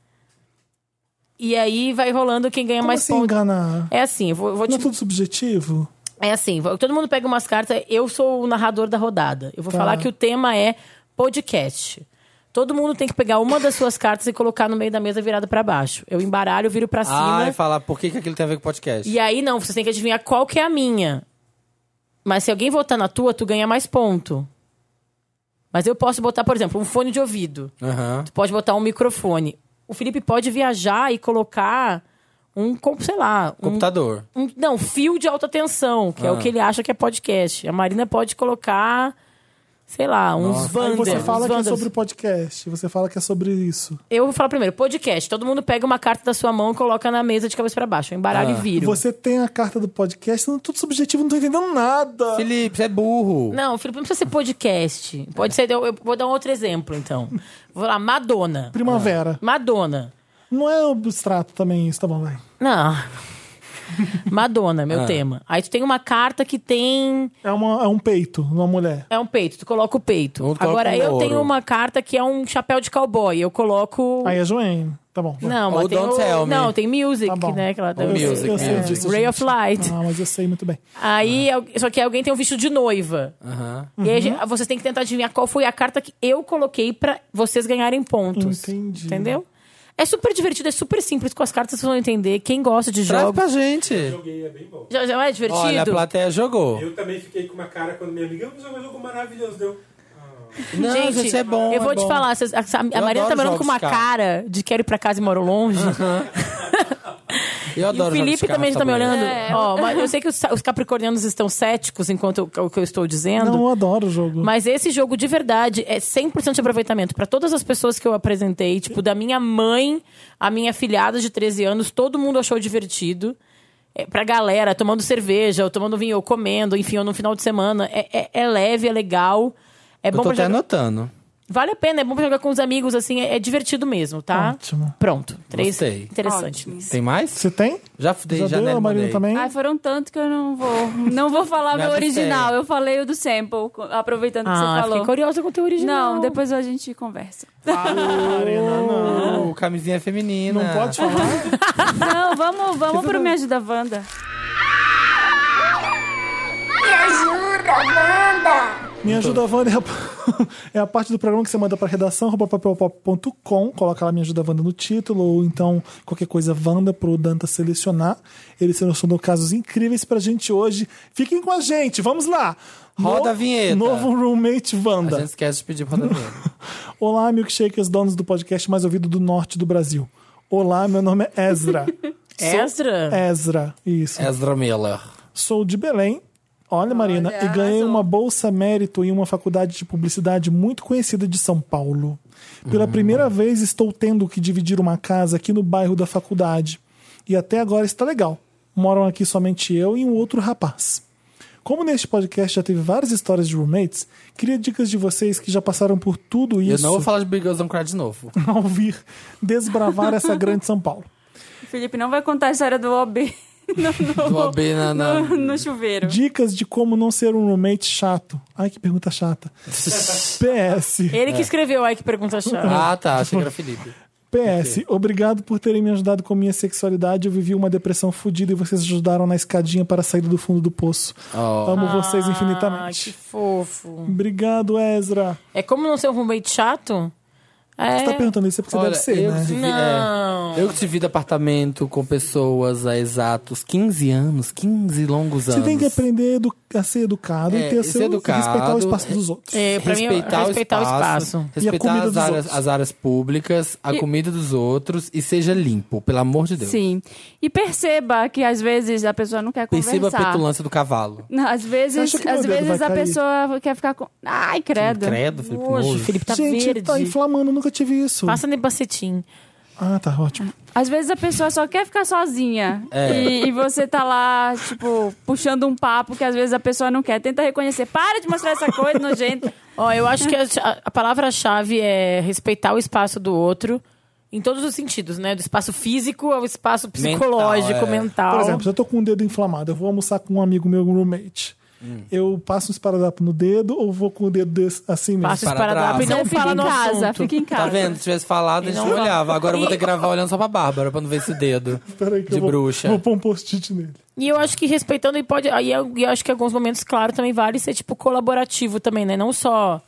E aí vai rolando quem ganha
Como
mais
assim
pontos.
enganar?
É assim, eu vou, eu vou
Não
te
é tudo subjetivo?
é assim, vo- todo mundo pega umas cartas. Eu sou o narrador da rodada. Eu vou falar que o tema é podcast. Todo mundo tem que pegar uma das suas cartas e colocar no meio da mesa virada pra baixo. Eu embaralho, viro pra
Ah,
cima.
e falar por que, que aquilo tem a ver com podcast.
e aí não, você tem que adivinhar qual que é a minha. Mas se alguém votar na tua, tu ganha mais ponto. Mas eu posso botar, por exemplo, um fone de ouvido.
Aham.
Tu pode botar um microfone. O Felipe pode viajar e colocar um, com- sei lá, um
Computador.
um- não, fio de alta tensão, que é
Ah.
o que ele acha que é podcast. A Marina pode colocar, sei lá, uns
Aí
Wanders.
você
uns
fala que é
Wanders.
sobre podcast. Você fala que é sobre isso.
Eu vou falar primeiro, podcast. Todo mundo pega uma carta da sua mão e coloca na mesa de cabeça pra baixo. Eu embaralho e viro.
Ah. Você tem a carta do podcast, não é tudo subjetivo, não tô entendendo nada.
Felipe, você é burro.
Não, Felipe, não precisa ser podcast. Pode ser, eu, eu vou dar um outro exemplo, então. Vou lá, Madonna.
Primavera.
Ah. Madonna.
Não é abstrato também isso, tá bom, vai.
Não. <laughs> Madonna,
Ah.
meu tema. Aí tu tem uma carta que tem
É, uma, é um peito, uma mulher.
É um peito, tu coloca o peito.
Ou tu
Agora,
coloca um
eu
ouro.
tenho uma carta que é um chapéu de cowboy. Eu coloco.
Aí é Joanne. Tá bom. vai.
Não, mas
Ou
tem
Don't
o-
Tell Me.
Não, tem music,
Tá bom.
né? Aquela
Ou
Eu sei-
Music,
eu sei
né?
disso,
Ray
gente.
of Light.
Ah, mas eu sei muito bem.
Aí, al- só que alguém tem um vestido de noiva.
Aham.
E
Uhum.
aí, ge- vocês têm que tentar adivinhar qual foi a carta que eu coloquei pra vocês ganharem pontos.
Entendi.
Entendeu? É super divertido, é super simples. Com as cartas vocês vão entender. Quem gosta de
Traz
jogos.
pra gente.
Joguei, é bem bom.
Já, já é divertido?
Olha, a plateia jogou.
Eu também fiquei com uma cara quando minha amiga, mas é um jogo maravilhoso, deu. Ah,
Não, gente, é bom.
Eu vou
é
te
bom.
falar, vocês- a, a- a Mariana tá
adoro
morando
jogos
com uma
de carta.
cara de quero ir pra casa e
<laughs>
moro longe.
Eu
E o
adoro jogos
Felipe
de
também
carta,
já tá me
tabuleiro.
olhando.
É.
Ó, mas eu sei que os, os capricornianos estão céticos enquanto eu- o que eu estou dizendo.
Não, eu adoro o jogo.
Mas esse jogo de verdade é 100% de aproveitamento para todas as pessoas que eu apresentei, tipo da minha mãe, a minha filhada de 13 anos, todo mundo achou divertido. É, pra galera, tomando cerveja, ou tomando vinho, ou comendo, enfim, ou no final de semana. É, é- é leve, é legal. É
Eu
bom
tô
pra
até
jogar...
anotando.
Vale a pena, é bom pra jogar com os amigos, assim, é, é divertido mesmo, tá?
Ótimo.
Pronto. Três
Gostei.
interessante.
Ótimo.
Tem mais?
Você tem?
Já dei,
Já
já
deu,
nele
a Marina
mandei.
também?
Ai, foram tanto que eu não vou. Não vou falar o meu
Nada
original.
sério.
Eu falei o do sample, co- aproveitando que
Ah,
você
fiquei
falou.
curiosa com o teu original.
Não, depois a gente conversa.
Uh, camisinha feminina.
Não pode falar?
Não, vamos, vamos pro Me Ajuda Wanda.
Me ajuda, Wanda!
Me ajuda, Wanda. é a- <laughs> É a parte do programa que você manda para redação, arroba papelpop.com, coloca lá Me ajuda, Wanda no título, ou então qualquer coisa, Wanda, pro Danta selecionar. Ele selecionou casos incríveis pra gente hoje. Fiquem com a gente, vamos lá!
Roda a vinheta.
Novo roommate
A
Wanda.
gente esquece de pedir pra rodar vinheta.
Olá, milkshakers, donos do podcast mais ouvido do norte do Brasil. Olá, meu nome
<laughs>
é Ezra.
Extra?
<laughs>
É.
Ezra, isso.
Ezra Miller.
Sou de Belém. Olha, Marina, e ganhei uma bolsa mérito em uma faculdade de publicidade muito conhecida de São Paulo.
Hum.
Pela primeira vez estou tendo que dividir uma casa aqui no bairro da faculdade. E até agora está legal. Moram aqui somente eu e um outro rapaz. Como neste podcast já teve várias histórias de roommates, queria dicas de vocês que já passaram por tudo isso
Eu não vou falar de Big Girls Don't Cry de
<laughs>
novo.
ao vir desbravar essa grande São Paulo.
O Felipe não vai contar a história do OB. <laughs> No, no,
Do OB na- na-
no- no chuveiro.
Dicas de como não ser um roommate chato. Ai, que pergunta chata. PS.
Ele que escreveu, ai que pergunta
<laughs>
chata.
ah, tá. Achei que era Felipe.
PS, obrigado por terem me ajudado com minha sexualidade. Eu vivi uma depressão fodida e vocês ajudaram na escadinha para a saída do fundo do poço.
Oh.
Amo vocês
Ah, que
infinitamente.
fofo.
Obrigado, Ezra.
É como não ser um roommate chato? É...
Você tá perguntando isso é porque
Olha,
você deve ser,
eu,
né?
que tive, é,
Não.
eu que tive de apartamento com pessoas há exatos 15 anos, 15 longos anos.
Você tem que aprender a edu- a ser educado
É,
e ter o
ser
seu
educado,
e respeitar o espaço dos outros.
É, pra mim,
respeitar,
respeitar
o
o
espaço,
espaço.
E a
respeitar
comida
as
dos
áreas,
outros.
as áreas públicas, a comida dos outros e seja limpo, pelo amor de Deus.
Sim. E perceba que às vezes a pessoa não quer
Perceba a
conversar.
petulância do cavalo.
Não, às vezes,
acha que meu
às
dedo
vezes
vai
a
cair?
pessoa quer ficar com. Ai, credo.
Credo, Felipe.
Hoje,
nojo.
Felipe tá
Gente,
verde.
tá inflamando, nunca tive isso.
Passa nebacetim.
Ah, tá ótimo.
Às vezes a pessoa só quer ficar sozinha.
É.
E, e você tá lá, tipo, puxando um papo que às vezes a pessoa não quer. Tenta reconhecer. Para de mostrar essa coisa nojenta.
Ó, eu acho que a, a palavra-chave é respeitar o espaço do outro em todos os sentidos, né? Do espaço físico ao espaço psicológico,
é.
mental.
Por exemplo, se eu tô com o dedo inflamado, eu vou almoçar com um amigo meu, um roommate.
Hum.
Eu passo um esparadrapo no dedo ou vou com o dedo desse, assim mesmo?
Passa o esparadrapo e
Esparadrapo.
não
Fica
fala
em
no
casa,
assunto.
fica em
Tá
casa.
vendo? Se tivesse falado, a gente
não
não
vai.
olhava. Agora eu vou ter
E-
que gravar olhando só pra Bárbara, pra não ver esse dedo.
<laughs> <laughs> Peraí que
de
eu vou,
bruxa.
vou pôr um post-it nele.
E eu acho que respeitando e pode. Aí eu, e eu acho que em alguns momentos, claro, também vale ser, tipo, colaborativo também, né? Não só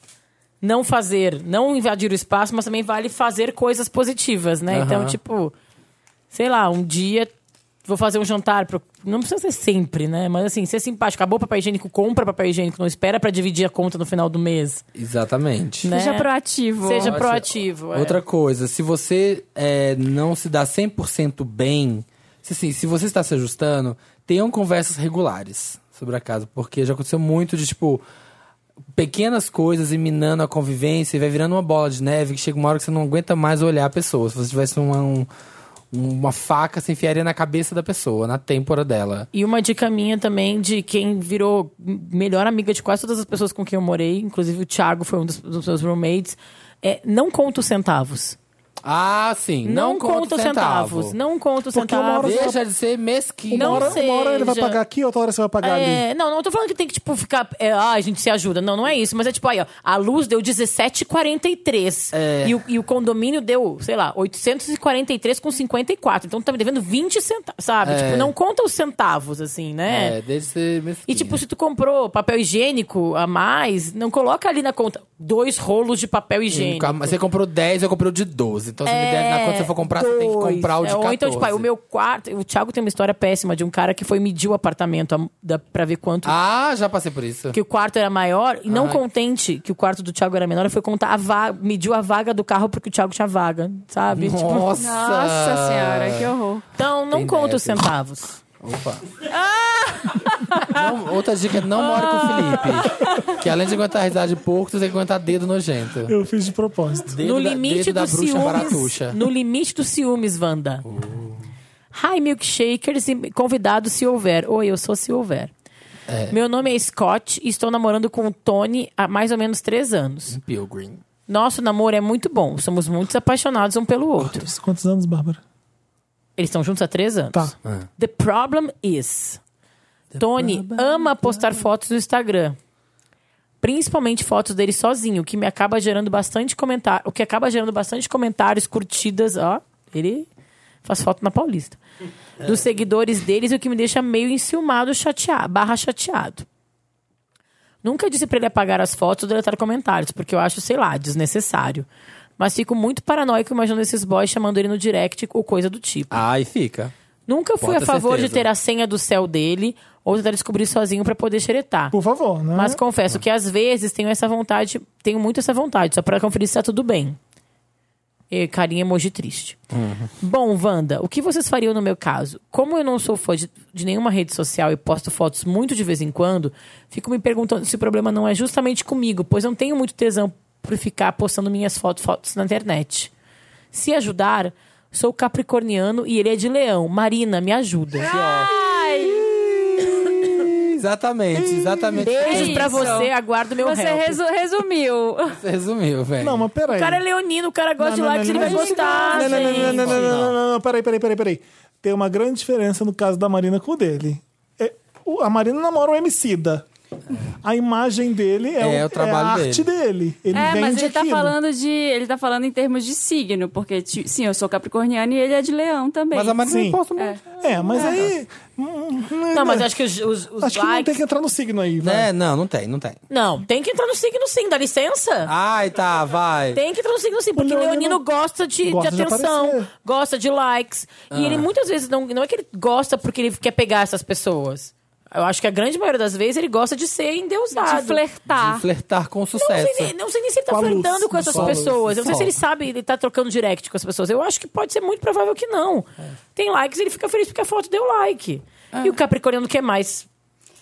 não fazer, não invadir o espaço, mas também vale fazer coisas positivas, né? Então,
Aham.
tipo, sei lá, um dia vou fazer um jantar. Pro... Não precisa ser sempre, né? Mas assim, ser simpático. Acabou o papel higiênico, compra papel higiênico, não espera pra dividir a conta no final do mês.
Exatamente.
Né?
Seja proativo.
Seja
Nossa,
proativo. é.
Outra coisa, se você é, não se dá 100% bem, se, assim, se você está se ajustando, tenham conversas regulares sobre a casa, porque já aconteceu muito de, tipo, pequenas coisas e minando a convivência e vai virando uma bola de neve que chega uma hora que você não aguenta mais olhar a pessoa. Se você tivesse uma, um- uma faca, você enfiaria na cabeça da pessoa, na têmpora dela.
E uma dica minha também de quem virou melhor amiga de quase todas as pessoas com quem eu morei, inclusive o Thiago foi um dos, dos meus roommates, é não conta os centavos.
Ah, sim. Não, conta o centavo.
Não conta os
Porque uma hora
centavos.
Deixa de ser mesquinho.
Não
uma, hora, uma hora ele vai
seja.
pagar aqui, outra hora você vai pagar ali.
É, não, não tô falando que tem que, tipo, ficar. É, ah, a gente se ajuda. Não, não é isso. Mas é tipo, aí, ó, a luz deu 17,43.
É.
E, o, e o condomínio deu, sei lá, 843,54. Então tá me devendo 20 centavos, sabe? Tipo, não conta os centavos, assim, né?
É, deixa de ser mesquinho.
E tipo, se tu comprou papel higiênico a mais, não coloca ali na conta dois rolos de
Um
papel higiênico.
Nunca- mas Você comprou 10, eu comprei o de 12. Então você me deve na conta, você for comprar, você tem que
Dois.
comprar o de
É,
14.
Ou então, tipo, aí, o meu quarto... O Thiago tem uma história péssima de um cara que foi medir o apartamento a- da- pra ver quanto...
Ah, já passei por isso.
Que o quarto era maior, e não contente que o quarto do Thiago era menor, ele foi contar a vaga, mediu a vaga do carro porque o Thiago tinha vaga, sabe? Tipo,
Nossa!
Nossa senhora, que horror.
então, não
Tem
conta os
neve.
centavos.
Opa.
Ah!
Não, outra dica, não more com o Felipe. Que além de aguentar risada de porco, você tem que aguentar dedo nojento.
Eu fiz de propósito.
Dedo
no
da-
limite
dedo da
dos
bruxa Oh.
ciúmes.
baratuxa.
No limite dos ciúmes, Wanda. Hi, milkshakers e convidados se houver. Oi, eu sou se houver. Meu nome é Scott e estou namorando com o Tony há mais ou menos três anos.
Pilgrim.
Nosso namoro é muito bom. Somos muito apaixonados um pelo outro.
Quantos anos, Bárbara?
Eles estão juntos há três anos.
Tá.
The problem is. Tony ama postar fotos no Instagram. Principalmente fotos dele sozinho, que me acaba gerando bastante comentário. O que acaba gerando bastante comentários, curtidas, ó. Ele faz foto na Paulista. Dos seguidores deles, o que me deixa meio enciumado, chateado, barra chateado. Nunca disse pra ele apagar as fotos ou deletar comentários, porque eu acho, sei lá, desnecessário. Mas fico muito paranoico imaginando esses boys chamando ele no direct ou coisa do tipo.
Aí fica.
Nunca fui
Bota
a favor
certeza.
de ter a senha do céu dele ou tentar descobrir sozinho pra poder xeretar.
Por favor, né?
Mas confesso que às vezes tenho essa vontade, tenho muito essa vontade, só pra conferir se tá tudo bem. E carinha emoji triste. Bom, Wanda, o que vocês fariam no meu caso? Como eu não sou fã de, de nenhuma rede social e posto fotos muito de vez em quando, fico me perguntando se o problema não é justamente comigo, pois não tenho muito tesão por ficar postando minhas fotos, fotos na internet. Se ajudar, sou
Ah,
capricorniano e ele é de leão. Marina, me ajuda.
Ai!
Exatamente, exatamente.
Beijos
É
pra
isso.
você, aguardo meu
Você
help.
resu- resumiu.
Você resumiu, velho.
Não, mas peraí.
O cara é leonino, o cara gosta
Não, não,
de likes,
não,
ele vai
não,
gostar,
Não, não, não,
gente.
não, não, não, não, não, não, não, peraí, peraí, peraí, peraí. Tem uma grande diferença no caso da Marina com o dele. É, o- a Marina namora o Emicida. A imagem dele é,
É,
o,
o trabalho
é a arte dele. Ele
É,
vende
mas ele tá
aquilo.
falando de. Ele tá falando em termos de signo, porque ti- sim, eu sou capricorniano e ele é de leão também.
Mas a Marina
Sim.
não posta muito.
É, mas aí... hum,
Não, mas acho que os, os- os
Acho que não
likes...
tem que entrar no signo aí, vai.
É, não, não tem, não tem.
Não, tem que entrar no signo sim, dá
Ah.
licença.
Ai, tá, vai.
Tem que entrar no signo sim, porque
leonino
leonino gosta de, de
gosta de
atenção,
aparecer. Ah.
gosta de likes. E ele muitas vezes, não, não é que ele gosta porque ele quer pegar essas pessoas. Eu acho que a grande maioria das vezes ele gosta de ser endeusado.
de flertar.
Flertar com
Não
sucesso.
sei, nem- não sei nem se ele tá
Com a luz,
flertando com
com
essas
a luz.
pessoas. Eu não sei
Só.
se ele sabe, ele tá trocando direct com essas pessoas. Eu acho que pode ser muito provável que não. Tem likes, ele fica feliz porque a foto deu like. E o Capricorniano quer mais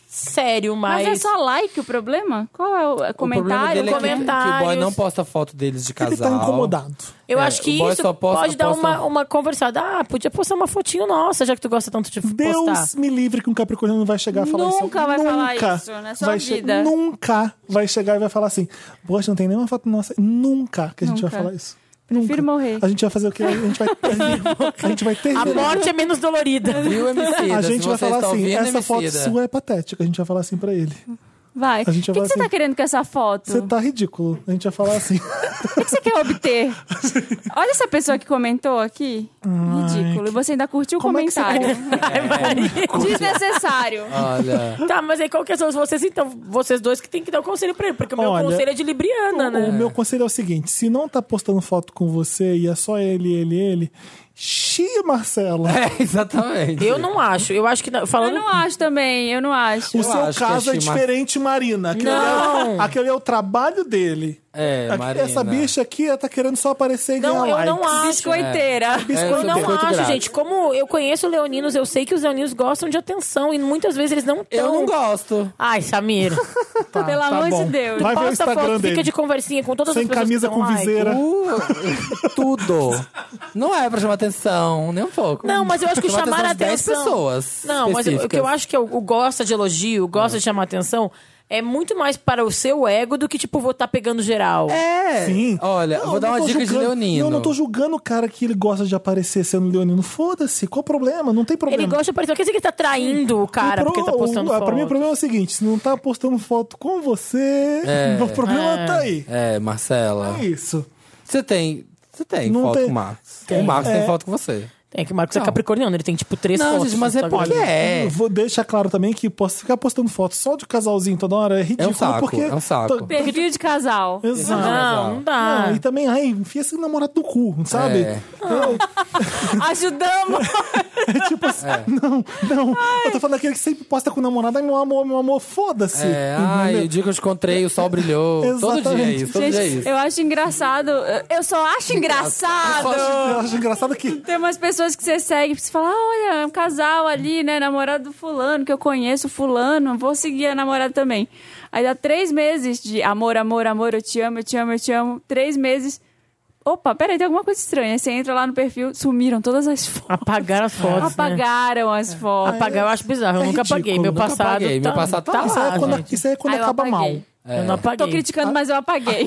sério, mais.
Mas é só like o problema? Qual é o é
O problema
comentário?
dele é que,
comentários.
que o boy não posta foto deles de casal.
Ele tá incomodado.
Eu
É,
acho que
o boy
isso
só posta-
pode dar
posta-
uma, uma conversada. Ah, podia postar uma fotinho nossa, já que tu gosta tanto de
Deus
postar.
me livre que um capricorniano vai chegar a falar isso.
Nunca vai falar
Nunca
isso na sua
vai che-
vida.
Nunca vai chegar e vai falar assim, poxa, não tem nenhuma foto nossa. Nunca que a gente
Nunca.
vai falar isso.
Prefiro
Nunca.
morrer.
A gente vai fazer o quê? A gente vai ter... a gente vai ter...
A morte é menos dolorida.
<laughs> Viu, Emicida?
<laughs> A
Se
gente vai
você
falar
está
assim,
ouvindo,
essa foto
Emicida,
sua é patética. A gente vai falar assim pra ele.
Vai. O
A
que,
gente
que
vai
você tá
assim-
querendo com essa foto?
Você tá ridículo. A gente vai falar assim.
O que, que você quer obter?
<laughs>
Olha essa pessoa que comentou aqui. Ridículo. E você ainda curtiu o
Como é que você Ah.
comentário. <laughs> Desnecessário.
é <laughs>
Olha.
tá, mas aí qual que são vocês então? Vocês dois que tem que dar o conselho pra ele, porque o meu
Olha,
conselho é de Libriana, né?
O meu conselho é o seguinte: se não tá postando foto com você e é só ele, ele, ele, chia Marcela.
É, exatamente.
Eu não acho. Eu acho que. não-
Eu
Falando
não acho também, eu não acho.
O seu
acho que
caso é
achei Mar-
diferente, Marina. Aquele,
Não.
É, aquele é o trabalho dele.
É,
Aqui-
Marina.
Essa bicha aqui ela tá querendo só aparecer e
Não,
ganhar
eu não
likes.
acho.
Biscoiteira.
É.
Eu
Biscoito
não
biscoito
acho,
grátis.
gente. Como eu conheço leoninos, eu sei que os leoninos gostam de atenção e muitas vezes eles não
Eu
tão.
não gosto.
Ai, Samir.
<laughs> Tá,
Pelo
tá
amor
bom.
de Deus.
Vai ver o
Posta
Instagram
foto,
dele.
fica de conversinha com todas
Sem
as pessoas. que
camisa
dão
com
like.
viseira.
Uh, tudo. Não é pra chamar atenção, nem um pouco.
Não, mas eu acho que
Chamar
chamar a
de dez
atenção.
pessoas.
Não, mas o- o que eu
específicas.
acho que é o, o gosta de elogio, o gosta de chamar atenção, é muito mais para o seu ego do que, tipo, vou estar pegando geral.
É.
Sim.
Olha, eu
Não,
vou dar
não
uma
tô
dica de
julgando-
Leonino.
Não, não tô julgando o cara que ele gosta de aparecer sendo Leonino. Foda-se, qual o problema? Não tem problema.
Ele gosta de aparecer. Quer dizer que ele tá traindo o cara
O pro-
porque tá postando
o- ah,
foto.
Pra mim, o problema é o seguinte: se não tá postando foto com você, o problema tá aí.
É, Marcela.
É isso.
Você tem. Você tem
Não
foto
tem-
com o Marcos. O Marcos
É.
tem foto com você.
É que o Marcos é capricorniano, ele tem, tipo, três
Não,
fotos.
gente, mas
no
é
Instagram.
porque é.
Eu Vou deixar claro também que posso ficar postando foto só de casalzinho toda hora é ridículo.
saco,
porque
é um saco.
tô-
Perfil de
<laughs>
casal.
Exato.
Não, não dá.
Não, e também, ai, enfia esse namorado no cu, sabe? <laughs>
É.
Ajudamos.
Então
tipo assim,
É.
não, não. Eu tô falando daquele que sempre posta com o namorado, ai, meu amor, meu amor, foda-se.
É, ai,
Entendeu?
o dia que eu te encontrei, o sol
<laughs>
brilhou. Todo dia é
Exatamente.
isso, todo dia é
Gente,
isso. É
eu acho engraçado. Eu só acho engraçado.
eu acho engraçado que
Tem umas pessoas que você segue, você fala, ah, olha, é um casal ali, né? Namorado do fulano, que eu conheço, fulano, vou seguir a namorada também. Aí dá três meses de amor, amor, amor, eu te amo, eu te amo, eu te amo. Três meses. Opa, peraí, tem alguma coisa estranha. Aí você entra lá no perfil, sumiram todas as fotos.
Apagaram as fotos, né?
Apagaram as fotos.
Apagar eu acho bizarro. Eu
É
nunca
ridículo,
apaguei. Meu
nunca
passado
apaguei,
tá,
meu passado tá É.
tá
lá,
isso, aí é
lá,
quando,
gente.
isso aí é quando
Aí eu
acaba mal.
apaguei.
Eu não
Tô
apaguei.
criticando, mas eu apaguei.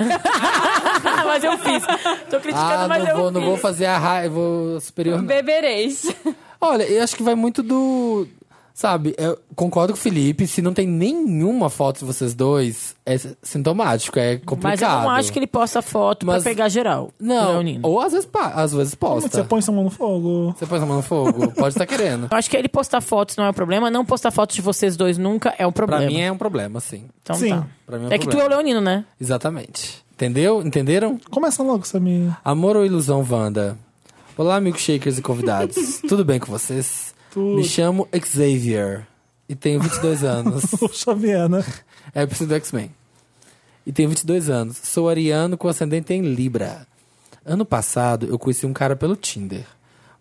mas eu fiz. Tô criticando,
Ah,
mas
não
eu
vou, não
fiz.
vou fazer a raiva vou superior. não.
Bebereis.
Olha, eu acho que vai muito do. Sabe, eu concordo com o Felipe, se não tem nenhuma foto de vocês dois, é s- sintomático, é complicado.
Mas eu não acho que ele posta foto
Mas-
pra pegar geral.
Não,
Leonino.
ou às vezes, pa- às vezes posta.
Você põe sua mão no fogo.
Você põe a mão no fogo, pode estar querendo.
Eu acho que ele postar fotos não é um problema. Não postar fotos de vocês dois nunca é um
Pra
<laughs> problema.
mim é um problema, sim.
Então
Sim.
tá.
Pra mim é um
É que tu é o
problema.
leonino, né?
Exatamente. Entendeu? Entenderam?
Começa logo, Samir.
Amor ou ilusão, Wanda? Olá, milkshakers e convidados. Tudo bem com vocês? Me chamo Xavier e tenho 22 anos.
<laughs> O Xavier, né?
É eu preciso do X-Men. E tenho 22 anos. Sou ariano com ascendente em Libra. Ano passado, eu conheci um cara pelo Tinder.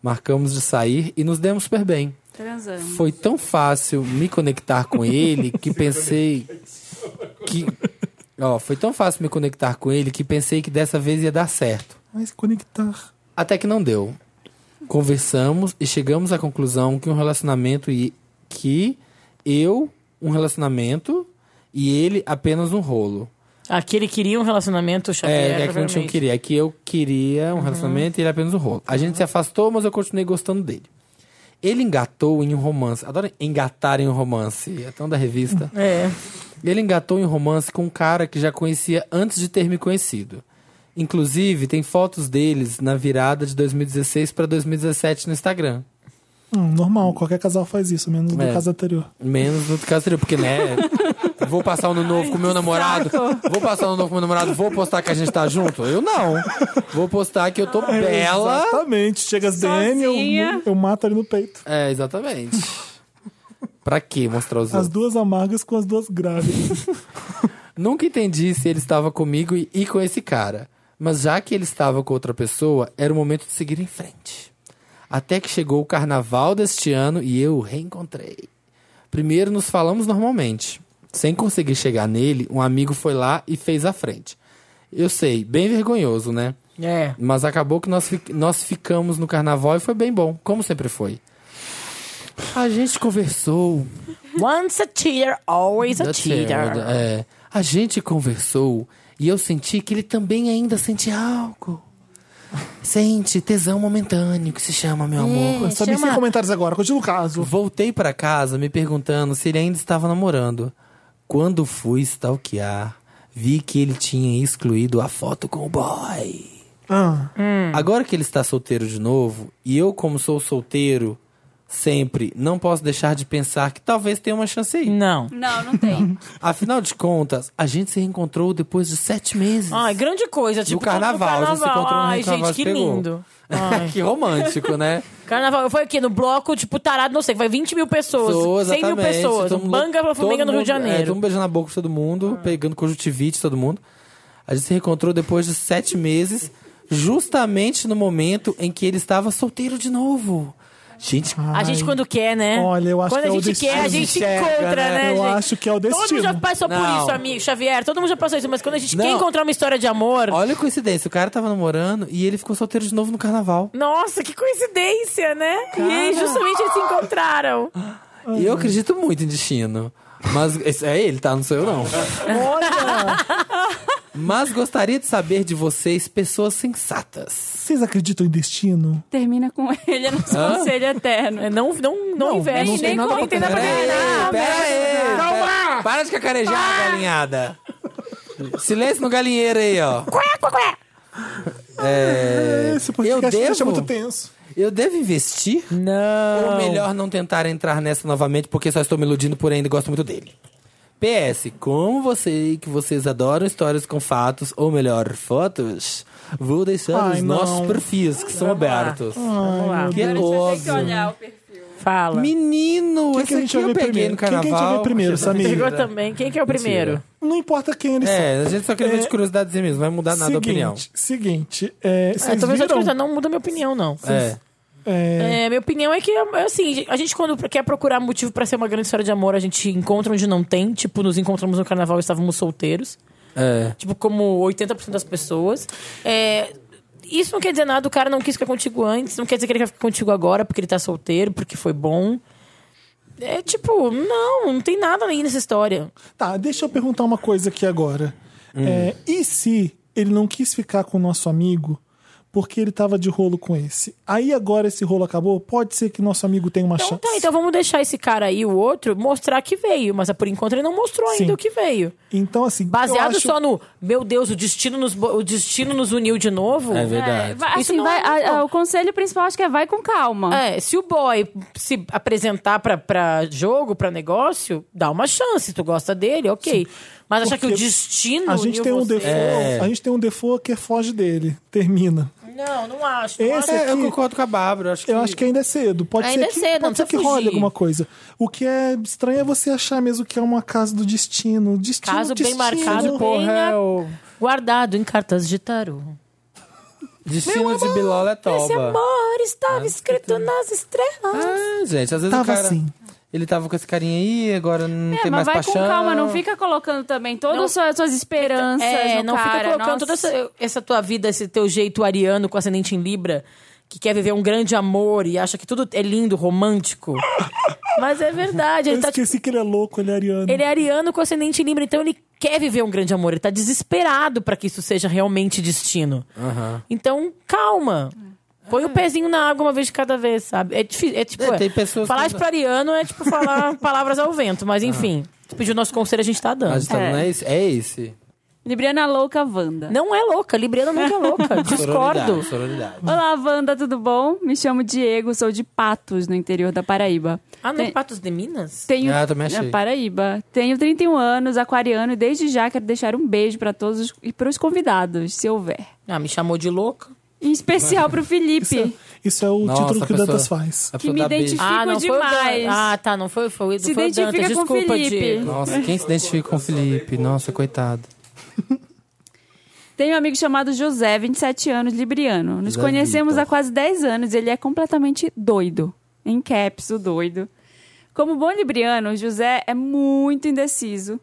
Marcamos de sair e nos demos super bem.
Transando.
Foi tão fácil me conectar com ele que pensei que ó, foi tão fácil me conectar com ele que pensei que dessa vez ia dar certo.
Mas conectar.
Até que não deu. Conversamos e chegamos à conclusão que um relacionamento e que eu, um relacionamento e ele apenas um rolo.
Aqui ele queria um relacionamento, Xavier.
É, é que não tinha um
provavelmente.
queria. É que eu queria um relacionamento e ele apenas um rolo. A gente se afastou, mas eu continuei gostando dele. Ele engatou em um romance. Adoro engatar em um romance. É tão da revista.
É.
Ele engatou em um romance com um cara que já conhecia antes de ter me conhecido. Inclusive, tem fotos deles na virada de 2016 para 2017 no Instagram.
Hum, normal, qualquer casal faz isso, menos do
É.
caso anterior.
Menos no caso anterior, porque, né? Vou passar o ano novo com meu namorado. Vou passar o ano novo com meu namorado. Vou postar que a gente tá junto? Eu não. Vou postar que eu tô bela.
Exatamente. Chega as DN, eu,
Sozinha.
eu mato ali no peito.
É, exatamente. <laughs> pra que mostrar os
As
outros?
duas amargas com as duas grávidas.
Nunca entendi se ele estava comigo e, e com esse cara. Mas já que ele estava com outra pessoa, era o momento de seguir em frente. Até que chegou o carnaval deste ano e eu o reencontrei. Primeiro nos falamos normalmente. Sem conseguir chegar nele, um amigo foi lá e fez a frente. Eu sei, bem vergonhoso, né?
É.
Mas acabou que nós, fi- nós ficamos no carnaval e foi bem bom, como sempre foi. A gente conversou,
Once a cheater, always a
da
Tá cheater.
Taylor, é. A gente conversou e eu senti que ele também ainda sente algo. Sente tesão momentâneo que se chama, meu amor.
Tá, Sabe sem comentários agora, continua o caso.
Voltei pra casa me perguntando se ele ainda estava namorando. Quando fui stalkear, vi que ele tinha excluído a foto com o boy.
Ah,
Agora que ele está solteiro de novo, e eu, como sou solteiro sempre, não posso deixar de pensar que talvez tenha uma chance aí.
Não.
Não, não tem.
Afinal de contas, a gente se reencontrou depois de sete meses.
Ai, grande coisa. Tipo, todo
carnaval, já se encontrou no
Ai,
carnaval,
gente, que
pegou.
lindo. Ai.
<laughs> que romântico, né?
Carnaval, foi aqui no bloco, tipo, tarado, não sei, vai 20 mil pessoas,
Sou,
100 mil
exatamente,
pessoas,
todo
um
mundo-
banga
todo
pra Flamengo no Rio de
mundo- É, todo
Janeiro. Ah.
mundo beijando na boca de todo mundo, pegando conjuntivite de todo mundo. A gente se reencontrou depois de sete meses, justamente no momento em que ele estava solteiro de novo. Gente,
a gente quando quer, né?
Olha, eu acho
quando
que é o
a gente quer, a
destino.
gente
Enxerga,
encontra,
né?
né,
eu
gente?
acho que é o
Todo mundo já
destino.
passou por
Não.
isso, amigo. Xavier, todo mundo já passou isso, mas quando a gente quer
Não.
encontrar uma história de amor.
olha a coincidência. O cara tava namorando e ele ficou solteiro de novo no carnaval.
Nossa, que coincidência, né? E aí, justamente eles se encontraram.
E eu acredito muito em destino. Mas esse é ele, tá? Não sou eu, não. Mas gostaria de saber de vocês, pessoas sensatas.
Vocês acreditam em destino?
Termina com <laughs> ele, é nosso
Hã?
conselho eterno.
É, Não, não, não, investe.
não tem
nem
nada
como-
pra
nem tem nada pra
Pera aí,
ganhar.
pera aí. Calma! Para de cacarejar, galinhada. Silêncio no galinheiro aí, ó. É,
Esse
eu
podcast deixa
devo,
muito tenso.
eu devo investir?
Não.
Ou melhor não tentar entrar nessa novamente, porque só estou me iludindo por ainda e gosto muito dele. PS, como você que vocês adoram histórias com fatos, ou melhor, fotos, vou deixar
Ai,
os
não.
nossos perfis que são
lá.
abertos.
Vamos lá.
É
Que é
Tem que
óbvio.
olhar o perfil.
Fala.
Menino,
Quem que
esse
a
aqui
gente vai
eu
ver
peguei
primeiro?
no
Quem que a
carnaval.
gente vai ver primeiro,
Achei
Samir?
Pegou
besteira.
também. Quem que é o primeiro?
Não importa quem eles são.
É, a gente só queria ver
É,
de curiosidades mesmo, não vai mudar nada a opinião.
Seguinte, é, vocês
Ah, talvez eu te
viram?
coisa não muda minha opinião, não.
É.
É,
É, minha opinião é que, assim, a gente quando quer procurar motivo pra ser uma grande história de amor, a gente encontra onde não tem. Tipo, nos encontramos no carnaval e estávamos solteiros.
É.
Tipo, como 80% das pessoas. É, isso não quer dizer nada, o cara não quis ficar contigo antes, não quer dizer que ele quer ficar contigo agora porque ele tá solteiro, porque foi bom. É tipo, não, não tem nada aí nessa história.
Tá, deixa eu perguntar uma coisa aqui agora.
Hum.
É, e se ele não quis ficar com o nosso amigo porque ele tava de rolo com esse? Aí agora esse rolo acabou, pode ser que nosso amigo tenha uma
Então
chance.
tá, então vamos deixar esse cara aí, o outro, mostrar que veio. Mas por enquanto ele não mostrou ainda
Sim.
o que veio.
Então, assim, eu
Baseado
acho-
só no, meu Deus, o destino nos, bo- o destino nos uniu de novo.
É verdade.
É, vai- assim,
Isso não
vai-
é
a-
bom.
a- o conselho principal acho que é vai com calma.
É, se o boy se apresentar pra, pra jogo, pra negócio, dá uma chance. Tu gosta dele, ok. Mas achar que o
Porque
destino.
A gente,
uniu
tem um
você-
default,
É.
a gente tem um default que é foge dele, termina.
Não, não acho. Não acho.
Esse
É, eu
aqui-
concordo com a Bárbara. Acho que...
Eu acho que ainda é cedo. Pode
Ainda
ser que,
é cedo, não
pode ser que
precisa
role
fugir.
alguma coisa. O que é estranho é você achar mesmo que é uma casa do destino. destino
Caso bem
destino.
marcado, bem a- guardado em cartas de tarô.
Destino de Bilola é toba.
Esse amor estava escrito nas estrelas.
Ah, gente, às vezes
Tava
o cara...
assim.
Ele tava com esse carinha aí, agora não
É,
tem
mas
mais
vai
paixão.
com calma, não fica colocando também todas as suas- suas esperanças
É,
no
não
cara.
fica colocando
nossa.
toda essa, essa tua vida, esse teu jeito ariano com ascendente em Libra, que quer viver um grande amor e acha que tudo é
<laughs>
lindo, romântico. Mas é verdade,
Eu
ele tá tipo,
esqueci que ele é louco, ele é ariano.
ele é ariano com ascendente em Libra, então ele quer viver um grande amor. Ele tá desesperado pra que isso seja realmente destino. Então, calma.
É.
Põe o pezinho na água uma vez de cada vez, sabe? É difícil. É, tipo,
É,
é,
tem pessoas
falar
que-
isso pra ariano é tipo falar
<laughs>
palavras ao vento, mas enfim. Se pedir o nosso conselho, a gente tá dando.
A gente tá
É.
dando é esse? É esse.
Libriana Louca Wanda.
Não é louca, Libriana nunca é louca. Discordo.
Sororidade, sororidade.
Olá, Wanda, tudo bom? Me chamo Diego, sou de Patos, no interior da Paraíba.
Ah, não é
Tem-
Patos de Minas?
Tenho...
Ah, também achei.
É, Paraíba. Tenho 31 anos, aquariano, e desde já quero deixar um beijo para todos os- e para os convidados, se houver.
Ah, me chamou de louca.
Em especial para o Felipe,
Isso é o
Nossa,
título que
a
o Dantas
pessoa-
faz.
A
que
pessoa
me
dá beijo.
identifico
ah, não foi o
demais.
Dan- Ah, tá, não foi, foi,
Se
foi o
identifica
Dantas.
com o
Desculpa,
Felipe.
Diego.
Nossa, quem se identifica com o Felipe? Nossa, coitado.
Tenho um amigo chamado José, 27 anos, libriano. Nos
José
conhecemos
Vitor.
há quase 10 anos e ele é completamente doido. Em caps, o doido. Como bom libriano, José é muito indeciso.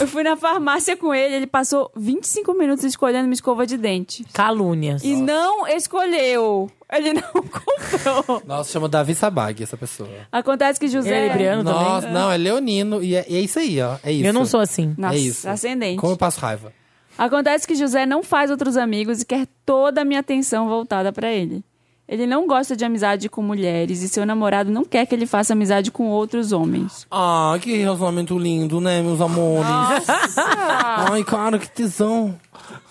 Eu fui na farmácia com ele, ele passou 25 minutos escolhendo uma escova de dente.
Calúnias.
E não escolheu. Ele não <laughs> comprou.
Nossa, chama Davi Sabag essa pessoa.
Acontece que José.
Ele é libriano também?
Nossa, não, é leonino. E é, e é isso aí, ó. É isso.
Eu não sou assim.
Nossa,
é isso.
ascendente.
Como eu passo raiva.
Acontece que José não faz outros amigos e quer toda a minha atenção voltada pra ele. Ele não gosta de amizade com mulheres e seu namorado não quer que ele faça amizade com outros homens.
Ah, que relacionamento lindo, né, meus amores? Ai, cara, que tesão.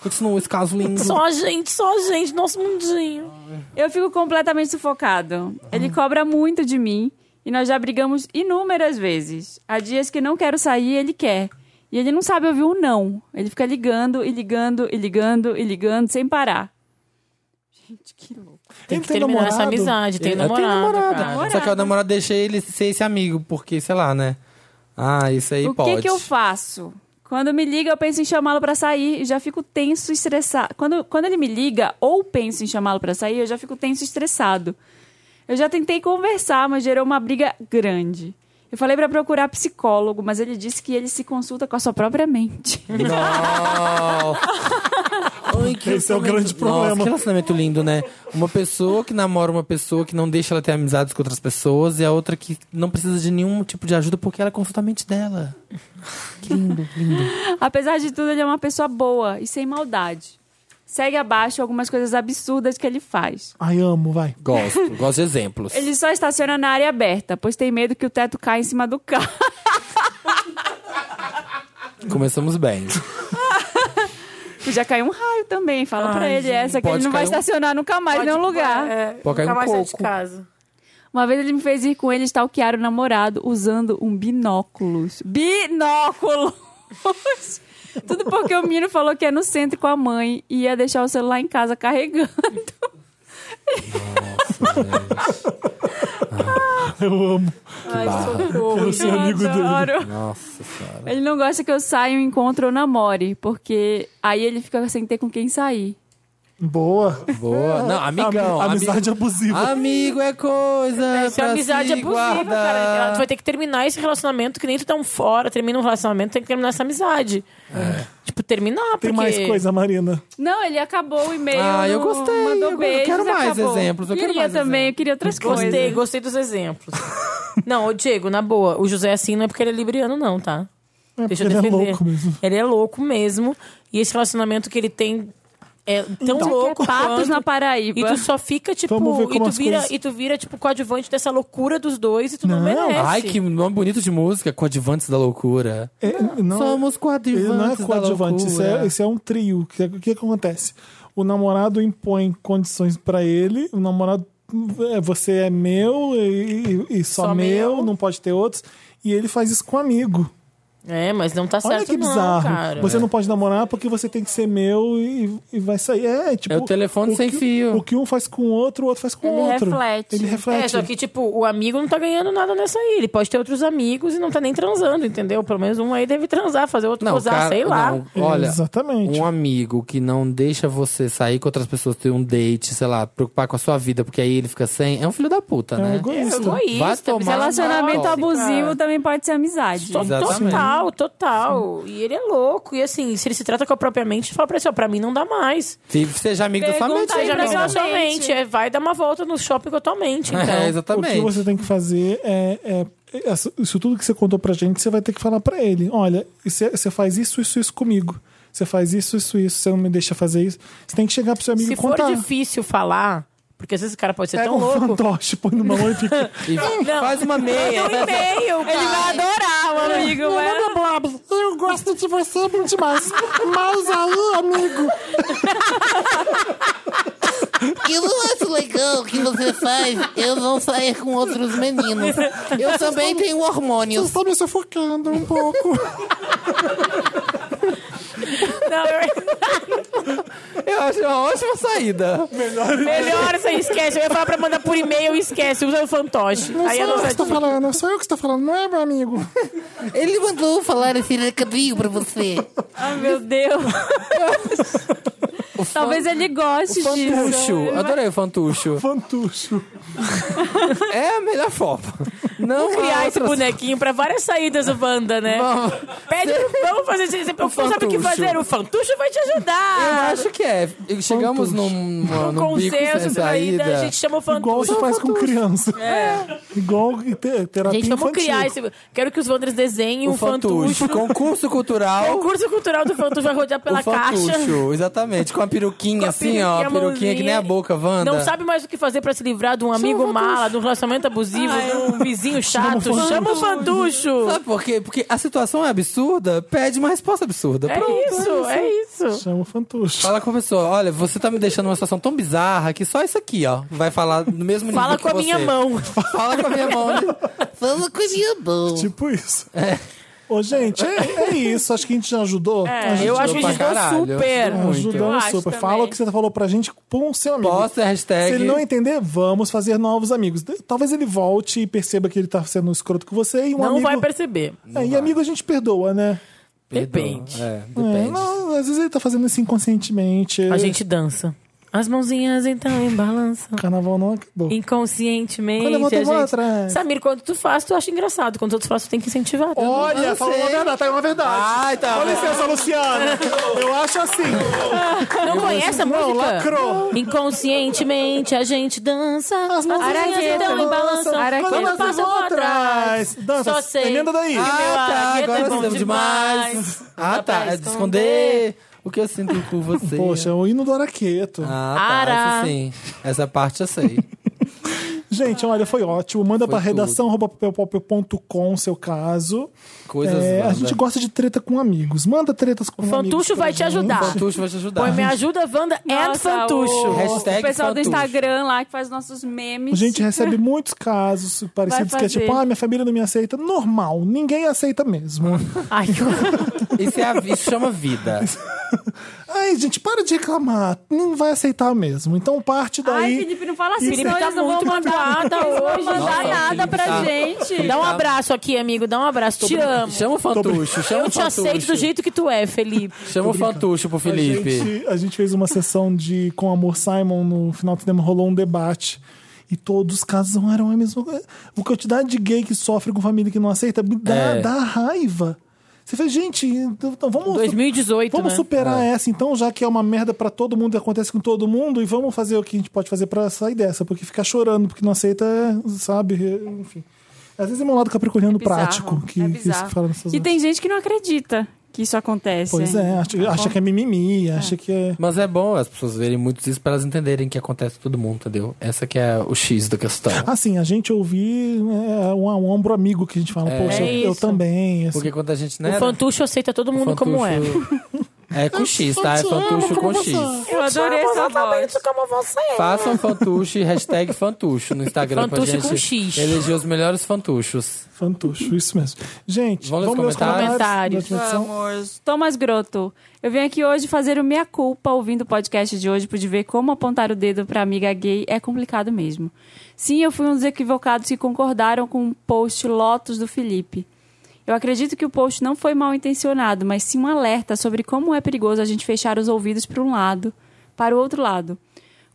Continua esse caso lindo.
Só a gente, só a gente, nosso mundinho.
Eu fico completamente sufocado. Ele cobra muito de mim e nós já brigamos inúmeras vezes. Há dias que não quero sair e ele quer. E ele não sabe ouvir um não. Ele fica ligando e ligando e ligando e ligando sem parar. Gente, que louco.
Tem
Ele
que terminar essa
namorado?
amizade. Tem
É,
Eu tenho
namorado.
É, namorado.
cara.
Só que o namorado deixa ele ser esse amigo, porque, sei lá, né? Ah, isso aí
o
pode.
que que eu faço? Quando me liga, eu penso em chamá-lo pra sair e já fico tenso e estressado. Quando, quando ele me liga ou penso em chamá-lo pra sair, eu já fico tenso e estressado. Eu já tentei conversar, mas gerou uma briga grande. Eu falei pra procurar psicólogo, mas ele disse que ele se consulta com a sua própria mente. <laughs>
<laughs>
Não. Ai, que
Esse é o
relacionamento-
grande problema.
Nossa, que relacionamento lindo, né? Uma pessoa que namora uma pessoa que não deixa ela ter amizades com outras pessoas e a outra que não precisa de nenhum tipo de ajuda porque ela consulta a mente dela.
Apesar de tudo, ele é uma pessoa boa e sem maldade. Segue abaixo algumas coisas absurdas que ele faz.
Ai, amo, vai.
Gosto, gosto de exemplos.
Ele só estaciona na área aberta, pois tem medo que o teto caia em cima do <laughs> carro.
Começamos bem.
Podia cair um raio também, fala pra ele "É, essa que
Pode
ele não vai
cair um-
estacionar nunca mais em nenhum lugar.
Pô, caiu um
É, mais sair de
coco.
casa.
Uma vez ele me fez ir com ele stalkear o namorado usando um binóculos. Binóculos! <laughs> Tudo porque o menino falou que ia no centro com a mãe e ia deixar o celular em casa
<laughs>
carregando.
Eu amo.
Ai, socorro.
Quero ser amigo dele.
Adoro.
Nossa senhora.
Ele não gosta que eu saia, um encontro ou namore, porque aí ele fica sem ter com quem sair.
Boa.
Boa. Não, amigão.
Ami- amizade
amigo,
abusiva.
Amigo é coisa.
Isso é
pra
amizade
se
abusiva,
guardar.
cara. Ela vai ter que terminar esse relacionamento, que nem tu tão fora, termina um relacionamento, tem que terminar essa amizade.
É.
Tipo, terminar, porque...
Tem mais coisa, Marina.
Não, ele acabou o e-mail.
Ah, eu
não-
gostei,
Mandou
eu
beijos,
quero mais
acabou.
exemplos, eu quero
queria
mais
também,
exemplos.
eu queria outras
Gostei,
coisas.
gostei dos exemplos. <laughs> não, o Diego, na boa, o José assim não é porque ele é libriano, não, tá?
É,
Deixa eu
porque ele é
defender.
louco mesmo.
Ele é louco mesmo. E esse relacionamento que ele tem é tão louco
É Patos
quanto...
na
E
Paraíba.
tu só fica, tipo,
Então, Vamos ver
e
como
tu,
as
vira,
coisas-
e tu vira, tipo, coadjuvante dessa loucura dos dois e tu não,
Não.
merece.
Ai, que nome bonito de música. Coadjuvantes da loucura.
É, não,
Somos coadjuvantes.
ele não é
da
coadjuvante, isso
loucura.
é, isso é um trio. O que, o que acontece? O namorado impõe condições pra ele, o namorado. é, Você é meu e, e- e só,
Só
meu,
meu.
não pode ter outros. E ele faz isso com um amigo.
É, mas não tá certo
Olha que
não,
bizarro.
cara.
É.
Você não pode namorar porque você tem que ser meu e, e vai sair. É, tipo,
É o telefone sem
que-
fio.
O que um faz com o outro, o outro faz com o
Ele
outro.
reflete.
Ele reflete.
É, só que, tipo, o amigo não tá ganhando nada nessa aí. Ele pode ter outros amigos e não tá nem transando, entendeu? Pelo menos um aí deve transar, fazer outro
Não,
gozar,
cara,
sei lá.
não, É, olha,
Exatamente. É
um amigo que não deixa você sair com outras pessoas, ter um date, sei lá, preocupar com a sua vida, porque aí ele fica sem, é um filho da puta,
É um
né?
egoísta.
Egoísta,
Vai
mas
tomar
ela-
na
<laughs> Relacionamento
Nossa,
abusivo também pode ser amizade.
Total,
Exatamente.
Total, total. E ele é louco. E assim, se ele se trata com a própria mente, fala pra ele, assim, ó, pra mim não dá mais.
Se seja amigo da Tá sua mente.
Pergunta aí
Seja
pra
amigo da sua
sua mente.
mente. É, vai dar uma volta no shopping com a tua mente, então.
É,
O que
exatamente.
você tem que fazer é, é- é- Isso tudo que você contou pra gente, você vai ter que falar pra ele. Olha, você você faz isso, isso, isso comigo. Você faz isso, isso, isso. Você não me deixa fazer isso. Você tem que chegar pro seu amigo
Se
e
for
contar.
difícil falar, porque às vezes o cara pode ser
Pega
tão
um
louco.
fantoche, põe
<laughs>
numa mão e fica.
E <laughs> Faz uma meia.
Manda um e-mail, cara.
adorar o amigo,
é?
vai.
Eu gosto de você muito demais. Mas aí, amigo.
Eu não acho legal o que você faz. Eu não sair com outros meninos. Eu também tenho hormônios.
Você tá me sufocando um pouco.
Não, é um eu-
Eu acho uma ótima saída.
melhor você esquece. Eu ia falar pra mandar por e-mail e esquece. Usa o fantoche.
Não
Aí é eu
sou eu
não
que
sei.
estou falando, não sou eu que estou falando, não é, meu amigo?
Ele mandou falar esse recadinho pra você.
Ah, meu Deus. Talvez ele goste disso.
Fantucho. Adorei o
<laughs>
fantucho.
Fantucho.
É a melhor forma. Não
Criar
há
esse
outras-
bonequinho pra várias saídas do Wanda, né?
Vamos.
Pede pro vamos fazer esse exemplo. Não sabe o que
Fantucho.
fazer. O fantucho vai te
Eu
ajudar.
acho que é. E Chegamos num, numa-
Um
num bico sem
consenso pra
saída.
ainda. A gente chama o
Igual
fantucho.
você faz com criança. É. Igual te- terapia
Gente, vamos
infantil.
criar esse. Quero que os Wanders desenhem
o
um fantucho.
fantucho. Concurso cultural.
O curso cultural do fantucho vai rodear pela
o fantucho,
caixa.
exatamente. Com a peruquinha
Com a
assim, ó. A
peruquinha, a
peruquinha que nem a
mãozinha.
boca, Wanda.
Não sabe mais o que fazer pra se livrar de um amigo mala, de um relacionamento
Ah,
abusivo, de um
é.
vizinho chato. Chama o fantucho.
Sabe por quê? Porque a situação é absurda, pede uma resposta absurda.
É
Pronto.
isso, é isso.
Chama o fantucho.
Fala com a pessoa, olha, você tá me deixando numa situação tão bizarra que só isso aqui, ó, vai falar no mesmo nível
Fala
que
com a minha
você.
mão.
Fala com a minha mão. né?
Fala coisinha boa.
Tipo isso. Ô, gente, é, é isso. Acho que a gente já ajudou. a gente
É, eu acho que a
pra
gente deu
caralho.
super.
Muito.
Eu
Ajudamos
acho
super.
também.
Fala o que você falou pra gente com o seu amigo.
Posta a
Se
hashtag.
ele não entender, vamos fazer novos amigos. Talvez ele volte e perceba que ele tá sendo escroto com você e um
Não
amigo.
vai perceber.
É, e amigo a gente perdoa, né?
Perdoa.
Depende.
É,
É,
depende.
não, às vezes ele tá fazendo isso inconscientemente.
A gente dança. As mãozinhas então em balança.
Carnaval não acabou.
Inconscientemente.
Quando né? eu volto,
a
eu vou
gente-
atrás.
Samir, quando tu faz, tu acha engraçado. Quando todos fazem, tu tem que incentivar. também.
Olha, falou uma verdade, tá aí uma verdade.
Ai, tá.
Com licença, Luciana. Eu acho assim.
Não conhece a
Não,
música?
lacrou.
Inconscientemente a gente dança. As mãozinhas
Araqueta.
então em balança.
Araqueta.
Quando eu passo, eu vou atrás.
Dança,
Só sei.
emenda
que
daí.
meu
Ah, tá,
araqueta
agora
é bom
eu demais. <laughs> Ah, tá, é de esconder o que eu sinto
<laughs>
por você.
Poxa, é o hino do Araqueto.
Ah, tá,
Ara.
isso sim. Essa parte eu sei.
Gente, olha, foi ótimo. Manda pra
tudo.
redação arroba papelpop.com seu caso.
Coisas,
É, a
Wanda.
gente gosta de treta com amigos. Manda tretas com amigos.
Fantucho
pra
vai te
gente.
ajudar.
Fantucho vai te ajudar.
Põe Me Ajuda Wanda and
Nossa, O,
Fantucho.
Hashtag
É o pessoal
Fantucho.
do Instagram lá que faz nossos memes.
A gente recebe muitos casos parecidos que é
fazer.
tipo, ah, minha família não me aceita. Normal, ninguém aceita mesmo.
Ah.
Ai, que-
Isso, é a- isso chama vida.
Ai, gente, para de reclamar. Não vai aceitar mesmo. Então parte daí.
Ai, Felipe, não fala assim,
Felipe
senão
tá
eles não vão
muito
mandar,
magoado
eles não vão
hoje.
mandar
Nossa,
nada
Felipe
pra
tá-
gente.
Dá um abraço aqui, amigo. Dá um abraço. <laughs> Te amo.
Chama o fantucho, chama
Eu
o
te
fantucho.
aceito do jeito que tu é, Felipe.
Chama o fantucho pro
A
Felipe.
gente, a gente fez uma sessão de Com Amor Simon no final do cinema, rolou um debate. E todos os casos não eram a mesma coisa. O que eu te dá de gay que sofre com família que não aceita, me dá,
É.
dá raiva. Você fala, gente, então vamos.
2018,
Vamos
né?
superar essa, então, já que é uma merda pra todo mundo e acontece com todo mundo, e vamos fazer o que a gente pode fazer pra sair dessa, porque ficar chorando porque não aceita, é, sabe? é, Enfim. Às vezes é meu lado capricorniano
Bizarro,
prático que,
é
que isso
bizarro.
que fala nessas
E
horas.
tem gente que não acredita que isso acontece.
Pois é, acha, acha que é mimimi, acha que é.
Mas é bom as pessoas verem muito isso pra elas entenderem que acontece com todo mundo, entendeu? Essa que é o X da questão.
Ah,
Assim, a gente ouvir é, um, um ombro amigo que a gente fala,
É.
poxa,
É
eu, eu
isso.
também. assim.
Porque quando a gente, né?
O Fantucho aceita todo mundo como é.
é. É com X, tá? É fantucho com X.
Eu adorei
é.
essa voz.
Façam fantucho e hashtag fantucho no Instagram pra
Fantucho
gente
com X.
eleger os melhores fantuchos.
Fantucho, isso mesmo. Gente,
Vamos
vamos,
ler
ler
os
os comentários.
comentários.
da edição?
Thomas Grotto, eu vim aqui hoje fazer o Minha Culpa ouvindo o podcast de hoje. Pude ver como apontar o dedo pra amiga gay é complicado mesmo. Sim, eu fui um dos equivocados que concordaram com o post Lotus do Felipe. Eu acredito que o post não foi mal intencionado, mas sim um alerta sobre como é perigoso a gente fechar os ouvidos para um lado, para o outro lado.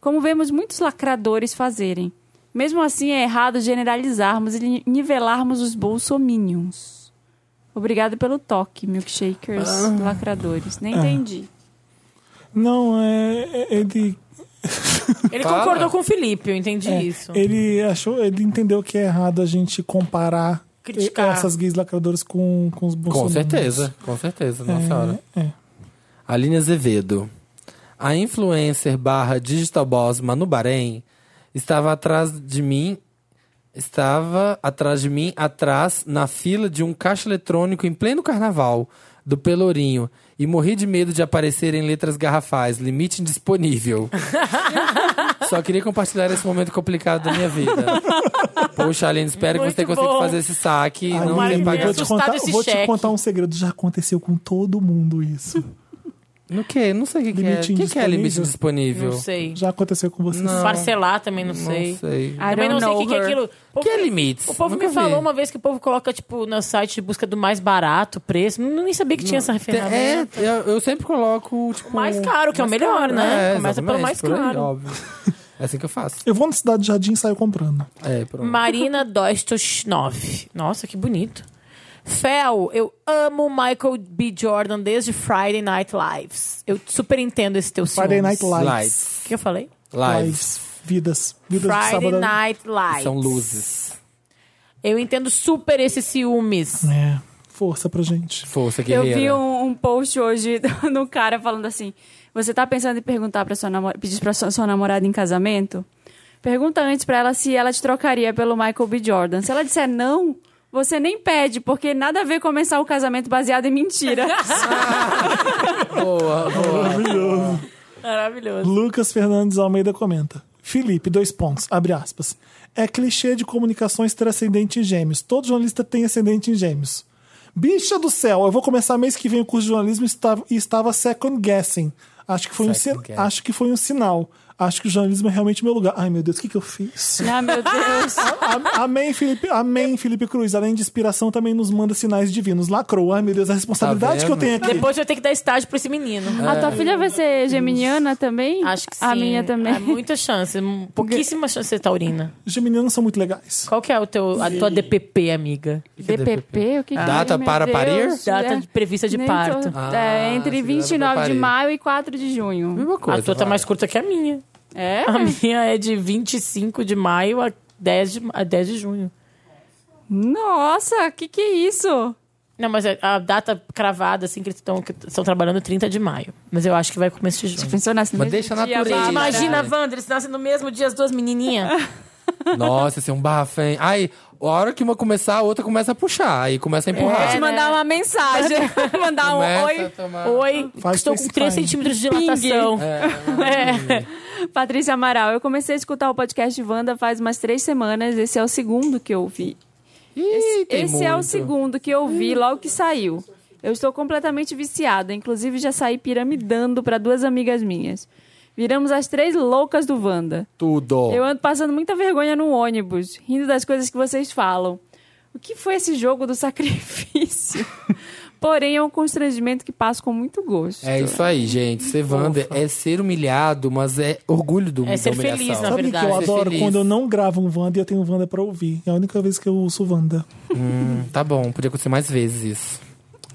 Como vemos muitos lacradores fazerem. Mesmo assim, é errado generalizarmos e nivelarmos os bolsominions. Obrigada pelo toque, milkshakers lacradores. Nem
Ah.
entendi.
Não, é, é- ele,
Ele
Fala.
concordou com o Felipe, eu entendi
É.
isso.
ele achou, ele entendeu que é errado a gente comparar
Criticar.
essas gays lacradoras com, com os
Com
bolsonaros.
certeza, com certeza, nossa hora.
é.
Aline Azevedo. A influencer barra digital boss Manu Bahrein estava atrás de mim. Estava atrás de mim, atrás, na fila de um caixa eletrônico em pleno carnaval, do Pelourinho, e morri de medo de aparecer em letras garrafais, limite indisponível. Só queria compartilhar esse momento complicado da minha vida. Poxa, Aline, espero
Muito
que você consiga
bom.
fazer esse saque.
Aí,
não
Mari,
tem
pagar.
amigo, vou
pagamento.
te,
Assustado
contar,
esse
vou te
cheque.
contar um segredo, já aconteceu com todo mundo isso.
No quê? Não sei o que, que é. O
Limite
que, que é limite
indisponível?
disponível?
Não sei.
Já aconteceu com vocês.
Não.
Parcelar também não,
Não sei.
sei. Também não sei o que, que é aquilo. O
O
povo,
que é limites?
o povo
Nunca
me
vi.
falou uma vez que o povo coloca, tipo, no site de busca do mais barato, preço. Não- Nem sabia que tinha essa
Tem-
referência.
É, eu, eu sempre coloco, tipo...
mais caro, que é o
mais
melhor,
caro.
né?
É,
Começa pelo
exatamente,
mais
por aí,
caro.
óbvio. É assim que eu faço.
Eu vou na cidade de Jardim e saio comprando.
É, pronto.
Marina Dostoshnov. Nossa, que bonito. Fel, eu amo Michael B. Jordan desde Friday Night Lives. Eu super entendo esse teu ciúmes.
Friday Night Lights.
Lights.
O que eu falei?
Lives.
Vidas. Vidas de
Friday
sábado. é-
Night Lights.
São luzes.
Eu entendo super
<laughs>
esses ciúmes.
É. Força pra gente.
Força,
Eu
guerreira.
vi um, um post hoje <laughs> de um cara falando assim: você tá pensando em perguntar para sua namorada, pedir para sua, sua namorada em casamento? Pergunta antes para ela se ela te trocaria pelo Michael B. Jordan. Se ela disser não, você nem pede, porque nada a ver começar o casamento baseado em mentira.
<laughs>
Boa, boa.
Maravilhoso.
Maravilhoso.
Lucas Fernandes Almeida comenta. Felipe, dois pontos, abre aspas. É clichê de comunicações ter ascendente em gêmeos. Todo jornalista tem ascendente em gêmeos. Bicha do céu, eu vou começar mês que vem o curso de jornalismo e estava, e estava second guessing. Acho que, foi um si-
Second guessing.
acho que foi um sinal. Acho que o jornalismo é realmente meu lugar. Ai, meu Deus, o que, que eu fiz?
ah, meu Deus.
A- Amém, Felipe. Amém, Felipe Cruz. Além de inspiração, também nos manda sinais divinos. Lacrou. Ai, meu Deus, a responsabilidade
Tá
que eu
vendo?
tenho aqui.
Depois eu tenho que dar estágio pra esse menino.
É.
A tua filha vai ser geminiana também?
Acho que sim. Ah,
A minha também.
Há muita chance. Pouquíssima chance de ser taurina.
Geminianos são muito legais.
Qual que é o teu, a tua DPP, amiga?
DPP? O que que é?
Data
Meu
para parir?
Data
é.
de prevista de
Nem
parto.
tô-
Ah,
é, entre
sim, data para
29 de
parir.
maio e 4 de junho.
Mesma coisa.
a tua tá
vai.
mais curta que a minha.
É?
A minha é de 25 de maio a 10 de, a 10 de junho.
Nossa, que que é isso?
Não, mas é a data cravada, assim, que eles estão que estão trabalhando 30 de maio. Mas eu acho que vai começo de junho.
Pensou nessa
Mas deixa a natureza. né?
Gente,
Para.
imagina, Wanda, eles nascem no mesmo dia as duas menininhas.
Nossa, esse é um bafo, hein? Ai, a hora que uma começar, a outra começa a puxar. Aí começa a empurrar.
né?
te mandar uma mensagem. <laughs> mandar um
Começa a
oi.
tomar-
É, Oi,
Faz
estou com
face
3
time.
centímetros de dilatação. É.
Patrícia Amaral, eu comecei a escutar o podcast de Wanda faz umas três semanas. Esse é o segundo que eu ouvi.
Ih, tem
Esse é o
muito.
segundo que eu vi logo que saiu. Eu estou completamente viciada. Inclusive, já saí piramidando para duas amigas minhas. Viramos as três loucas do Wanda.
Tudo.
Eu ando passando muita vergonha no ônibus, rindo das coisas que vocês falam. O que foi esse jogo do <laughs> sacrifício? Porém, é um constrangimento que passo com muito gosto.
É isso aí, gente. Ser Wander é ser humilhado, mas é orgulho do
É ser
da humilhação.
feliz, na
Sabe o que
verdade,
eu
ser
adoro?
feliz.
Quando eu não gravo um Wanda e eu tenho um Wanda pra ouvir. É a única vez que eu ouço Wanda.
Hum, Tá bom, podia acontecer mais vezes isso.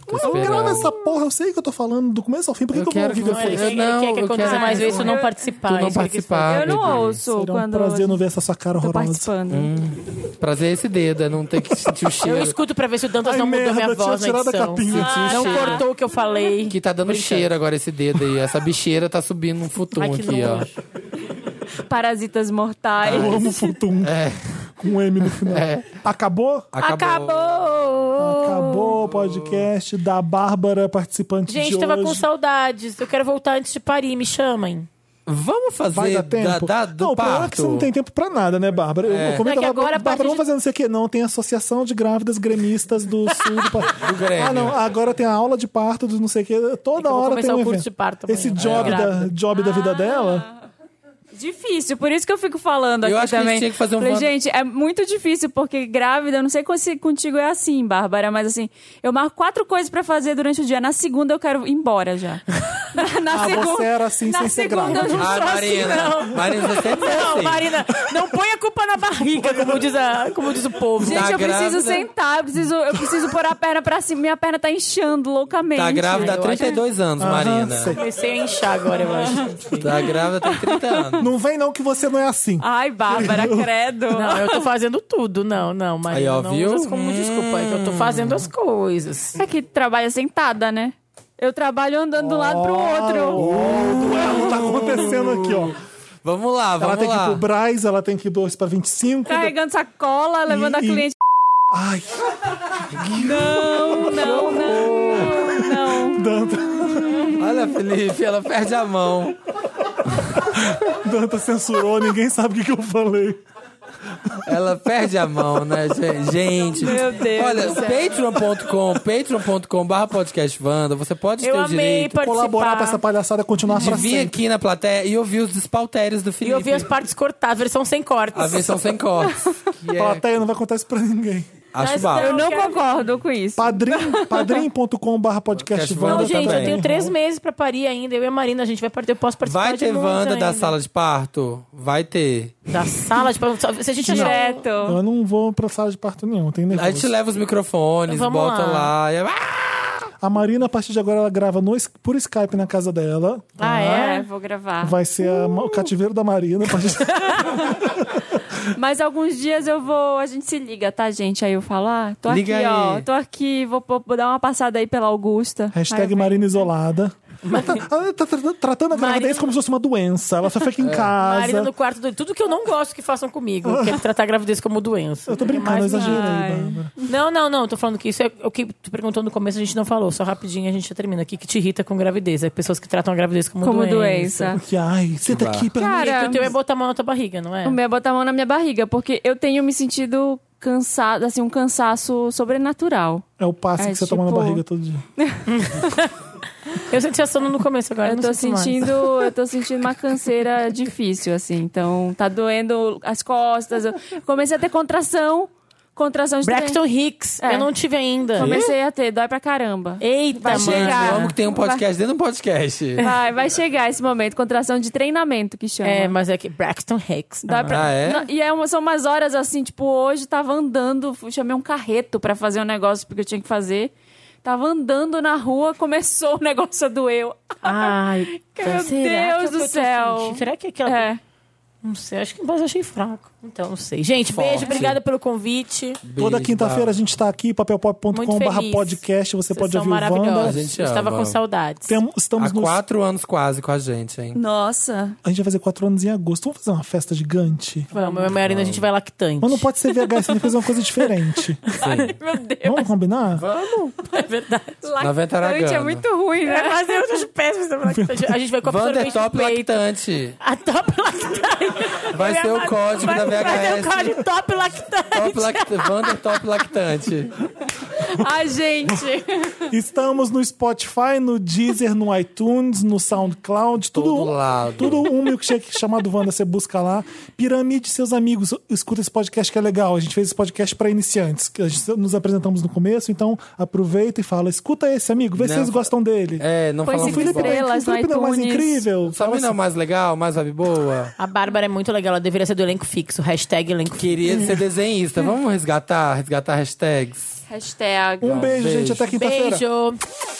Tô
Eu
esperando.
gravo essa porra, eu sei que eu tô falando do começo ao fim. Por que,
Eu
que eu vou
quero
ouvir
que-
Não, ele
depois?
quer,
Eu
ele
não,
quer É, que
eu
aconteça
quero-
mais vezes tu não participar.
Tu não
isso que ele quis
participar.
eu não
bebê.
ouço
Será um
quando
prazer não ver essa sua cara
tô
horrorosa.
participando.
Prazer é esse dedo, é não ter que
<laughs>
sentir o
Eu
cheiro.
escuto pra ver se o Dantas
Ai,
não mudou
merda,
tá minha
tinha
voz então. Ah. na
tirado a
edição.
capinha.
Não cortou o que eu falei.
Que tá dando
Brincando.
cheiro agora esse dedo aí. Essa bicheira tá subindo um futum
Ai, que
aqui, ó.
nojo.
Parasitas mortais.
Eu amo Futum.
É.
Com M no final.
É.
Acabou?
Acabou.
Oh.
Acabou o podcast da Bárbara, participante de
Gente, tava
hoje.
com saudades. Eu quero voltar antes de parir, me chamem.
Vamos fazer
Vai dar tempo?
Da, da- do
não, o problema é que
parto.
você não tem tempo pra nada, né, Bárbara? Eu
É.
comento
É que
a
agora
Bárbara,
a partir
Bárbara, vamos
de-
fazer não sei o quê. Não, tem a Associação de Grávidas Gremistas do Sul do Pará.
Grêmio.
Ah, não, agora tem a aula de parto do não sei o quê.
É que
Toda
eu vou
hora tem
começar
um
o curso
evento.
de parto amanhã.
Esse job,
É.
da, job da vida dela,
Difícil, por isso que eu fico falando
Eu
aqui
acho que a gente
também.
tinha que fazer um
Falei,
Wanda-
Gente, é muito difícil, porque grávida, eu não sei se contigo é
<laughs>
assim, Bárbara, mas assim, eu marco quatro coisas pra fazer durante o dia. Na segunda eu quero ir embora já. Na
ah,
segun-
você era assim
na
sem ser
segunda
grávida.
eu não
Ah,
sou
Marina.
assim, não.
Marina, você sempre foi
Não,
assim.
Marina, não põe a culpa na barriga, como diz, a, como diz o povo. Tá.
Gente, eu
tá grávida?
preciso sentar, eu preciso, eu preciso pôr a perna pra cima. Minha perna tá inchando loucamente.
Tá grávida há
Eu acho que-
32 anos,
Aham,
Marina.
sei.
Comecei a inchar agora, eu acho.
Tá grávida tem 30 anos.
Não vem não que você não é assim.
Ah,
Ai,
<laughs>
Bárbara, credo.
Não, eu tô fazendo tudo. Não, não, Marina,
Aí, ó,
não
viu? Hum.
usa isso como desculpa. É que eu tô fazendo as coisas.
É que trabalha sentada, né? Eu trabalho andando de um lado pro
Oh.
outro.
Não tá acontecendo aqui, ó.
Vamos lá,
Ela
vamos
tem tipo, que ir
lá.
pro Braz, ela tem que ir 2 pra 25.
Carregando sacola, levando a
e-
cliente.
Ai, <laughs>
Não, não, não, não.
Danta,
Olha, Felipe, ela perde a mão.
Danta censurou, ninguém sabe o que, que eu falei.
Ela perde a mão, né, gente? gente?
Meu Deus
Olha,
do céu.
patreon.com, patreon.com barra podcast Wanda, você pode
Eu
ter o
amei
direito
participar.
Colaborar pra essa palhaçada continuar
de
pra
vir
sempre.
aqui na plateia e ouvir os despauterios do
E
Felipe.
eu vi as partes cortadas, versão sem cortes.
A versão sem
<laughs>
cortes. Que
A
é,
plateia não vai contar isso pra ninguém.
acho
Mas
bala.
Eu não
quero-
concordo com isso.
Padrim, padrim.com barra podcast
Podcast Wanda
Não,
Wanda.
gente, eu
também.
tenho três meses pra parir ainda. Eu e a Marina, a gente vai partir. Eu posso participar
Vai
de
ter
muitos
Wanda da
ainda.
sala de parto? Vai ter.
Da sala de parto. Se a gente achar-
Direto.
Eu não vou pra sala de parto nenhum, tem
A gente
nervoso.
leva os microfones,
Vamos
bota
lá.
lá. e- Ah!
A Marina, a partir de agora, ela grava no, es- por Skype na casa dela.
Ah,
É,
é?
vou gravar.
Vai ser a- o cativeiro da Marina. a
<laughs>
partir de-
Mas alguns dias eu vou, a gente se liga, tá, gente? Aí eu falo, ah, tô
Liga
aqui,
aí.
ó. Tô aqui, vou, pô- vou dar uma passada aí pela Augusta.
Hashtag
Aí-
Marina Isolada. Ela tá, ela tá tratando- tratando a gravidez
Marina-
como se fosse uma doença. Ela só fica
É.
em casa.
Marina no quarto do... Tudo que eu não gosto que façam comigo. Eu quero tratar a gravidez como doença.
Eu tô brincando, eu
Mas não.
exagerei,
Ai.
Bárbara.
Não, não, não. Tô falando que isso é o que tu perguntou no começo, a gente não falou. Só rapidinho a gente já termina. O que, que te irrita com gravidez? É pessoas que tratam a gravidez como,
Como
doença.
doença.
Que ai, senta aqui pelo amor de
Porque
Cara,
o teu é botar a mão na tua barriga, não é?
O meu é botar a mão na minha barriga, porque eu tenho me sentido cansado, assim, um cansaço sobrenatural.
É o passe
É,
que você
tipo-
toma na barriga todo dia.
Eu senti a sono no começo agora.
eu
não
tô
sinto mais.
sentindo, eu tô sentindo uma canseira
<laughs>
difícil, assim. Então, tá doendo as costas. Eu comecei a ter contração, contração de
Braxton Hicks.
É.
Eu não tive ainda.
Comecei a ter, dói pra caramba.
Eita,
Vai
mano.
chegar.
Eu amo que tem um podcast dentro de um podcast.
Vai, vai chegar esse momento, contração de treinamento que chama.
É, mas é que Braxton Hicks.
Dói pra-
Ah, é?
Não, e é uma- são umas horas assim, tipo, hoje tava andando, fui- chamei um carreto pra fazer um negócio porque eu tinha que fazer. Tava andando na rua, começou o negócio doeu.
<laughs> Ai,
Meu
tá
será
Deus
que é o que eu
do
tô
céu.
sentindo? Será que é aquela.
É.
Não sei, acho que mas eu achei fraco. Então, não sei. Gente,
Forte.
beijo, obrigada pelo convite.
Toda
Beijo,
quinta-feira a
Bárbara.
gente tá aqui,
Muito
papelpop.com barra
feliz.
podcast. Você
Vocês
pode
são
ouvir o
maravilhosos.
Wanda.
A gente
Eu estava
ama.
com saudades.
Temos-
Há
estamos nos-
quatro anos quase com a gente, hein?
Nossa.
A gente vai fazer quatro anos em agosto. Vamos fazer uma festa gigante?
Vamos, eu e a Marina, a gente vai lactante.
Mas não pode ser VHS, tem que fazer uma
<laughs>
coisa diferente.
Meu Deus.
Vamos combinar?
É verdade.
Noventa
é
Aragana.
muito ruim, né? <laughs>
Mas eu acho péssimo ser lactante. A gente vai com a
Wanda é
sorvete
top
no peito.
lactante.
A top lactante.
Vai
Eu e a
ser o
Mar-
código
vai-
da
Vai ser o
VHS.
código top lactante.
Top lact... Wanda é top lactante.
Ai, gente.
Estamos no Spotify, no Deezer, no iTunes, no SoundCloud,
Todo
tudo,
lado.
tudo um milkshake chamado Wanda, você busca lá. Piramide seus amigos, escuta esse podcast que é legal. A gente fez esse podcast para iniciantes, que a gente nos apresentamos no começo, então aproveita e fala, escuta esse amigo, vê se
Não,
vocês gostam dele.
É, não
Põe
fala
cinco
muito bom.
estrelas.
o Felipe
no
não é mais
iTunes.
incrível.
Sabe não, é mais legal, mais vibe boa?
A Bárbara é muito legal, ela deveria ser do elenco fixo. Hashtag elenco fixo.
Queria ser desenhista. Vamos resgatar, resgatar hashtags.
Hashtag.
Um beijo,
beijo.
gente, até quinta-feira.
Beijo.